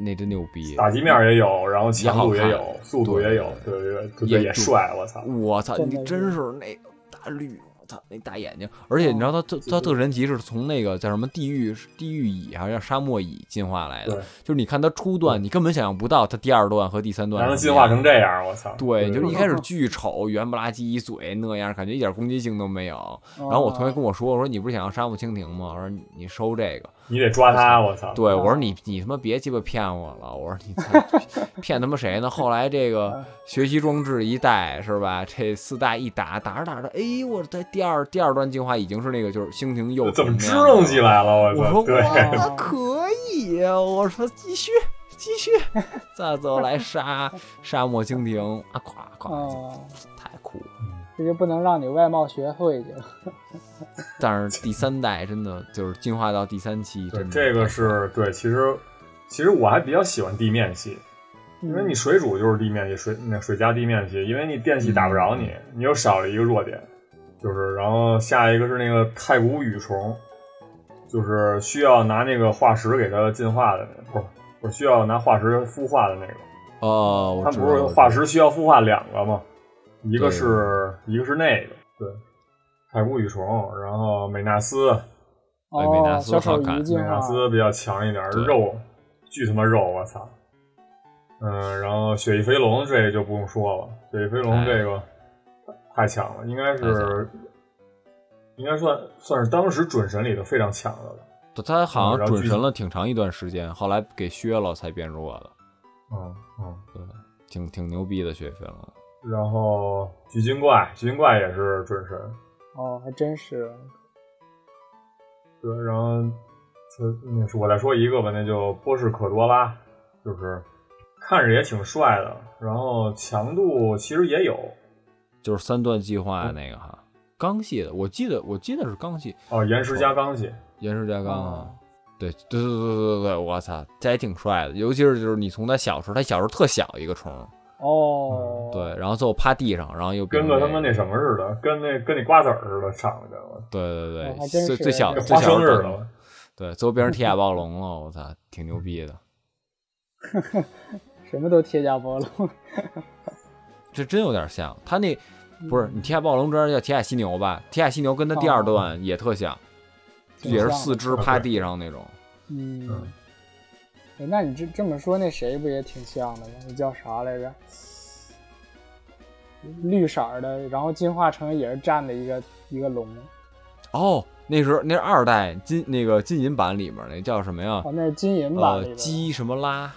Speaker 2: 那真牛逼，
Speaker 1: 打击面儿也有，然后强度
Speaker 2: 也
Speaker 1: 也
Speaker 2: 好看
Speaker 1: 有，速度
Speaker 2: 对
Speaker 1: 也有，对对对，对
Speaker 2: 也
Speaker 1: 也
Speaker 2: 就
Speaker 1: 帅，我操！
Speaker 2: 我操，
Speaker 3: 真的
Speaker 2: 你
Speaker 3: 是哦
Speaker 2: 真是那大绿，我操，那大眼睛，而且你知道它特它特神奇，是从那个叫什么地狱地狱蚁还是叫沙漠蚁进化来的，
Speaker 1: 对
Speaker 2: 就是你看它初段，你根本想象不到它第二段和第三段
Speaker 1: 还能
Speaker 2: 是什
Speaker 1: 进
Speaker 2: 么
Speaker 1: 化
Speaker 2: 样
Speaker 1: 成这样，我操！
Speaker 2: 对，就是一开始
Speaker 3: 嗯
Speaker 2: 巨丑，圆不拉几一嘴那样，感觉一点攻击性都没有。
Speaker 3: 然
Speaker 2: 然后我同学跟我说，我说你不是想要沙漠蜻蜓吗？我说你你收这个，
Speaker 1: 你得抓他，我操！
Speaker 2: 对，我
Speaker 3: 哦
Speaker 2: 说你你他妈别鸡巴骗我了，我说你他骗他妈谁呢？后来这 个学习装置一带是吧？这四大一打，打着打着，哎，我在第二第二段进化已经是那个就是蜻蜓幼
Speaker 1: 怎么
Speaker 2: 虫
Speaker 1: 支
Speaker 2: 那样啊
Speaker 1: 棱
Speaker 2: 的
Speaker 1: 起来了？
Speaker 2: 我
Speaker 1: 操！
Speaker 2: 说
Speaker 1: 对，
Speaker 2: 哇，可以啊！我说继续继续，再走来杀沙漠蜻蜓啊！咵咵，
Speaker 3: 哦，
Speaker 2: 太酷了！
Speaker 3: 这就不能让你外貌学会去了，
Speaker 2: 但是第三代真的就是进化到第三期，
Speaker 1: 对
Speaker 2: 真的
Speaker 1: 这个是对，其实其实我还比较喜欢地面系， 因
Speaker 2: 嗯
Speaker 3: 嗯
Speaker 1: 为你水煮就是地面系，水那水加地面系，因为你电系打不着你，
Speaker 2: 嗯
Speaker 1: 你又少了一个弱点，就是然后下一个是那个太古羽虫，就是需要拿那个化石给它进化的，不是我需要拿化石孵化的那个，
Speaker 2: 哦，我
Speaker 1: 它
Speaker 2: 知
Speaker 1: 不
Speaker 2: 道
Speaker 1: 是
Speaker 2: 我知
Speaker 1: 化
Speaker 2: 道
Speaker 1: 石需要孵化两个吗？一个
Speaker 2: 对
Speaker 1: 是一个是那个对，太古羽虫，然后美纳斯，
Speaker 2: 哎美纳
Speaker 3: 哦，
Speaker 2: 斯
Speaker 3: 小
Speaker 2: 好
Speaker 3: 丑
Speaker 2: 看
Speaker 3: 鱼啊进
Speaker 1: 美纳
Speaker 3: 化，
Speaker 1: 斯比较强一点，
Speaker 2: 对
Speaker 1: 肉巨他妈肉，我操！嗯，然后雪翼飞龙这就不用说了，雪翼飞龙这个太强了，应该
Speaker 2: 哎太强
Speaker 1: 是应该算算是当时准神里的非常强的了。
Speaker 2: 对他好
Speaker 1: 嗯然
Speaker 2: 像
Speaker 1: 后
Speaker 2: 准
Speaker 1: 剧
Speaker 2: 神了挺长一段时间，后来给削了才变弱的，
Speaker 1: 嗯嗯，
Speaker 2: 对，挺挺牛逼的学分了。
Speaker 1: 然后巨金怪，巨金怪也是准神，
Speaker 3: 哦，还真是，
Speaker 1: 对，然后呃那是我再说一个吧，那就波士可多拉，就是看着也挺帅的，然后强度其实也有
Speaker 2: 就是三段计划那个哈，钢系的，我记得我记得是钢系，
Speaker 1: 哦，岩石加钢系。
Speaker 2: 岩石加钢啊
Speaker 3: 哦。
Speaker 2: 对对对对对对对，我操，这还挺帅的，尤其是就是你从他小时候，他小时候特小一个虫，
Speaker 3: 哦，
Speaker 2: 嗯对，然后最后趴地上，然后又变
Speaker 1: 跟
Speaker 2: 成
Speaker 1: 个
Speaker 2: 这
Speaker 1: 他妈那什么似的，跟那跟那瓜子儿似的上去了，
Speaker 2: 对对
Speaker 3: 哦还
Speaker 2: 对，
Speaker 3: 真
Speaker 2: 最
Speaker 3: 是
Speaker 2: 最小
Speaker 1: 跟
Speaker 2: 最
Speaker 1: 花
Speaker 2: 小
Speaker 1: 生
Speaker 2: 的
Speaker 1: 似
Speaker 2: 段
Speaker 1: 的。
Speaker 2: 对，最后 变成铁甲暴龙了，我操，挺牛逼
Speaker 1: 嗯
Speaker 2: 的。
Speaker 3: 什么都贴甲暴龙，
Speaker 2: 这真有点像他那，
Speaker 1: 嗯
Speaker 2: 不是你铁甲暴龙知道叫铁甲犀牛吧？铁甲犀牛跟他
Speaker 1: 哦
Speaker 2: 第二段也特像，
Speaker 3: 挺
Speaker 2: 也是
Speaker 3: 像
Speaker 2: 四肢趴地上那种。
Speaker 3: 嗯
Speaker 1: 嗯，
Speaker 3: 哎那你这这么说，那谁不也挺像的吗？那叫啥来着？绿色儿的，然后进化成也是站的一个一个龙。
Speaker 2: 哦，那是那是二代金那个金银版里面那叫什么呀？
Speaker 3: 哦，那是金银版
Speaker 2: 呃
Speaker 3: 里，的。
Speaker 2: 基什么拉？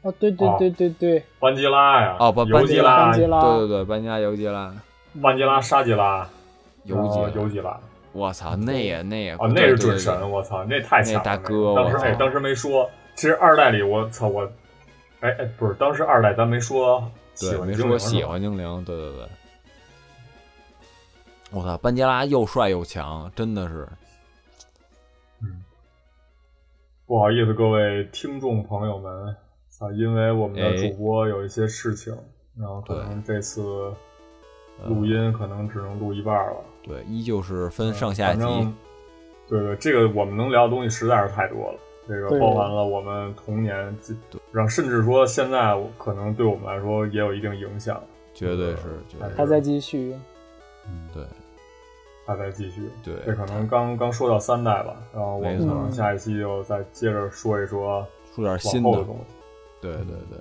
Speaker 3: 哦，对对对对对，
Speaker 1: 班吉拉呀，
Speaker 2: 哦，班
Speaker 1: 尤
Speaker 2: 班
Speaker 1: 吉
Speaker 2: 吉
Speaker 1: 拉，哦
Speaker 3: 班吉拉
Speaker 2: 对对对，班加尤吉拉，
Speaker 1: 班吉拉、沙吉拉、
Speaker 2: 尤吉
Speaker 1: 呃
Speaker 2: 拉
Speaker 1: 尤吉拉，
Speaker 2: 我操，那也那也
Speaker 1: 啊，那
Speaker 2: 对
Speaker 1: 是
Speaker 2: 对
Speaker 1: 准
Speaker 2: 对
Speaker 1: 神，我操，那太强了！
Speaker 2: 那大哥
Speaker 1: 当时
Speaker 2: 我操
Speaker 1: 哎，当时没说。其实二代里，我操，我，哎哎，不是，当时二代咱没说喜
Speaker 2: 对，
Speaker 1: 欢
Speaker 2: 没
Speaker 1: 精
Speaker 2: 说
Speaker 1: 灵
Speaker 2: 喜
Speaker 1: 是吧，
Speaker 2: 欢精灵，对对对。我操，班杰拉又帅又强，真的是
Speaker 1: 不好意思，各位听众朋友们，啊，因为我们的
Speaker 2: 哎
Speaker 1: 主播有一些事情，然后可能这次录
Speaker 2: 嗯
Speaker 1: 音可能只能录一半了，
Speaker 2: 对，依旧是分上下
Speaker 1: 嗯反
Speaker 2: 集，
Speaker 1: 正对对，这个我们能聊的东西实在是太多了。这个
Speaker 3: 对
Speaker 1: 包含了我们童年，让甚至说现在我可能对我们来说也有一定影响，
Speaker 2: 绝对是，绝对
Speaker 1: 哎
Speaker 3: 还在继续。
Speaker 2: 对
Speaker 1: 还在继续。这
Speaker 2: 对，嗯
Speaker 1: 可能刚刚说到三代吧，然后我们
Speaker 2: 没
Speaker 1: 可
Speaker 2: 错
Speaker 1: 能下一期又再接着说一说
Speaker 2: 出点
Speaker 1: 往
Speaker 2: 新
Speaker 1: 后的
Speaker 2: 的，
Speaker 1: 东西。嗯
Speaker 2: 对对对。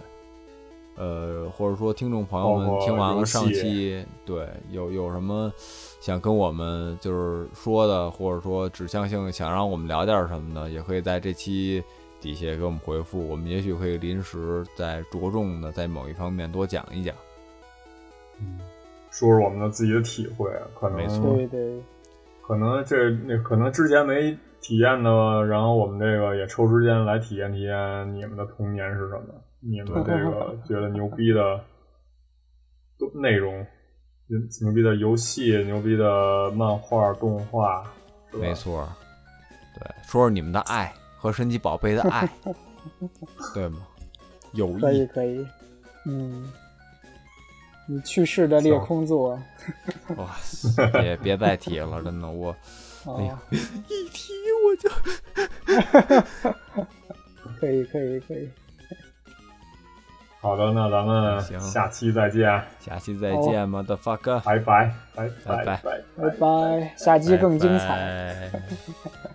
Speaker 2: 呃，或者说听众朋友
Speaker 1: 包
Speaker 2: 们
Speaker 1: 括
Speaker 2: 听完
Speaker 1: 游
Speaker 2: 了上
Speaker 1: 戏
Speaker 2: 期，对有有什么想跟我们就是说的，或者说指向性想让我们聊点什么的，也可以在这期底下给我们回复，我们也许可以临时再着重的在某一方面多讲一讲。
Speaker 1: 说说我们的自己的体会，可
Speaker 2: 没
Speaker 1: 能
Speaker 2: 错
Speaker 3: 对对，
Speaker 1: 可能这那可能之前没体验的，然后我们这个也抽时间来体验体验你们的童年是什么，你们这个觉得牛逼的都内容，牛牛逼的游戏、牛逼的漫画、动画，是吧
Speaker 2: 没，错儿，对，说说你们的爱和神奇宝贝的爱，对吗？友
Speaker 3: 可以
Speaker 2: 谊，
Speaker 3: 可以。嗯，你去世的裂空座
Speaker 2: 哇，别别再提了，真的，我
Speaker 3: 啊，
Speaker 2: 一提我就
Speaker 3: 可以可以可以。
Speaker 1: 好的，那咱们
Speaker 2: 行
Speaker 1: 下期再见，
Speaker 2: 下期再
Speaker 3: 好
Speaker 2: 见吧，大 fuck，
Speaker 1: 拜拜，拜
Speaker 2: 拜
Speaker 1: 拜拜
Speaker 3: 拜拜，下期更精彩。
Speaker 2: 拜拜